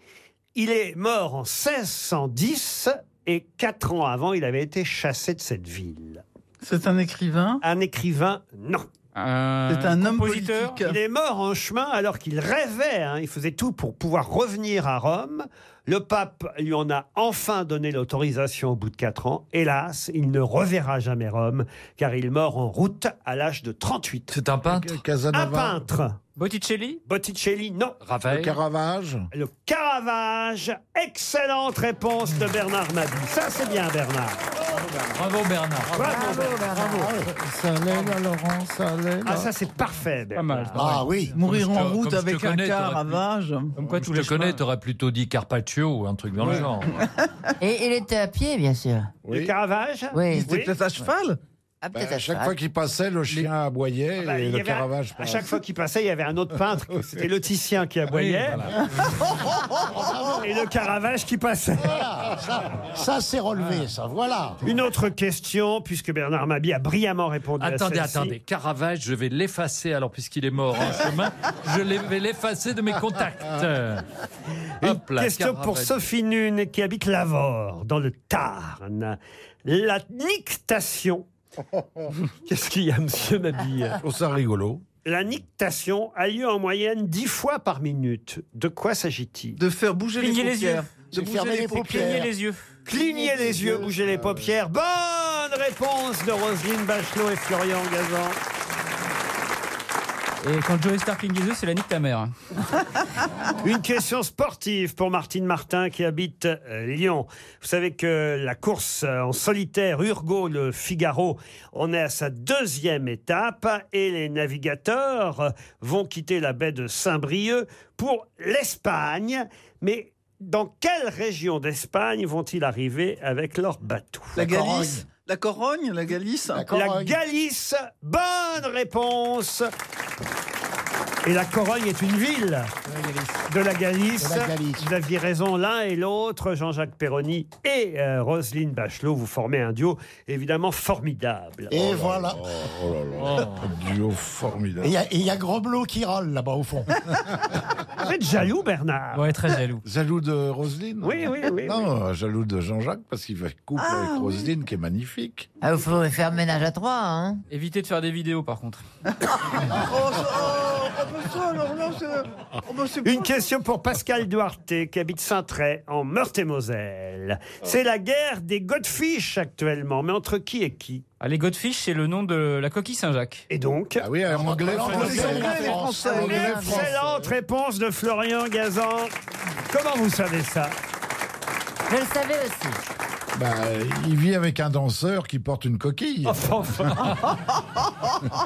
[SPEAKER 6] Il est mort en 1610 et quatre ans avant, il avait été chassé de cette ville.
[SPEAKER 19] C'est un écrivain
[SPEAKER 6] Un écrivain, non.
[SPEAKER 19] C'est un homme compositeur politique.
[SPEAKER 6] Il est mort en chemin alors qu'il rêvait. hein. Il faisait tout pour pouvoir revenir à Rome. Le pape lui en a enfin donné l'autorisation au bout de quatre ans. Hélas, il ne reverra jamais Rome car il meurt en route à l'âge de 38.
[SPEAKER 8] C'est un peintre
[SPEAKER 6] Un peintre.
[SPEAKER 7] Botticelli
[SPEAKER 6] Botticelli, non.
[SPEAKER 8] Raphaël Le
[SPEAKER 6] Caravage Le Caravage. Excellente réponse de Bernard Mabie. Ça, c'est bien, Bernard.
[SPEAKER 8] Bravo Bernard.
[SPEAKER 9] Laurent,
[SPEAKER 6] Ah, ça, c'est parfait, Bernard.
[SPEAKER 9] Ah oui. Mourir en route avec un
[SPEAKER 19] caravage.
[SPEAKER 8] Comme quoi,
[SPEAKER 19] tous
[SPEAKER 8] je
[SPEAKER 19] les
[SPEAKER 8] te connais,
[SPEAKER 19] chemins.
[SPEAKER 8] t'aurais plutôt dit Carpaccio ou un truc dans le genre.
[SPEAKER 12] Et il était à pied, bien sûr.
[SPEAKER 6] Le Caravage
[SPEAKER 12] Oui.
[SPEAKER 9] Il était peut-être à cheval
[SPEAKER 12] Ah,
[SPEAKER 11] Bah,
[SPEAKER 12] peut-être
[SPEAKER 11] à chaque fois qu'il passait, le chien aboyait
[SPEAKER 6] Ah bah,
[SPEAKER 11] et
[SPEAKER 6] il y
[SPEAKER 11] le
[SPEAKER 6] avait un-
[SPEAKER 11] caravage
[SPEAKER 6] à chaque fois qu'il passait, il y avait un autre peintre. C'était le Titien qui aboyait. Et le Caravage qui passait.
[SPEAKER 9] Ça, c'est relevé, ça, voilà.
[SPEAKER 6] Une autre question, puisque Bernard Mabie a brillamment répondu
[SPEAKER 8] Attendez,
[SPEAKER 6] à celle-ci.
[SPEAKER 8] attendez. Caravage, je vais l'effacer alors puisqu'il est mort en chemin. Je l'ai- vais l'effacer de mes contacts.
[SPEAKER 19] Ah.
[SPEAKER 8] Hop là,
[SPEAKER 6] Question pour
[SPEAKER 8] Caravage.
[SPEAKER 6] Sophie Nune qui habite Lavore, dans le Tarn. La nictation. Qu'est-ce qu'il y a, monsieur Mabille
[SPEAKER 11] Je trouve ça rigolo.
[SPEAKER 6] La nictation a lieu en moyenne 10 fois par minute. De quoi s'agit-il
[SPEAKER 10] De faire bouger
[SPEAKER 7] Cligner les yeux.
[SPEAKER 10] De bouger
[SPEAKER 9] fermer les paupières.
[SPEAKER 7] Cligner les yeux.
[SPEAKER 6] Cligner les yeux, bouger les paupières. Bonne réponse de Roselyne Bachelot et Florian Gazan.
[SPEAKER 7] Et quand Joey Star cligne les yeux, c'est la nique ta mère.
[SPEAKER 6] Une question sportive pour Martine Martin qui habite euh, Lyon. Vous savez que la course euh, en solitaire Urgo le Figaro, on est à sa deuxième étape et les navigateurs euh, vont quitter la baie de Saint-Brieuc pour l'Espagne. Mais dans quelle région d'Espagne vont-ils arriver avec leur bateau
[SPEAKER 19] La Galice La Corogne La Galice
[SPEAKER 6] La Galice, bonne réponse. Et la Corogne est une ville de la Galice.
[SPEAKER 9] De la Galice.
[SPEAKER 6] Vous aviez raison l'un et l'autre, Jean-Jacques Perroni et euh, Roselyne Bachelot. Vous formez un duo évidemment formidable.
[SPEAKER 9] Et voilà.
[SPEAKER 11] Oh là là. Duo formidable.
[SPEAKER 9] Et il y a- et il y, a Grobelot qui râle là-bas au fond.
[SPEAKER 6] Vous êtes jaloux, Bernard
[SPEAKER 7] Ouais, très jaloux.
[SPEAKER 11] Jaloux de Roselyne
[SPEAKER 6] Oui, oui, oui. Ah,
[SPEAKER 11] Non, jaloux de Jean-Jacques parce qu'il fait couple avec Roselyne qui est magnifique.
[SPEAKER 12] Ah, il faut faire ménage à trois, hein.
[SPEAKER 7] Évitez de faire des vidéos par contre.
[SPEAKER 19] Oh, ça- oh, oh, bah, ça, alors là, c'est- oh, bah, c'est
[SPEAKER 6] Une
[SPEAKER 19] pas-
[SPEAKER 6] question pour Pascal Duarte, qui habite Saint-Tray, en Meurthe-et-Moselle. C'est la guerre des Godfish actuellement, mais entre qui et qui
[SPEAKER 7] Ah, les Godfish, c'est le nom de la coquille Saint-Jacques.
[SPEAKER 6] Et donc
[SPEAKER 11] Ah oui, en anglais, français.
[SPEAKER 6] Excellente réponse de Florian Gazan. Comment vous savez ça
[SPEAKER 12] Je le savais aussi.
[SPEAKER 11] Bah, il vit avec un danseur qui porte une coquille. Ah,
[SPEAKER 6] Enfin, enfin.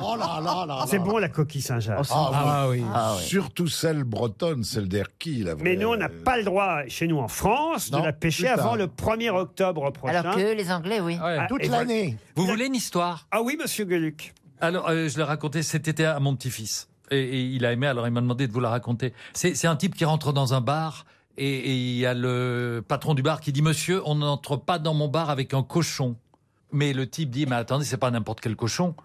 [SPEAKER 9] Oh là là là.
[SPEAKER 6] Ah, C'est bon la coquille Saint-Jacques.
[SPEAKER 11] Ah, oui.
[SPEAKER 12] Ah oui.
[SPEAKER 11] Surtout celle bretonne, celle d'Erki, la vraie.
[SPEAKER 6] Mais nous, on n'a pas le droit, chez nous en France,
[SPEAKER 11] Non,
[SPEAKER 6] de la pêcher
[SPEAKER 11] plus tard.
[SPEAKER 6] avant le 1er octobre prochain.
[SPEAKER 12] Alors que eux, les Anglais, oui.
[SPEAKER 6] Ah, et
[SPEAKER 9] Toute
[SPEAKER 6] voilà.
[SPEAKER 9] l'année.
[SPEAKER 8] Vous voulez une histoire
[SPEAKER 6] Ah oui, monsieur Gueluc.
[SPEAKER 8] Alors, euh, je l'ai raconté cet été à mon petit-fils. Et, et il a aimé, alors il m'a demandé de vous la raconter. C'est c'est un type qui rentre dans un bar et et il y a le patron du bar qui dit Monsieur, on n'entre pas dans mon bar avec un cochon. Mais le type dit Mais attendez, c'est pas n'importe quel cochon.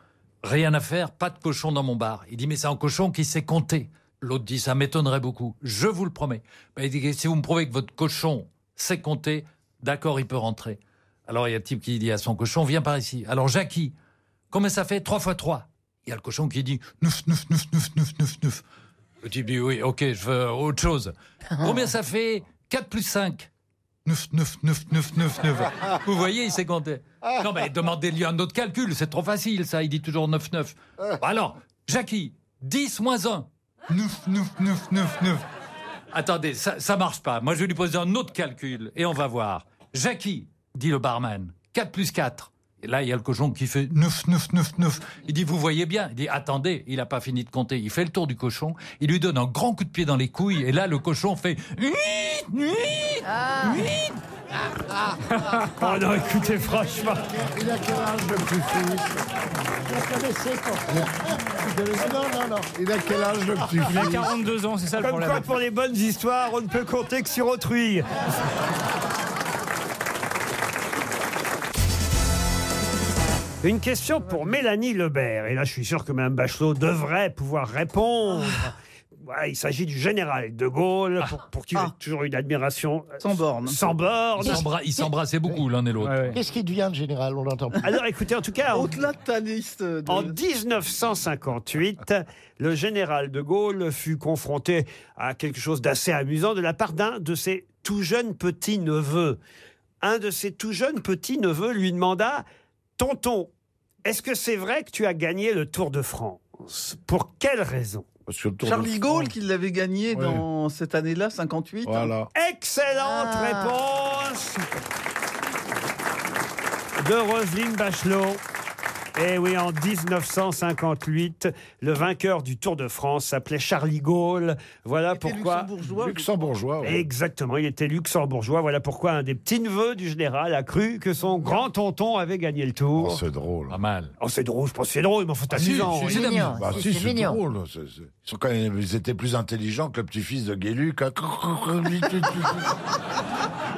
[SPEAKER 8] Rien à faire, pas de cochon dans mon bar. Il dit Mais c'est un cochon qui sait compter. L'autre dit Ça m'étonnerait beaucoup. Je vous le promets. Ben, il dit Si vous me prouvez que votre cochon sait compter, d'accord, il peut rentrer. Alors il y a le type qui dit à son cochon Viens par ici. Alors Jackie, Combien ça fait 3 fois 3 Il y a le cochon qui dit neuf, neuf, neuf, neuf, neuf, neuf, neuf. Le type dit oui, ok, je veux autre chose. Combien ça fait 4 plus 5 9, 9, 9, 9, 9, 9. Vous voyez, il s'est compté. Non, mais demandez-lui un autre calcul, c'est trop facile ça, il dit toujours 9, 9. Alors, Jackie, 10 moins 1. 9, 9, 9, 9, 9. Attendez, ça, ça marche pas. Moi, je vais lui poser un autre calcul et on va voir. Jackie, dit le barman, 4 plus 4. Et là, il y a le cochon qui fait 9, 9, 9, 9. Il dit, vous voyez bien. Il dit, attendez, il n'a pas fini de compter. Il fait le tour du cochon. Il lui donne un grand coup de pied dans les couilles. Et là, le cochon fait 8, 8, 8.
[SPEAKER 6] Ah. Oh non, écoutez, franchement.
[SPEAKER 9] Il a quel âge le petit fils
[SPEAKER 19] la connaissez quand Non, non, non.
[SPEAKER 6] Il a quel âge le
[SPEAKER 7] petit Il a 42 ans, c'est ça le
[SPEAKER 6] Comme
[SPEAKER 7] problème.
[SPEAKER 6] quoi, pour les bonnes histoires, on ne peut compter que sur autrui. Une question pour Mélanie Lebert. Et là, je suis sûr que Mme Bachelot devrait pouvoir répondre. Voilà, il s'agit du général de Gaulle, pour, pour qui j'ai toujours eu une admiration. Ah. Sans borne. Sans borne.
[SPEAKER 8] Ils s'embra- ils s'embrassaient beaucoup l'un et l'autre.
[SPEAKER 9] Qu'est-ce qui devient de général On l'entend plus.
[SPEAKER 6] Alors écoutez, en tout cas, en,
[SPEAKER 10] Au-delà de ta liste. euh, de-
[SPEAKER 6] en 1958, le général de Gaulle fut confronté à quelque chose d'assez amusant de la part d'un de ses tout jeunes petits-neveux. Un de ses tout jeunes petits-neveux lui demanda Tonton, est-ce que c'est vrai que tu as gagné le Tour de France Pour quelle raison
[SPEAKER 10] Charlie Gaulle qui l'avait gagné dans cette année-là, 58.
[SPEAKER 6] Voilà. Excellente
[SPEAKER 11] Ah.
[SPEAKER 6] réponse de Roselyne Bachelot. Et oui, en 1958, le vainqueur du Tour de France s'appelait Charlie Gaulle. Voilà pourquoi.
[SPEAKER 11] luxembourgeois, Luxembourgeois, ouais.
[SPEAKER 6] Exactement, il était luxembourgeois. Voilà pourquoi un des petits neveux du général a cru que son grand tonton avait gagné le Tour.
[SPEAKER 11] Oh,
[SPEAKER 6] c'est drôle. Pas
[SPEAKER 8] mal.
[SPEAKER 6] c'est drôle, je pense que c'est drôle, mais enfin, c'est
[SPEAKER 11] Ah, si,
[SPEAKER 6] amusant.
[SPEAKER 11] si,
[SPEAKER 6] oui.
[SPEAKER 11] amusant. Bah, si, c'est drôle. C'est- c'est- Ils, sont quand même- ils étaient plus intelligents que le petit-fils de Guéluc. hein.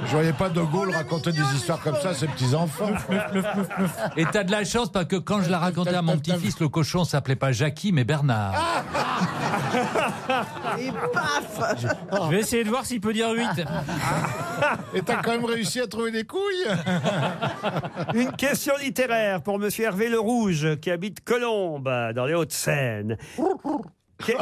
[SPEAKER 11] Je voyais pas De Gaulle raconter des histoires comme ça à ses petits-enfants.
[SPEAKER 8] Et t'as de la chance parce que quand je la racontais à mon petit-fils, le cochon s'appelait pas Jackie mais Bernard.
[SPEAKER 19] Et paf
[SPEAKER 7] Je vais essayer de voir s'il peut dire 8.
[SPEAKER 11] Et t'as quand même réussi à trouver des couilles
[SPEAKER 6] Une question littéraire pour Monsieur Hervé Le Rouge, qui habite Colombes, dans les Hauts-de-Seine. Que-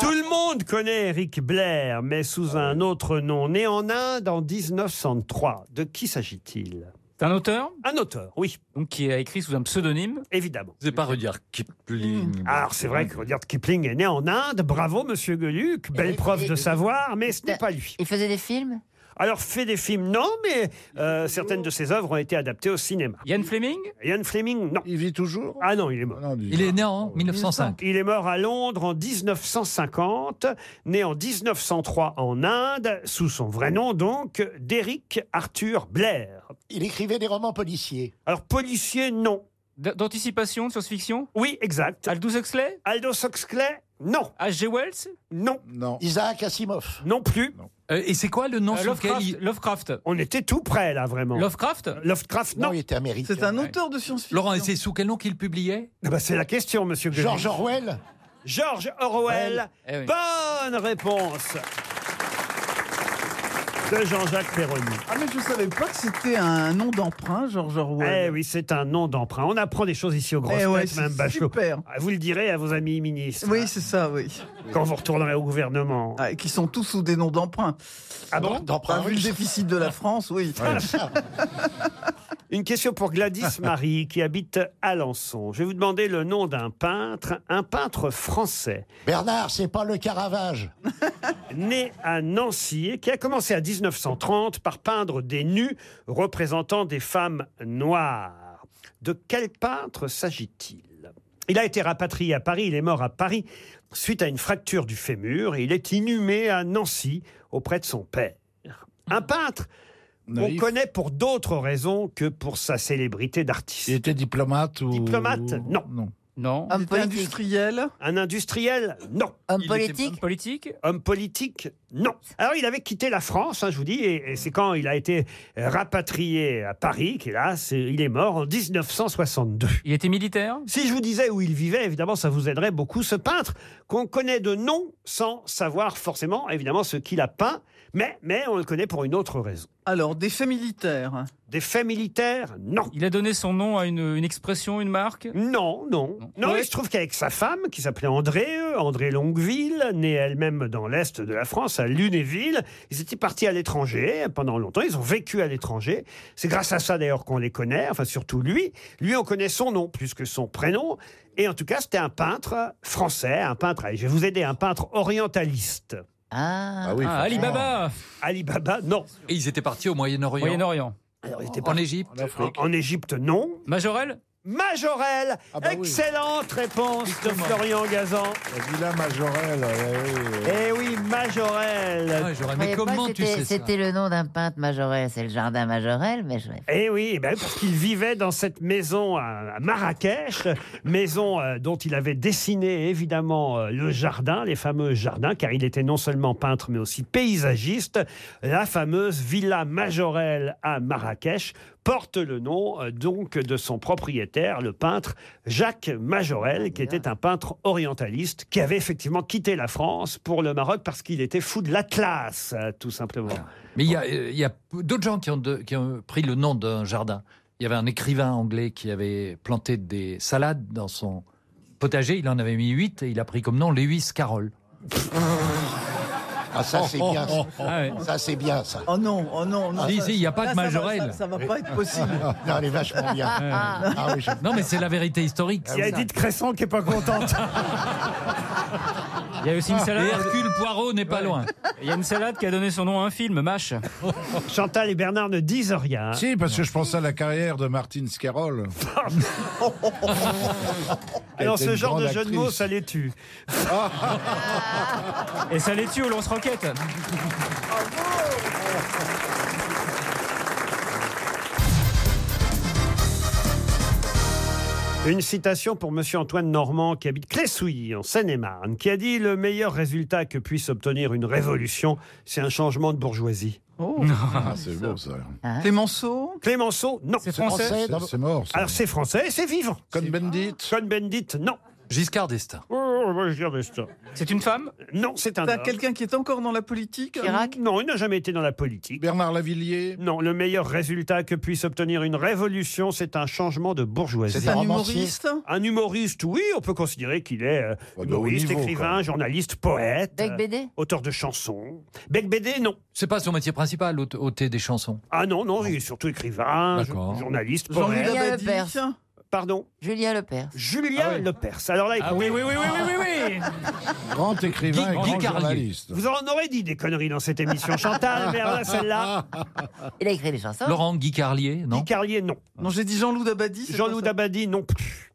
[SPEAKER 6] Tout le monde connaît Eric Blair, mais sous un autre nom, né en Inde en 1903. De qui s'agit-il
[SPEAKER 7] Un auteur
[SPEAKER 6] Un auteur, oui.
[SPEAKER 7] Donc qui a écrit sous un pseudonyme
[SPEAKER 6] Évidemment.
[SPEAKER 8] C'est pas Rudyard Kipling.
[SPEAKER 6] Hmm. Alors, c'est vrai que Rudyard Kipling est né en Inde. Bravo, monsieur Gueluc. Belle preuve de savoir, mais ce n'est pas lui.
[SPEAKER 12] Il faisait des films
[SPEAKER 6] Alors, fait des films, non, mais euh, certaines de ses œuvres ont été adaptées au cinéma.
[SPEAKER 7] Ian Fleming
[SPEAKER 6] Ian Fleming, non.
[SPEAKER 11] Il vit toujours
[SPEAKER 6] Ah non, il est mort.
[SPEAKER 8] Il est né en 1905.
[SPEAKER 6] Il est mort à Londres en 1950, né en 1903 en Inde, sous son vrai nom donc, d'Eric Arthur Blair.
[SPEAKER 9] Il écrivait des romans policiers.
[SPEAKER 6] Alors, policier, non.
[SPEAKER 7] D'anticipation, de science-fiction
[SPEAKER 6] Oui, exact.
[SPEAKER 7] Aldous Huxley
[SPEAKER 6] Aldous Huxley, non.
[SPEAKER 7] H.G. Wells
[SPEAKER 6] Non.
[SPEAKER 11] Non.
[SPEAKER 9] Isaac Asimov.
[SPEAKER 6] Non plus.
[SPEAKER 8] Euh, et c'est quoi le nom
[SPEAKER 7] Euh,
[SPEAKER 8] sous lequel
[SPEAKER 7] Lovecraft,
[SPEAKER 8] il...
[SPEAKER 7] Lovecraft.
[SPEAKER 6] On était tout près, là, vraiment. Euh,
[SPEAKER 7] Lovecraft
[SPEAKER 6] Lovecraft, non.
[SPEAKER 9] il était américain.
[SPEAKER 10] C'est un auteur de science-fiction.
[SPEAKER 8] Laurent, et c'est sous quel nom qu'il publiait
[SPEAKER 6] Ah bah, c'est la question, monsieur Gueluc.
[SPEAKER 9] George Orwell
[SPEAKER 6] George Orwell.
[SPEAKER 8] Eh oui.
[SPEAKER 6] Bonne réponse de Jean-Jacques Perroni.
[SPEAKER 10] Ah, mais je savais pas que c'était un nom d'emprunt, George Orwell.
[SPEAKER 6] Eh oui, c'est un nom d'emprunt. On apprend des choses ici au Grand
[SPEAKER 10] Eh ouais, c'est
[SPEAKER 6] Madame Bachelot.
[SPEAKER 10] super.
[SPEAKER 6] Ah, Vous le direz à vos amis ministres.
[SPEAKER 10] Oui, c'est ça, oui.
[SPEAKER 6] Quand vous retournerez au gouvernement.
[SPEAKER 10] Ah, et qui sont tous sous des noms d'emprunt.
[SPEAKER 6] Ah bon
[SPEAKER 10] Bah, Vu le déficit de la France, oui. Ah,
[SPEAKER 6] Une question pour Gladys Marie, qui habite Alençon. Je vais vous demander le nom d'un peintre, un peintre français,
[SPEAKER 9] Bernard, c'est pas le Caravage.
[SPEAKER 6] né à Nancy et qui a commencé à 1930 par peindre des nus représentant des femmes noires. De quel peintre s'agit-il Il a été rapatrié à Paris, il est mort à Paris suite à une fracture du fémur et il est inhumé à Nancy auprès de son père. Un peintre qu'on
[SPEAKER 11] Naïf.
[SPEAKER 6] connaît pour d'autres raisons que pour sa célébrité d'artiste.
[SPEAKER 11] Il était diplomate ou...
[SPEAKER 6] Diplomate Non.
[SPEAKER 11] Non.
[SPEAKER 7] Non.
[SPEAKER 10] Il était industriel.
[SPEAKER 6] Un industriel Non.
[SPEAKER 12] Homme
[SPEAKER 7] Il était
[SPEAKER 12] politique
[SPEAKER 7] homme politique
[SPEAKER 6] Homme politique Non. Alors il avait quitté la France, hein, je vous dis, et, et c'est quand il a été euh, rapatrié à Paris qu'hélas, il est mort en 1962.
[SPEAKER 7] Il était militaire
[SPEAKER 6] Si je vous disais où il vivait, évidemment, ça vous aiderait beaucoup. Ce peintre qu'on connaît de nom sans savoir forcément, évidemment, ce qu'il a peint, mais, mais on le connaît pour une autre raison.
[SPEAKER 10] Alors, des faits militaires.
[SPEAKER 6] Des faits militaires Non.
[SPEAKER 7] Il a donné son nom à une, une expression, une marque
[SPEAKER 6] Non, non. Non,
[SPEAKER 7] Ouais.
[SPEAKER 6] il se trouve qu'avec sa femme, qui s'appelait André, euh, André Longueville, née elle-même dans l'Est de la France, à Lunéville, ils étaient partis à l'étranger pendant longtemps, ils ont vécu à l'étranger. C'est grâce à ça d'ailleurs qu'on les connaît, enfin surtout lui. Lui, on connaît son nom plus que son prénom. Et en tout cas, c'était un peintre français, un peintre, allez, je vais vous aider, un peintre orientaliste.
[SPEAKER 12] Ah,
[SPEAKER 11] Ah oui,
[SPEAKER 7] Ah,
[SPEAKER 11] forcément.
[SPEAKER 7] Alibaba
[SPEAKER 6] Ali Baba, non.
[SPEAKER 8] Et ils étaient partis au Moyen-Orient.
[SPEAKER 7] Moyen-Orient.
[SPEAKER 6] Alors, il était
[SPEAKER 8] En
[SPEAKER 6] parti
[SPEAKER 8] Égypte.
[SPEAKER 11] En Afrique.
[SPEAKER 6] en Égypte, non.
[SPEAKER 7] Majorel
[SPEAKER 6] Majorelle.
[SPEAKER 11] bah oui.
[SPEAKER 6] Excellente réponse
[SPEAKER 11] Justement.
[SPEAKER 6] de Florian Gazan.
[SPEAKER 11] La villa Majorelle.
[SPEAKER 6] Eh oui, Majorelle.
[SPEAKER 12] Je croyais pas que c'était- C'était le nom d'un peintre Majorel, c'est le jardin Majorel, mais je
[SPEAKER 6] Eh oui, eh ben, parce qu'il vivait dans cette maison à à Marrakech, maison euh, dont il avait dessiné évidemment euh, le jardin, les fameux jardins, car il était non seulement peintre mais aussi paysagiste. La fameuse Villa Majorelle à Marrakech porte le nom euh, donc de son propriétaire, le peintre Jacques Majorelle, qui était un peintre orientaliste qui avait effectivement quitté la France pour le Maroc parce qu'il était fou de l'Atlas, euh, tout simplement.
[SPEAKER 8] Mais il y a, euh, il y a d'autres gens qui ont, de- qui ont pris le nom d'un jardin. Il y avait un écrivain anglais qui avait planté des salades dans son potager. Il en avait mis huit et il a pris comme nom Lewis Carroll.
[SPEAKER 9] Ah, ça, c'est bien. ça. Ah Ça, c'est bien, ça. Oh non, oh non,
[SPEAKER 8] non. Si, si, il y a pas de Majorelle.
[SPEAKER 9] Ça, va pas être possible. non, elle est vachement bien.
[SPEAKER 8] Ouais.
[SPEAKER 9] Ah oui, je- Ah
[SPEAKER 8] Non, mais c'est la vérité historique.
[SPEAKER 9] Il y a Edith
[SPEAKER 6] Cresson qui est pas contente.
[SPEAKER 7] Il y a aussi une salade.
[SPEAKER 8] Et Hercule Poirot n'est pas loin.
[SPEAKER 7] Il y a une salade qui a donné son nom à un film, Mash.
[SPEAKER 6] Chantal et Bernard ne disent rien. Ah,
[SPEAKER 11] Si, parce que je pensais à la carrière de Martine Scarroll.
[SPEAKER 6] Alors
[SPEAKER 11] était
[SPEAKER 6] ce
[SPEAKER 11] une
[SPEAKER 6] genre de
[SPEAKER 11] grande
[SPEAKER 6] jeu de
[SPEAKER 11] actrice.
[SPEAKER 6] mots, ça les tue.
[SPEAKER 7] Et ça les tue au lance-roquette.
[SPEAKER 6] Une citation pour Monsieur Antoine Normand qui habite Clessouilly en Seine-et-Marne, qui a dit le meilleur résultat que puisse obtenir une révolution, c'est un changement de bourgeoisie.
[SPEAKER 11] Ah, c'est beau, ça.
[SPEAKER 6] Clémenceau Clémenceau, non.
[SPEAKER 11] C'est français C'est- c'est- c'est mort, ça.
[SPEAKER 6] Alors c'est français et c'est vivant. Cohn-Bendit Cohn-Bendit, non.
[SPEAKER 8] Giscard d'Estaing.
[SPEAKER 6] Oh, Giscard d'Estaing.
[SPEAKER 7] C'est une femme
[SPEAKER 6] Non, c'est un
[SPEAKER 10] T'as
[SPEAKER 6] homme.
[SPEAKER 10] quelqu'un qui est encore dans la politique
[SPEAKER 6] Non, il n'a jamais été dans la politique.
[SPEAKER 11] Bernard Lavillier
[SPEAKER 6] Non, le meilleur résultat que puisse obtenir une révolution, c'est un changement de bourgeoisie.
[SPEAKER 10] C'est un Un romancier humoriste
[SPEAKER 6] Un humoriste, oui, on peut considérer qu'il est euh,
[SPEAKER 11] Bah, de haut
[SPEAKER 6] humoriste,
[SPEAKER 11] niveau,
[SPEAKER 6] écrivain,
[SPEAKER 11] quoi.
[SPEAKER 6] journaliste, poète.
[SPEAKER 12] Bec
[SPEAKER 6] euh,
[SPEAKER 12] Bédé
[SPEAKER 6] Auteur de chansons. Bec Bédé, non.
[SPEAKER 8] C'est pas son métier principal, hôte- ôter des chansons.
[SPEAKER 6] Ah non, non, il est surtout écrivain,
[SPEAKER 8] D'accord.
[SPEAKER 6] jo- journaliste,
[SPEAKER 8] Jean-Louis
[SPEAKER 6] poète.
[SPEAKER 12] Julien Lepers.
[SPEAKER 6] Pardon
[SPEAKER 12] Julien Lepers.
[SPEAKER 6] Julien Lepers. Alors là,
[SPEAKER 12] Ah oui, oui, oui, oui, oui,
[SPEAKER 6] oui,
[SPEAKER 11] Grand
[SPEAKER 6] Guy-
[SPEAKER 11] écrivain et
[SPEAKER 6] Guy
[SPEAKER 11] grand
[SPEAKER 6] Carlier.
[SPEAKER 11] journaliste.
[SPEAKER 6] Vous en aurez dit des conneries dans cette émission, Chantal, mais alors là, celle-là.
[SPEAKER 12] Il a écrit des chansons.
[SPEAKER 8] Laurent Guy Carlier, non
[SPEAKER 6] Guy Carlier, non. Non, j'ai dit Jean-Loup Dabadi. Jean-Loup Dabadi, non.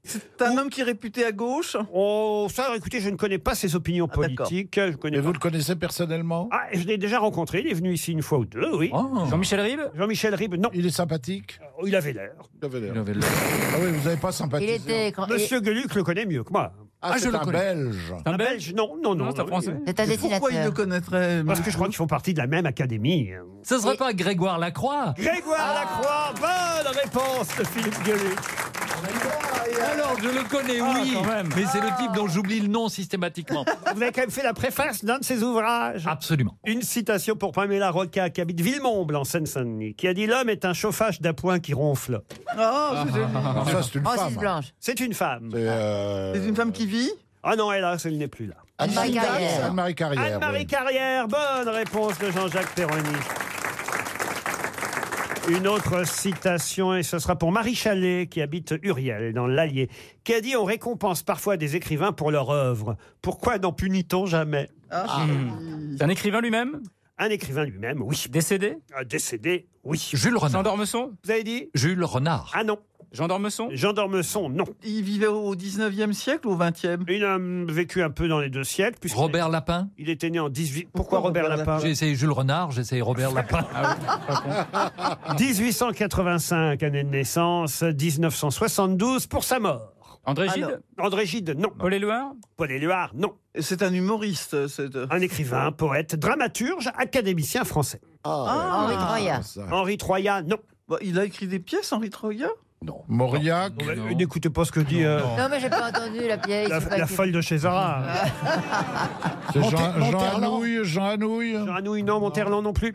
[SPEAKER 6] C'est un homme qui est réputé à gauche Oh, ça, écoutez, je ne connais pas ses opinions
[SPEAKER 12] Ah,
[SPEAKER 6] politiques. Je connais
[SPEAKER 11] Et vous le connaissez personnellement Ah.
[SPEAKER 6] Ah, je l'ai déjà rencontré, il est venu ici une fois ou deux, oui.
[SPEAKER 7] Jean-Michel Ribes
[SPEAKER 6] Jean-Michel Ribes, non. Euh,
[SPEAKER 11] Il est sympathique
[SPEAKER 6] Il avait l'air.
[SPEAKER 11] Il avait l'air. Ah oui, vous n'avez pas sympathisé. hein.
[SPEAKER 6] Monsieur Gueluc le connaît mieux que moi.
[SPEAKER 11] Ah, Ah, je c'est le un connais. Belge.
[SPEAKER 6] Un Ah, Belge Non, non, non.
[SPEAKER 11] c'est un Français.
[SPEAKER 12] C'est un dessinateur.
[SPEAKER 6] connaîtrait Parce que je crois qu'ils font partie de la même académie.
[SPEAKER 8] Ce serait pas Grégoire Lacroix
[SPEAKER 6] Grégoire
[SPEAKER 11] Ah.
[SPEAKER 6] Lacroix, bonne réponse de Philippe Gueluc.
[SPEAKER 8] Alors, je le connais,
[SPEAKER 7] Ah,
[SPEAKER 8] oui, mais c'est le type dont j'oublie le nom systématiquement.
[SPEAKER 6] Vous avez quand même fait la préface d'un de ses ouvrages.
[SPEAKER 8] Absolument.
[SPEAKER 6] Une citation pour Pamela Roca, qui habite Villemomble, en Seine-Saint-Denis, qui a dit L'homme est un chauffage d'appoint qui ronfle.
[SPEAKER 10] Ah, c'est joli.
[SPEAKER 11] Ça, Ah, c'est une
[SPEAKER 10] Francis
[SPEAKER 11] femme. euh,
[SPEAKER 10] Blanche.
[SPEAKER 6] C'est une femme.
[SPEAKER 10] C'est une femme qui vit
[SPEAKER 6] Ah non, hélas, elle n'est plus là.
[SPEAKER 11] Anne-Marie
[SPEAKER 6] Anne-Marie
[SPEAKER 11] Carrière. Anne-Marie Carrière,
[SPEAKER 6] Anne-Marie
[SPEAKER 11] oui.
[SPEAKER 6] Carrière, bonne réponse de Jean-Jacques Perroni. Une autre citation, et ce sera pour Marie Chalet, qui habite Uriel, dans l'Allier, qui a dit On récompense parfois des écrivains pour leur œuvre. Pourquoi n'en punit-on jamais
[SPEAKER 10] Ah,
[SPEAKER 7] Ah. Hmm. C'est un écrivain lui-même
[SPEAKER 6] Un écrivain lui-même, oui.
[SPEAKER 7] Décédé
[SPEAKER 6] Ah, Décédé, oui.
[SPEAKER 8] Jules Renard.
[SPEAKER 7] Jean Dormesson
[SPEAKER 6] Vous avez dit
[SPEAKER 8] Jules Renard.
[SPEAKER 6] Ah non.
[SPEAKER 7] Jean Dormesson
[SPEAKER 6] Jean Dormesson, non.
[SPEAKER 10] Il vivait au 19e siècle ou au 20e
[SPEAKER 6] Il a hum, vécu un peu dans les deux siècles. puisqu'il-
[SPEAKER 8] Robert Lapin
[SPEAKER 6] Il était né en 18... Pourquoi, Robert, Lapin
[SPEAKER 8] J'ai essayé Jules Renard, j'ai essayé Robert Lapin.
[SPEAKER 7] Ah
[SPEAKER 8] Ah
[SPEAKER 6] 1885, année de naissance, 1972 pour sa mort.
[SPEAKER 7] André Gide
[SPEAKER 6] André Gide, non.
[SPEAKER 7] Paul Éluard
[SPEAKER 6] Paul Éluard, non.
[SPEAKER 10] C'est un humoriste.
[SPEAKER 6] Un écrivain, poète, dramaturge, académicien français.
[SPEAKER 10] Ah, Henri Troyat. ça. Bah,
[SPEAKER 6] Henri Troyat, non.
[SPEAKER 10] il a écrit des pièces, Henri Troya
[SPEAKER 11] Non. Mauriac
[SPEAKER 6] Euh, N'écoutez pas ce que dit euh,
[SPEAKER 12] Non, mais j'ai pas entendu la pièce.
[SPEAKER 6] la,
[SPEAKER 12] c'est pas
[SPEAKER 6] la
[SPEAKER 12] qui-
[SPEAKER 6] folle de César.
[SPEAKER 11] C'est Jean, Jean Anouilh, Jean Anouilh.
[SPEAKER 6] Jean Anouilh, non. Monterland, non plus.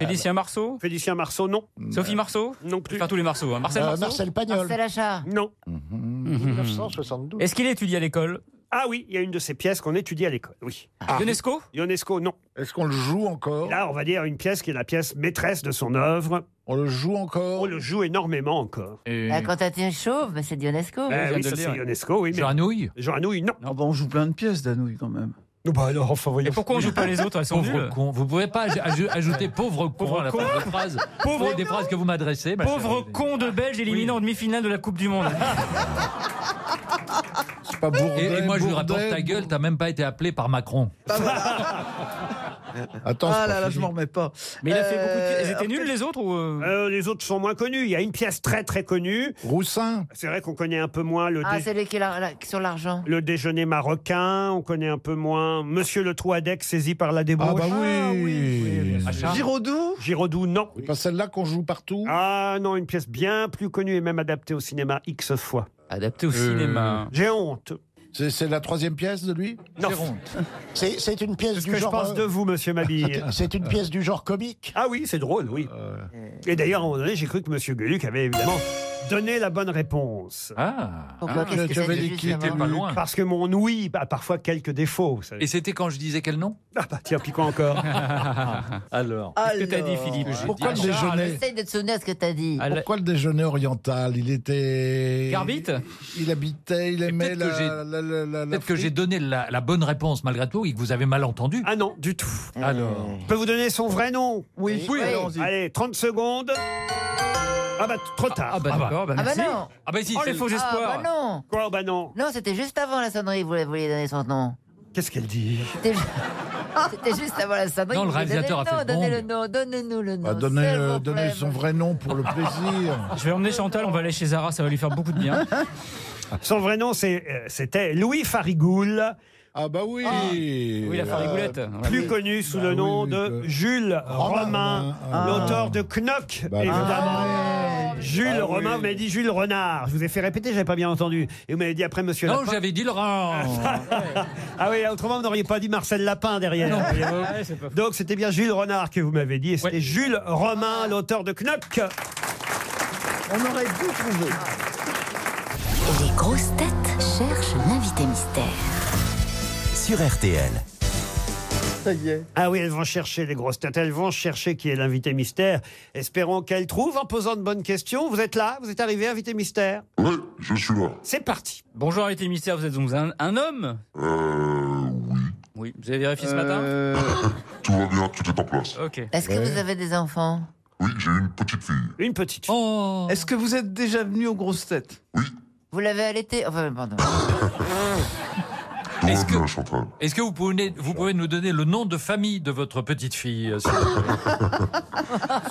[SPEAKER 7] Félicien Marceau
[SPEAKER 6] Félicien Marceau, non.
[SPEAKER 7] Sophie Marceau
[SPEAKER 6] Non plus.
[SPEAKER 7] Enfin, tous les Marceaux. hein. Marcel
[SPEAKER 11] Euh,
[SPEAKER 7] Marceau
[SPEAKER 11] Marcel Pagnol.
[SPEAKER 12] Marcel Achard.
[SPEAKER 6] Non.
[SPEAKER 9] Mhm.
[SPEAKER 11] 1972.
[SPEAKER 7] Est-ce qu'il étudie à l'école
[SPEAKER 6] Ah oui, il y a une de ces pièces qu'on étudie à l'école, oui.
[SPEAKER 7] Ionesco
[SPEAKER 6] Ah. Ionesco, non.
[SPEAKER 11] Est-ce qu'on le joue encore
[SPEAKER 6] Là, on va dire une pièce qui est la pièce maîtresse de son œuvre.
[SPEAKER 11] On le joue encore
[SPEAKER 6] On le joue énormément encore.
[SPEAKER 12] Ah, Quand t'as été chauve, mais c'est Dionesco.
[SPEAKER 6] Eh oui, ça c'est Ionesco, oui. mais-
[SPEAKER 8] Jean Anouilh
[SPEAKER 10] bah,
[SPEAKER 6] Jean Anouilh, non.
[SPEAKER 10] on joue plein de pièces d'Anouilh quand même.
[SPEAKER 6] Bah non, enfin, voyons.
[SPEAKER 7] Et pourquoi on joue pas les autres Elles sont
[SPEAKER 8] Pauvre
[SPEAKER 7] nulles.
[SPEAKER 8] con. Vous pouvez pas aj- aj- ajouter pauvre con à la
[SPEAKER 7] con.
[SPEAKER 8] fin de phrase.
[SPEAKER 7] Pauvre-
[SPEAKER 8] Pauvre des phrases que vous m'adressez. ma chère
[SPEAKER 7] Pauvre con de Belge éliminé en demi-finale de la Coupe du Monde.
[SPEAKER 8] et, et moi, je lui
[SPEAKER 7] Bourdet,
[SPEAKER 8] rapporte ta gueule, t'as même pas été appelé par Macron. Attends,
[SPEAKER 10] Ah là là, je m'en remets pas.
[SPEAKER 6] Mais il a fait beaucoup de-
[SPEAKER 10] Euh,
[SPEAKER 6] elles étaient
[SPEAKER 10] après,
[SPEAKER 6] nulles, les autres euh Les autres sont moins connus. Il y a une pièce très très connue. Roussin. C'est vrai qu'on connaît un peu moins le,
[SPEAKER 12] Ah,
[SPEAKER 6] dé-
[SPEAKER 12] celui qui est là- là, sur l'argent.
[SPEAKER 6] le déjeuner marocain. On connaît un peu moins Monsieur le Troadec saisi par la débauche. Ah bah oui. Ah,
[SPEAKER 10] Giraudoux
[SPEAKER 6] Giraudoux, non. C'est pas celle-là qu'on joue partout Ah non, une pièce bien plus connue et même adaptée au cinéma X fois. Adaptée
[SPEAKER 11] au Euh, cinéma.
[SPEAKER 6] J'ai honte.
[SPEAKER 11] C'est c'est la troisième pièce de lui
[SPEAKER 6] Non.
[SPEAKER 9] C'est c'est une pièce
[SPEAKER 6] Ce
[SPEAKER 9] du
[SPEAKER 6] que je
[SPEAKER 9] genre.
[SPEAKER 6] pense
[SPEAKER 9] euh,
[SPEAKER 6] de vous, monsieur Mabille.
[SPEAKER 9] c'est- C'est une pièce du genre comique.
[SPEAKER 6] Ah oui, c'est drôle, oui. Et d'ailleurs, à un moment donné, j'ai cru que monsieur Gueluc avait évidemment donné la bonne réponse.
[SPEAKER 8] Ah,
[SPEAKER 12] Pourquoi, qu'est-ce que c'est, justement
[SPEAKER 8] pas loin.
[SPEAKER 6] Parce que mon ouïe a parfois quelques défauts. vous savez.
[SPEAKER 8] Et c'était quand je disais quel nom
[SPEAKER 6] Ah bah tiens, puis quoi encore
[SPEAKER 8] Alors.
[SPEAKER 12] Qu'est-ce
[SPEAKER 8] que t'as dit, Philippe
[SPEAKER 11] Pourquoi le déjeuner
[SPEAKER 12] Essaye de te souvenir ce que t'as dit.
[SPEAKER 11] Pourquoi le déjeuner oriental Il était.
[SPEAKER 12] Carbit
[SPEAKER 11] Il habitait, il aimait
[SPEAKER 8] Peut-être que j'ai-
[SPEAKER 11] la. la- la-
[SPEAKER 6] Euh,
[SPEAKER 11] la-
[SPEAKER 8] peut-être que j'ai
[SPEAKER 11] l'Afrique.
[SPEAKER 8] donné la, la bonne réponse malgré tout et que vous avez mal entendu.
[SPEAKER 6] Ah non, du tout.
[SPEAKER 8] Alors.
[SPEAKER 6] Je peux vous donner son vrai nom
[SPEAKER 8] Oui. Oui, allons-y.
[SPEAKER 6] Allez, 30 secondes. Ah bah t- trop tard. Ah
[SPEAKER 8] bah d'accord, bah Ah bah merci.
[SPEAKER 12] non.
[SPEAKER 8] Ah bah si,
[SPEAKER 12] Oh, les
[SPEAKER 8] c'est le-
[SPEAKER 12] faux espoirs. Ah bah non.
[SPEAKER 6] Quoi, bah non
[SPEAKER 12] Non, c'était juste avant la sonnerie, vous vouliez donner son nom.
[SPEAKER 6] Qu'est-ce qu'elle dit
[SPEAKER 12] C'était ju- c'était juste avant la sonnerie.
[SPEAKER 11] Non, le
[SPEAKER 12] vous voulez
[SPEAKER 11] réalisateur
[SPEAKER 12] donner
[SPEAKER 11] a fait
[SPEAKER 12] le
[SPEAKER 11] le
[SPEAKER 12] nom, Donnez-nous le nom,
[SPEAKER 11] Bah,
[SPEAKER 12] donnez-nous le
[SPEAKER 11] donner, euh,
[SPEAKER 12] nom. s'il vous
[SPEAKER 11] donner
[SPEAKER 12] plaît.
[SPEAKER 11] son vrai nom pour le plaisir.
[SPEAKER 7] Je vais emmener Chantal, on va aller chez Zara, ça va lui faire beaucoup de bien.
[SPEAKER 6] Son vrai nom, c'est, euh, c'était Louis Farigoul. Euh,
[SPEAKER 11] Ah bah oui
[SPEAKER 7] oui, la farigoulette. Ouais,
[SPEAKER 6] Plus
[SPEAKER 7] oui.
[SPEAKER 6] connu sous
[SPEAKER 7] Bah
[SPEAKER 6] le
[SPEAKER 7] oui,
[SPEAKER 6] nom
[SPEAKER 7] oui,
[SPEAKER 6] de
[SPEAKER 8] Ah
[SPEAKER 6] Jules
[SPEAKER 8] bah,
[SPEAKER 6] Romain, l'auteur de Knock,
[SPEAKER 11] Bah oui.
[SPEAKER 6] évidemment. Jules
[SPEAKER 11] Ah oui.
[SPEAKER 6] Romain, vous m'avez dit Jules Renard. Je vous ai fait répéter, j'avais pas bien entendu. Et vous m'avez dit après Monsieur
[SPEAKER 8] Non,
[SPEAKER 6] Lapin.
[SPEAKER 8] j'avais dit Laurent.
[SPEAKER 6] Ah oui, autrement, vous n'auriez pas dit Marcel Lapin derrière.
[SPEAKER 8] Non.
[SPEAKER 6] voyez-vous.
[SPEAKER 8] Ouais, c'est pas faux.
[SPEAKER 6] Donc c'était bien Jules Renard que vous m'avez dit. Et c'était Jules Romain, l'auteur de Knock.
[SPEAKER 12] On aurait dû trouver. Les grosses têtes cherchent l'invité mystère.
[SPEAKER 4] Sur RTL.
[SPEAKER 10] Ça y est.
[SPEAKER 6] Ah oui, elles vont chercher les grosses têtes, elles vont chercher qui est l'invité mystère. Espérons qu'elles trouvent en posant de bonnes questions. Vous êtes là, vous êtes arrivé, invité mystère.
[SPEAKER 20] Ouais, je suis là.
[SPEAKER 6] C'est parti.
[SPEAKER 7] Bonjour, invité mystère, vous êtes donc un, un homme Oui. Oui, vous avez vérifié ce
[SPEAKER 10] Euh,
[SPEAKER 20] Tout va bien, tout est en place. Euh,
[SPEAKER 7] matin Ok.
[SPEAKER 12] Est-ce que vous avez des enfants
[SPEAKER 6] Une petite.
[SPEAKER 8] Oh.
[SPEAKER 10] Est-ce que vous êtes déjà venu aux grosses têtes
[SPEAKER 12] Vous l'avez allaité Enfin, pardon.
[SPEAKER 20] Tout va bien, Chantal.
[SPEAKER 8] Est-ce que vous pouvez, vous pouvez nous donner le nom de famille de votre petite fille euh, s'il vous plaît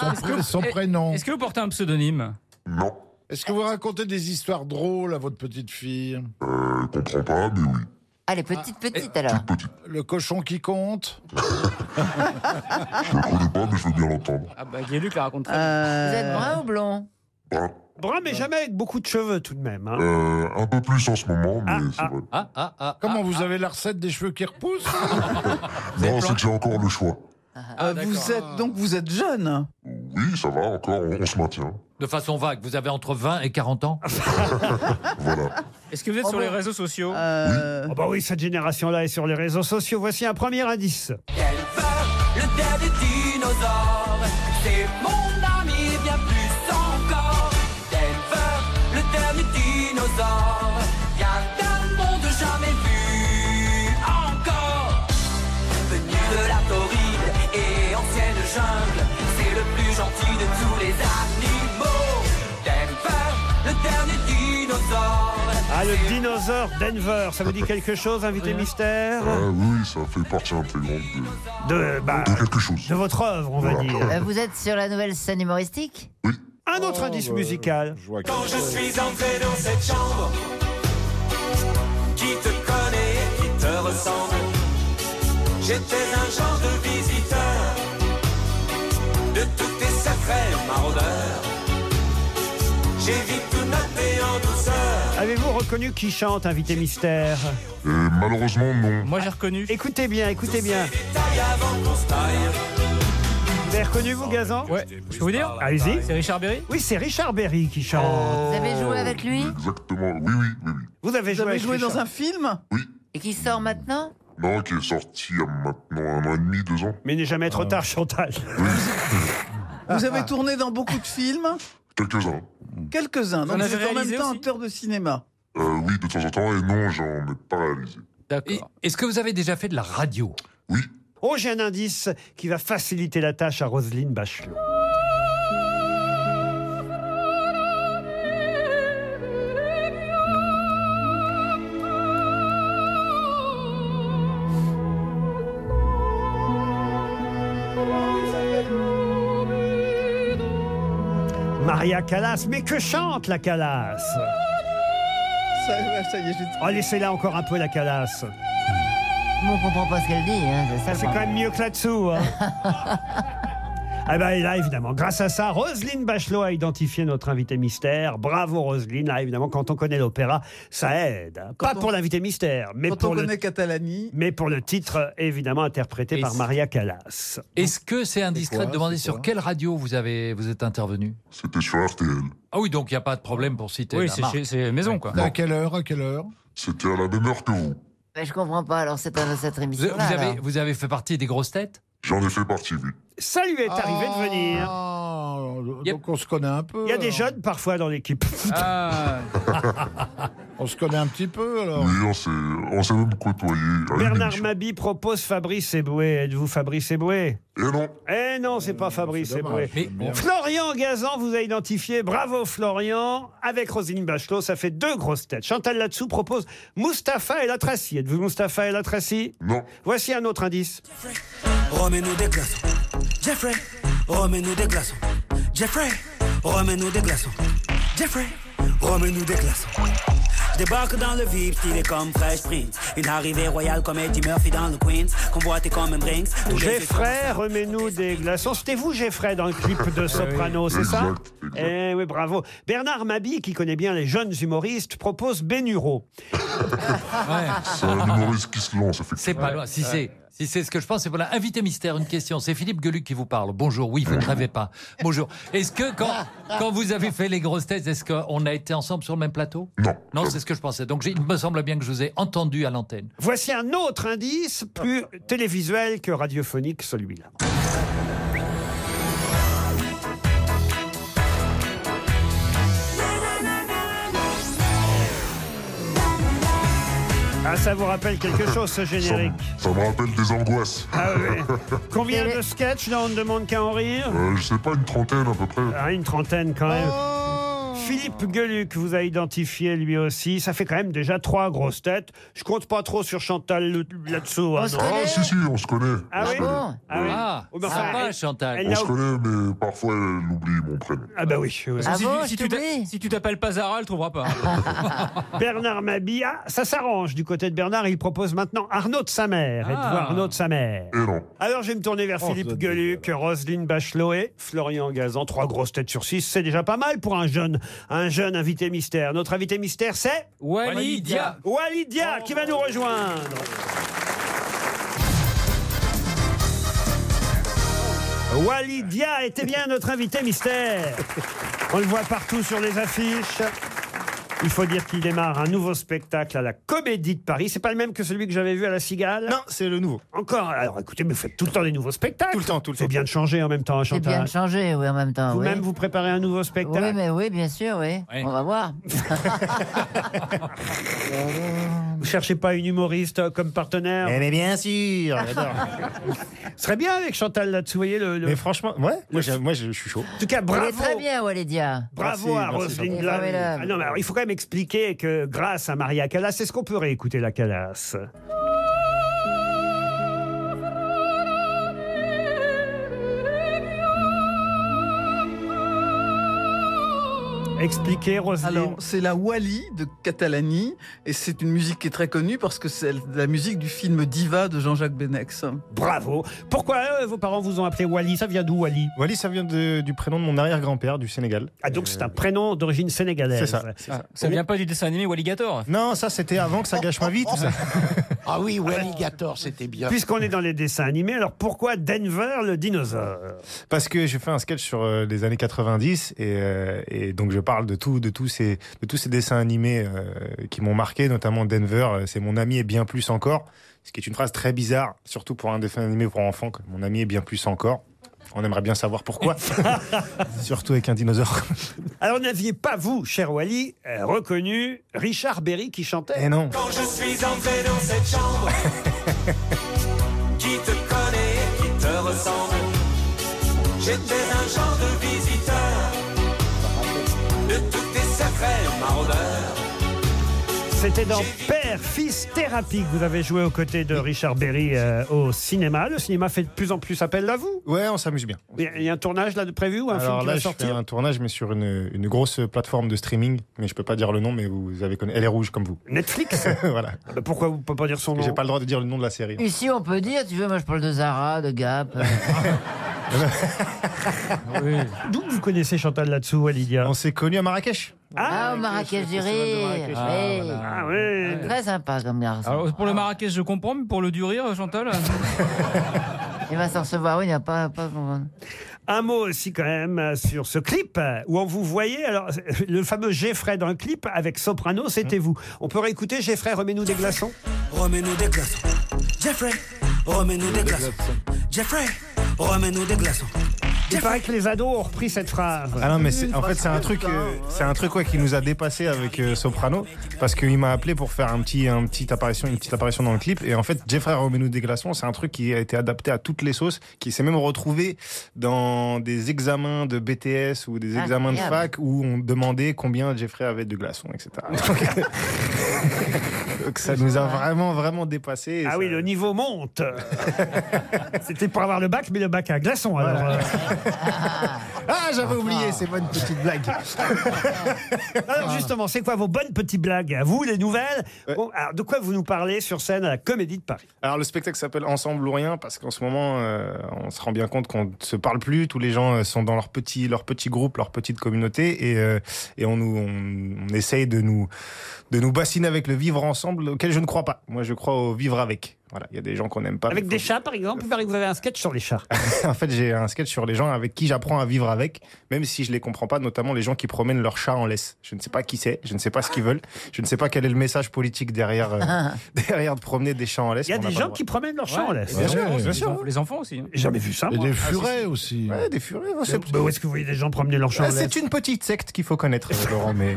[SPEAKER 11] Son, pr- son prénom.
[SPEAKER 7] Est-ce que vous portez un pseudonyme
[SPEAKER 20] Non,
[SPEAKER 11] Est-ce que vous racontez des histoires drôles à votre petite fille
[SPEAKER 20] elle comprend pas, mais oui.
[SPEAKER 12] Ah, les petites, petites alors.
[SPEAKER 11] Le cochon qui compte
[SPEAKER 20] Je la connais pas, mais je veux bien l'entendre.
[SPEAKER 7] Ah bah, Guéluc la raconte très
[SPEAKER 8] Euh,
[SPEAKER 12] Vous
[SPEAKER 7] bien.
[SPEAKER 11] Euh,
[SPEAKER 12] êtes brun ou blond
[SPEAKER 6] Brun, mais jamais avec beaucoup de cheveux tout de même. hein.
[SPEAKER 20] Euh, un peu plus en ce moment, mais c'est vrai.
[SPEAKER 8] Ah, ah, ah.
[SPEAKER 11] Comment vous avez la recette des cheveux qui repoussent
[SPEAKER 12] Ah,
[SPEAKER 20] Non, c'est que j'ai encore le choix.
[SPEAKER 6] Ah,
[SPEAKER 10] Euh, Vous êtes donc vous êtes jeune.
[SPEAKER 20] Oui, ça va, encore, on, on se maintient.
[SPEAKER 8] De façon vague, vous avez entre 20 et 40 ans
[SPEAKER 7] Est-ce que vous êtes
[SPEAKER 10] Oh
[SPEAKER 7] sur les
[SPEAKER 10] bah-
[SPEAKER 7] réseaux sociaux
[SPEAKER 10] Euh,
[SPEAKER 6] Oh bah oui, cette génération-là est sur les réseaux sociaux. Voici un premier indice.
[SPEAKER 13] Le père des dinosaures, c'est mon ami, bien plus encore. Denver, le dernier dinosaure, vient d'un monde jamais vu encore. Venu de la Floride et ancienne jungle, c'est le plus gentil de tous les animaux. Denver, le dernier dinosaure.
[SPEAKER 6] Ah, le dinosaure Denver, ça vous dit quelque chose, invité mystère
[SPEAKER 20] Ah oui, ça fait partie intégrante de,
[SPEAKER 6] de, bah,
[SPEAKER 20] de quelque chose.
[SPEAKER 6] Ah. De votre œuvre, on va dire.
[SPEAKER 12] Euh, Vous êtes sur la nouvelle scène humoristique
[SPEAKER 6] Un autre indice
[SPEAKER 10] Oh,
[SPEAKER 6] musical.
[SPEAKER 13] Quand je suis entré dans cette chambre, qui te connaît et qui te ressemble, j'étais un genre de visiteur de tous tes sacrés maraudeurs. J'ai vite tout noté en douceur.
[SPEAKER 6] Avez-vous reconnu qui chante, invité mystère
[SPEAKER 20] Et Euh, malheureusement, non.
[SPEAKER 7] Moi j'ai reconnu.
[SPEAKER 6] Écoutez bien, écoutez bien.
[SPEAKER 13] Taille avant qu'on se taille.
[SPEAKER 6] Vous avez reconnu, vous, Gazan
[SPEAKER 7] Ouais. Je peux vous dire
[SPEAKER 6] Allez-y.
[SPEAKER 7] C'est Richard Berry
[SPEAKER 6] Oui, c'est Richard Berry qui chante.
[SPEAKER 12] Vous avez joué avec lui
[SPEAKER 20] Exactement, oui, oui, oui, oui.
[SPEAKER 6] Vous avez
[SPEAKER 10] Oh. Vous
[SPEAKER 6] joué,
[SPEAKER 10] avez
[SPEAKER 6] avec
[SPEAKER 10] joué dans
[SPEAKER 6] Richard.
[SPEAKER 10] un film
[SPEAKER 12] Et qui sort maintenant
[SPEAKER 20] Non, qui est sorti il y a maintenant un an et demi, deux ans.
[SPEAKER 6] Mais il n'est jamais trop tard, Chantal.
[SPEAKER 10] Vous avez tourné dans beaucoup de films,
[SPEAKER 20] Quelques-uns.
[SPEAKER 10] quelques-uns.
[SPEAKER 7] en
[SPEAKER 10] Donc vous
[SPEAKER 7] avez
[SPEAKER 10] êtes en même
[SPEAKER 7] réalisé
[SPEAKER 10] temps
[SPEAKER 7] aussi
[SPEAKER 10] acteur de cinéma.
[SPEAKER 20] Euh, oui, de temps en temps, et non, j'en ai pas réalisé.
[SPEAKER 8] D'accord. Est-ce que vous avez déjà fait de la radio
[SPEAKER 6] Oh, j'ai un indice qui va faciliter la tâche à Roselyne Bachelot. Maria Callas, mais que chante la Callas
[SPEAKER 10] Ça, ça y est, j'ai
[SPEAKER 6] Oh, laissez-la encore un peu la Callas.
[SPEAKER 12] on comprend pas ce qu'elle dit, hein, c'est ça le
[SPEAKER 6] C'est quand
[SPEAKER 12] problème.
[SPEAKER 6] même mieux que là-dessous. hein. Ah ben et là, évidemment, grâce à ça, Roselyne Bachelot a identifié notre invité mystère. Bravo Roselyne, là, évidemment, quand on connaît l'opéra, ça aide. hein. Pas pour l'invité mystère, mais
[SPEAKER 10] Quand
[SPEAKER 6] pour
[SPEAKER 10] on
[SPEAKER 6] le...
[SPEAKER 10] connaît Catalani.
[SPEAKER 6] Mais pour le titre, évidemment, interprété
[SPEAKER 8] Et
[SPEAKER 6] par
[SPEAKER 8] c'est-
[SPEAKER 6] Maria Callas.
[SPEAKER 8] Est-ce que c'est indiscret
[SPEAKER 6] quoi,
[SPEAKER 8] de demander
[SPEAKER 6] c'est
[SPEAKER 8] sur
[SPEAKER 6] quoi
[SPEAKER 8] quelle radio vous, avez, vous êtes intervenu
[SPEAKER 20] C'était sur RTL.
[SPEAKER 8] Ah oui, donc il n'y a pas de problème pour citer.
[SPEAKER 7] Oui,
[SPEAKER 8] la
[SPEAKER 7] c'est
[SPEAKER 8] marque.
[SPEAKER 7] chez- c'est maison, quoi.
[SPEAKER 8] Bon.
[SPEAKER 9] À quelle heure À quelle heure
[SPEAKER 20] C'était à la même heure que vous.
[SPEAKER 12] Mais Ben, je comprends pas, alors c'est pas cette
[SPEAKER 8] Vous,
[SPEAKER 12] émission-là.
[SPEAKER 8] vous avez,
[SPEAKER 12] alors.
[SPEAKER 8] vous avez fait partie des grosses têtes
[SPEAKER 20] J'en ai fait partie, oui.
[SPEAKER 6] Ça lui est arrivé
[SPEAKER 10] Ah.
[SPEAKER 6] de venir.
[SPEAKER 11] Ah,
[SPEAKER 9] donc on se connaît un peu.
[SPEAKER 6] Il y a des jeunes parfois dans l'équipe.
[SPEAKER 10] Ah.
[SPEAKER 9] On se connaît un petit peu alors.
[SPEAKER 20] Oui, on s'est on s'est même côtoyé. à une
[SPEAKER 6] Bernard
[SPEAKER 20] émission.
[SPEAKER 6] Mabi propose Fabrice Eboué. Êtes-vous Fabrice Eboué
[SPEAKER 20] Eh non.
[SPEAKER 6] Eh non, c'est pas Fabrice Eboué.
[SPEAKER 20] dommage, j'aime bien.
[SPEAKER 6] Florian Gazan vous a identifié. Bravo Florian. Avec Roselyne Bachelot, ça fait deux grosses têtes. Chantal Latsou propose Mustapha El Latrassi. Êtes-vous Mustapha El Latrassi
[SPEAKER 20] Non.
[SPEAKER 6] Voici un autre indice.
[SPEAKER 21] Remets-nous des glaçons. Jeffrey, remets-nous des glaçons. Jeffrey, remets-nous des glaçons. Jeffrey, remets-nous des glaçons. Je débarque dans le VIP, stylé comme Fresh Prince. Une arrivée royale comme Eddie Murphy dans le Queens. Convoité comme un Brinks. Tous les
[SPEAKER 6] Geoffrey, remets-nous des glaçons. C'était vous, Geoffrey, dans le clip de Soprano, c'est ça
[SPEAKER 20] Exact,
[SPEAKER 6] Eh oui, bravo. Bernard Mabi, qui connaît bien les jeunes humoristes, propose Bénuro.
[SPEAKER 20] C'est un humoriste qui se lance, effectivement.
[SPEAKER 8] C'est pas loin. Si c'est. Si c'est ce que je pense, c'est voilà. Invité mystère, une question. C'est Philippe Geluc qui vous parle. Bonjour. Oui, vous ne rêvez pas. Bonjour. Est-ce que quand, quand vous avez fait les grosses têtes, est-ce qu'on a été ensemble sur le même plateau
[SPEAKER 20] Non.
[SPEAKER 8] Non, c'est ce que je pensais. Donc j'ai- il me semble bien que je vous ai entendu à l'antenne.
[SPEAKER 6] Voici un autre indice, plus télévisuel que radiophonique, celui-là. Ah, ça vous rappelle quelque chose, ce générique
[SPEAKER 20] Ça me rappelle des angoisses.
[SPEAKER 6] Ah oui. Combien de sketchs là, on ne demande qu'à en rire
[SPEAKER 20] Euh, je sais pas, une trentaine à peu près.
[SPEAKER 6] Ah, une trentaine quand même. Philippe Gueluc vous a identifié lui aussi. Ça fait quand même déjà trois grosses têtes. Je compte pas trop sur Chantal le- là-dessous. hein, non.
[SPEAKER 20] Ah, si, si, on se connaît.
[SPEAKER 6] Ah
[SPEAKER 20] on
[SPEAKER 6] oui
[SPEAKER 20] se connaît.
[SPEAKER 6] Ah oui.
[SPEAKER 8] Ah,
[SPEAKER 6] Oh, bah,
[SPEAKER 8] sympa,
[SPEAKER 6] enfin, elle-
[SPEAKER 8] Chantal.
[SPEAKER 6] elle
[SPEAKER 20] on
[SPEAKER 6] n'a
[SPEAKER 20] se
[SPEAKER 6] aucun-
[SPEAKER 20] connaît, mais parfois elle oublie mon prénom.
[SPEAKER 6] Ah bah oui. oui.
[SPEAKER 7] si, tu- si tu t'a- si tu t'appelles pas Zara, elle trouvera pas.
[SPEAKER 12] Ah,
[SPEAKER 6] Bernard Mabilla, ça s'arrange du côté de Bernard. Il propose maintenant Arnaud de sa mère. Et de
[SPEAKER 7] Ah.
[SPEAKER 6] voir Arnaud de sa mère.
[SPEAKER 20] Et non.
[SPEAKER 6] Alors je vais me tourner vers Philippe Gueluc, Roselyne Bachelot et Florian Gazan. Trois grosses têtes sur six, c'est déjà pas mal pour un jeune, un jeune invité mystère. Notre invité mystère, c'est
[SPEAKER 7] Walidia.
[SPEAKER 6] Walidia qui va nous rejoindre. Walidia était bien notre invité mystère. On le voit partout sur les affiches. Il faut dire qu'il démarre un nouveau spectacle à la Comédie de Paris. C'est pas le même que celui que j'avais vu à la Cigale
[SPEAKER 22] Non, c'est le nouveau.
[SPEAKER 6] Encore Alors écoutez, mais vous faites tout le temps des nouveaux spectacles.
[SPEAKER 22] Tout le temps, tout le
[SPEAKER 6] C'est
[SPEAKER 22] temps.
[SPEAKER 6] bien de changer en même temps, hein,
[SPEAKER 12] C'est bien
[SPEAKER 6] Chantal.
[SPEAKER 12] de changer, oui, en même temps.
[SPEAKER 6] Vous-même,
[SPEAKER 12] oui.
[SPEAKER 6] vous préparez un nouveau spectacle
[SPEAKER 12] Oui, mais oui, bien sûr, oui.
[SPEAKER 8] Oui.
[SPEAKER 12] On va voir.
[SPEAKER 6] Vous cherchez pas une humoriste euh, comme partenaire Ah.
[SPEAKER 22] Eh, mais bien sûr, j'adore.
[SPEAKER 6] Ce serait bien avec Chantal là-dessous, voyez le... le-
[SPEAKER 22] Mais franchement, ouais, moi, j'ai- moi, je je suis chaud.
[SPEAKER 6] En tout cas,
[SPEAKER 12] Elle
[SPEAKER 6] bravo
[SPEAKER 12] est très bien, Walidia.
[SPEAKER 6] Bravo
[SPEAKER 22] Merci,
[SPEAKER 6] à
[SPEAKER 22] merci,
[SPEAKER 6] Roselyne
[SPEAKER 12] Chantal.
[SPEAKER 6] Blanc.
[SPEAKER 12] Formidable.
[SPEAKER 6] Ah non, mais alors, il faut quand même expliquer que grâce à Maria Callas, est-ce qu'on peut réécouter la Callas Expliquez, Roselyne.
[SPEAKER 10] Alors, c'est la Wally de Catalani, et c'est une musique qui est très connue parce que c'est la musique du film Diva de Jean-Jacques Benex.
[SPEAKER 6] Bravo. Pourquoi euh, vos parents vous ont appelé Wally Ça vient d'où Wally
[SPEAKER 22] Wally, ça vient de- du prénom de mon arrière-grand-père du Sénégal. Euh,
[SPEAKER 6] Ah donc c'est un prénom d'origine sénégalaise.
[SPEAKER 22] C'est ça. Ah, c'est ça.
[SPEAKER 7] Ça vient pas du dessin animé Walligator.
[SPEAKER 22] Non, ça, c'était avant que ça gâche ma vie, tout ça.
[SPEAKER 9] Ah oui, Walligator, c'était bien.
[SPEAKER 6] Puisqu'on est dans les dessins animés, alors pourquoi Denver le dinosaure
[SPEAKER 22] Parce que j'ai fait un sketch sur euh, les années 90 et, euh, et donc je parle de tout, de tous ces, de tous ces dessins animés euh, qui m'ont marqué, notamment Denver, euh, c'est mon ami et bien plus encore, ce qui est une phrase très bizarre, surtout pour un dessin animé pour enfants, quoi. mon ami est bien plus encore. On aimerait bien savoir pourquoi. Surtout avec un dinosaure.
[SPEAKER 6] Alors n'aviez pas vous, cher Wally, euh, reconnu Richard Berry qui chantait
[SPEAKER 22] Eh non.
[SPEAKER 13] Quand je suis entré dans cette chambre, qui te connaît et qui te ressemble, j'étais un genre de visiteur de tous tes secrets maraudeurs.
[SPEAKER 6] C'était dans Père Fils Thérapie que vous avez joué aux côtés de Richard Berry euh, au cinéma. Le cinéma fait de plus en plus appel à vous.
[SPEAKER 22] Ouais, on s'amuse bien.
[SPEAKER 6] Il y a- il y a un tournage là de prévu ou un film
[SPEAKER 22] Alors
[SPEAKER 6] qui
[SPEAKER 22] là,
[SPEAKER 6] va
[SPEAKER 22] je fais
[SPEAKER 6] sortir
[SPEAKER 22] un tournage, mais sur une, une grosse plateforme de streaming. Mais je peux pas dire le nom, mais vous avez connu. Elle est rouge comme vous.
[SPEAKER 6] Netflix Ah bah
[SPEAKER 22] Voilà.
[SPEAKER 6] Pourquoi vous ne pouvez pas dire son
[SPEAKER 22] nom J'ai pas le droit de dire le nom de la série.
[SPEAKER 12] Ici, on peut dire, tu veux, moi je parle de Zara, de Gap. euh.
[SPEAKER 6] D'où vous connaissez Chantal là-dessous, Lydia
[SPEAKER 22] On s'est connus à Marrakech.
[SPEAKER 12] Ah, au Marrakech du Rire.
[SPEAKER 7] Marrakech.
[SPEAKER 12] oui.
[SPEAKER 7] Ah, voilà. Ah, oui.
[SPEAKER 12] Très sympa comme garçon.
[SPEAKER 6] Ah,
[SPEAKER 7] Alors, pour le Marrakech, je comprends, mais pour le du rire, Chantal euh,
[SPEAKER 12] Il va s'en recevoir une, il n'y a pas, pas
[SPEAKER 6] Un mot aussi quand même euh, sur ce clip euh, où on vous voyait, alors euh, le fameux Geoffrey dans le clip avec Soprano, c'était vous. On peut réécouter Geoffrey, remets-nous des glaçons.
[SPEAKER 21] Remets-nous des glaçons. Jeffrey, remets-nous des glaçons. Jeffrey, remets-nous des glaçons.
[SPEAKER 6] Il paraît que les ados ont repris cette phrase.
[SPEAKER 22] Ah non, mais c'est- en fait, c'est un truc, euh, c'est un truc ouais, qui nous a dépassé avec euh, Soprano parce qu'il m'a appelé pour faire un petit, un petit apparition, une petite apparition dans le clip. Et en fait, Jeffrey Romenu des glaçons, c'est un truc qui a été adapté à toutes les sauces, qui s'est même retrouvé dans des examens de BTS ou des examens de
[SPEAKER 6] Incroyable.
[SPEAKER 22] fac où on demandait combien Jeffrey avait de glaçons, etc. Donc, donc ça nous a vraiment, vraiment dépassé.
[SPEAKER 6] Ah oui, le niveau monte. C'était pour avoir le bac, mais le bac à glaçons. Alors, euh.
[SPEAKER 22] Ah, j'avais oublié ces bonnes petites blagues.
[SPEAKER 6] alors justement, c'est quoi vos bonnes petites blagues à vous, les nouvelles Bon, alors, De quoi vous nous parlez sur scène à la Comédie de Paris
[SPEAKER 22] Alors le spectacle s'appelle Ensemble ou rien parce qu'en ce moment euh, on se rend bien compte qu'on ne se parle plus, tous les gens euh, sont dans leur petit leur petit groupe, leur petite communauté et, euh, et on nous on, on essaye de nous de nous bassiner avec le vivre ensemble auquel je ne crois pas. Moi je crois au vivre avec. Voilà, il y a des gens qu'on n'aime pas. mais
[SPEAKER 6] Avec des chats, par
[SPEAKER 22] Euh,
[SPEAKER 6] exemple, il paraît que vous avez un sketch sur les chats.
[SPEAKER 22] en fait, j'ai un sketch sur les gens avec qui j'apprends à vivre avec, même si je les comprends pas, notamment les gens qui promènent leur chat en laisse. Je ne sais pas qui c'est, je ne sais pas ce qu'ils veulent, je ne sais pas quel est le message politique derrière, euh, derrière de promener des chats en laisse.
[SPEAKER 6] Il y a
[SPEAKER 22] On n'a
[SPEAKER 6] des
[SPEAKER 22] pas le
[SPEAKER 6] gens
[SPEAKER 22] droit.
[SPEAKER 6] qui promènent leur Ah, chat
[SPEAKER 22] Ouais,
[SPEAKER 6] en laisse.
[SPEAKER 22] bien sûr, bien
[SPEAKER 6] Les
[SPEAKER 22] sûr.
[SPEAKER 6] enfants-
[SPEAKER 7] Les enfants aussi. hein.
[SPEAKER 6] Jamais vu ça.
[SPEAKER 11] Et
[SPEAKER 6] moi.
[SPEAKER 11] des
[SPEAKER 6] Ah, si,
[SPEAKER 11] furets
[SPEAKER 6] si.
[SPEAKER 11] aussi.
[SPEAKER 22] Ouais, des furets, ouais, c'est-
[SPEAKER 6] Bah, où est-ce que vous voyez des gens promener leur chat en
[SPEAKER 22] Ah,
[SPEAKER 6] laisse
[SPEAKER 22] C'est une petite secte qu'il faut connaître, euh, Laurent, mais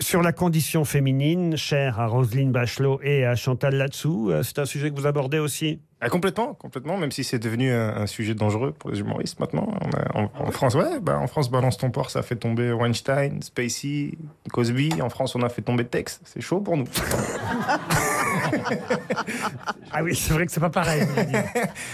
[SPEAKER 6] Sur la condition féminine, chère à Roselyne Bachelot et à Chantal Latsou, euh, c'est un sujet que vous abordez aussi
[SPEAKER 22] Ah, complètement, complètement, même si c'est devenu un, un sujet dangereux pour les humoristes maintenant. On a- en, en France, ouais, bah, en France, Balance ton port, ça fait tomber Weinstein, Spacey, Cosby. En France, on a fait tomber Tex. C'est chaud pour nous.
[SPEAKER 6] Ah oui, c'est vrai que c'est pas pareil.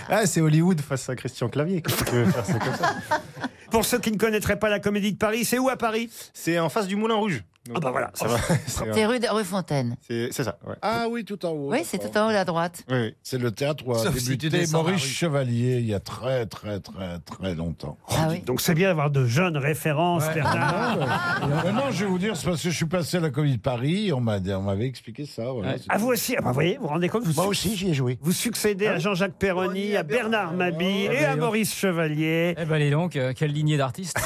[SPEAKER 22] Ah, c'est Hollywood face à Christian Clavier. Qu'est-ce que tu veux faire C'est comme ça.
[SPEAKER 6] Pour ceux qui ne connaîtraient pas la Comédie de Paris, c'est où à Paris
[SPEAKER 22] C'est en face du Moulin Rouge.
[SPEAKER 6] Ah bah voilà.
[SPEAKER 22] Ça va. C'est-
[SPEAKER 12] C'est rue, de- rue Fontaine.
[SPEAKER 22] C'est c'est ça, ouais.
[SPEAKER 11] Ah oui, tout en haut.
[SPEAKER 12] Oui, c'est tout en haut à droite.
[SPEAKER 22] Oui, oui.
[SPEAKER 11] C'est le théâtre où a
[SPEAKER 8] Sauf si tu
[SPEAKER 11] débuté
[SPEAKER 8] descends la
[SPEAKER 11] Maurice
[SPEAKER 8] rue.
[SPEAKER 11] Chevalier il y a très, très, très, très longtemps.
[SPEAKER 12] Ah oui.
[SPEAKER 6] Donc c'est bien d'avoir de jeunes références, Bernard.
[SPEAKER 11] Ah, Mais non, je vais vous dire, c'est parce que je suis passé à la Comédie de Paris, et on m'a- on m'avait expliqué ça. voilà.
[SPEAKER 6] Ah vous aussi, ah bah, vous voyez, vous vous rendez compte vous
[SPEAKER 9] Moi
[SPEAKER 6] suc-
[SPEAKER 9] aussi, j'y ai joué.
[SPEAKER 6] Vous succédez
[SPEAKER 11] Ah
[SPEAKER 6] à Jean-Jacques Perroni, Ah à Bernard Mabille
[SPEAKER 7] Ah,
[SPEAKER 6] et à
[SPEAKER 7] ben,
[SPEAKER 6] Maurice Chevalier.
[SPEAKER 7] Eh ben, allez donc, euh, quelle lignée d'artistes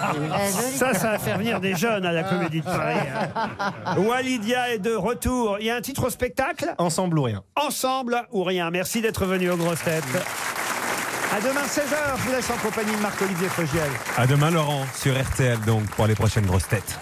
[SPEAKER 6] Ah, Ça, ça va faire venir des jeunes à la Comédie de Paris. hein. Walidia est de retour. Il y a un titre au spectacle
[SPEAKER 22] Ensemble ou rien.
[SPEAKER 6] Ensemble ou rien. Merci d'être venu aux grosses têtes. À demain 16h, je vous laisse en compagnie de Marc-Olivier Fogiel.
[SPEAKER 1] À demain, Laurent, sur RTL, donc, pour les prochaines grosses têtes.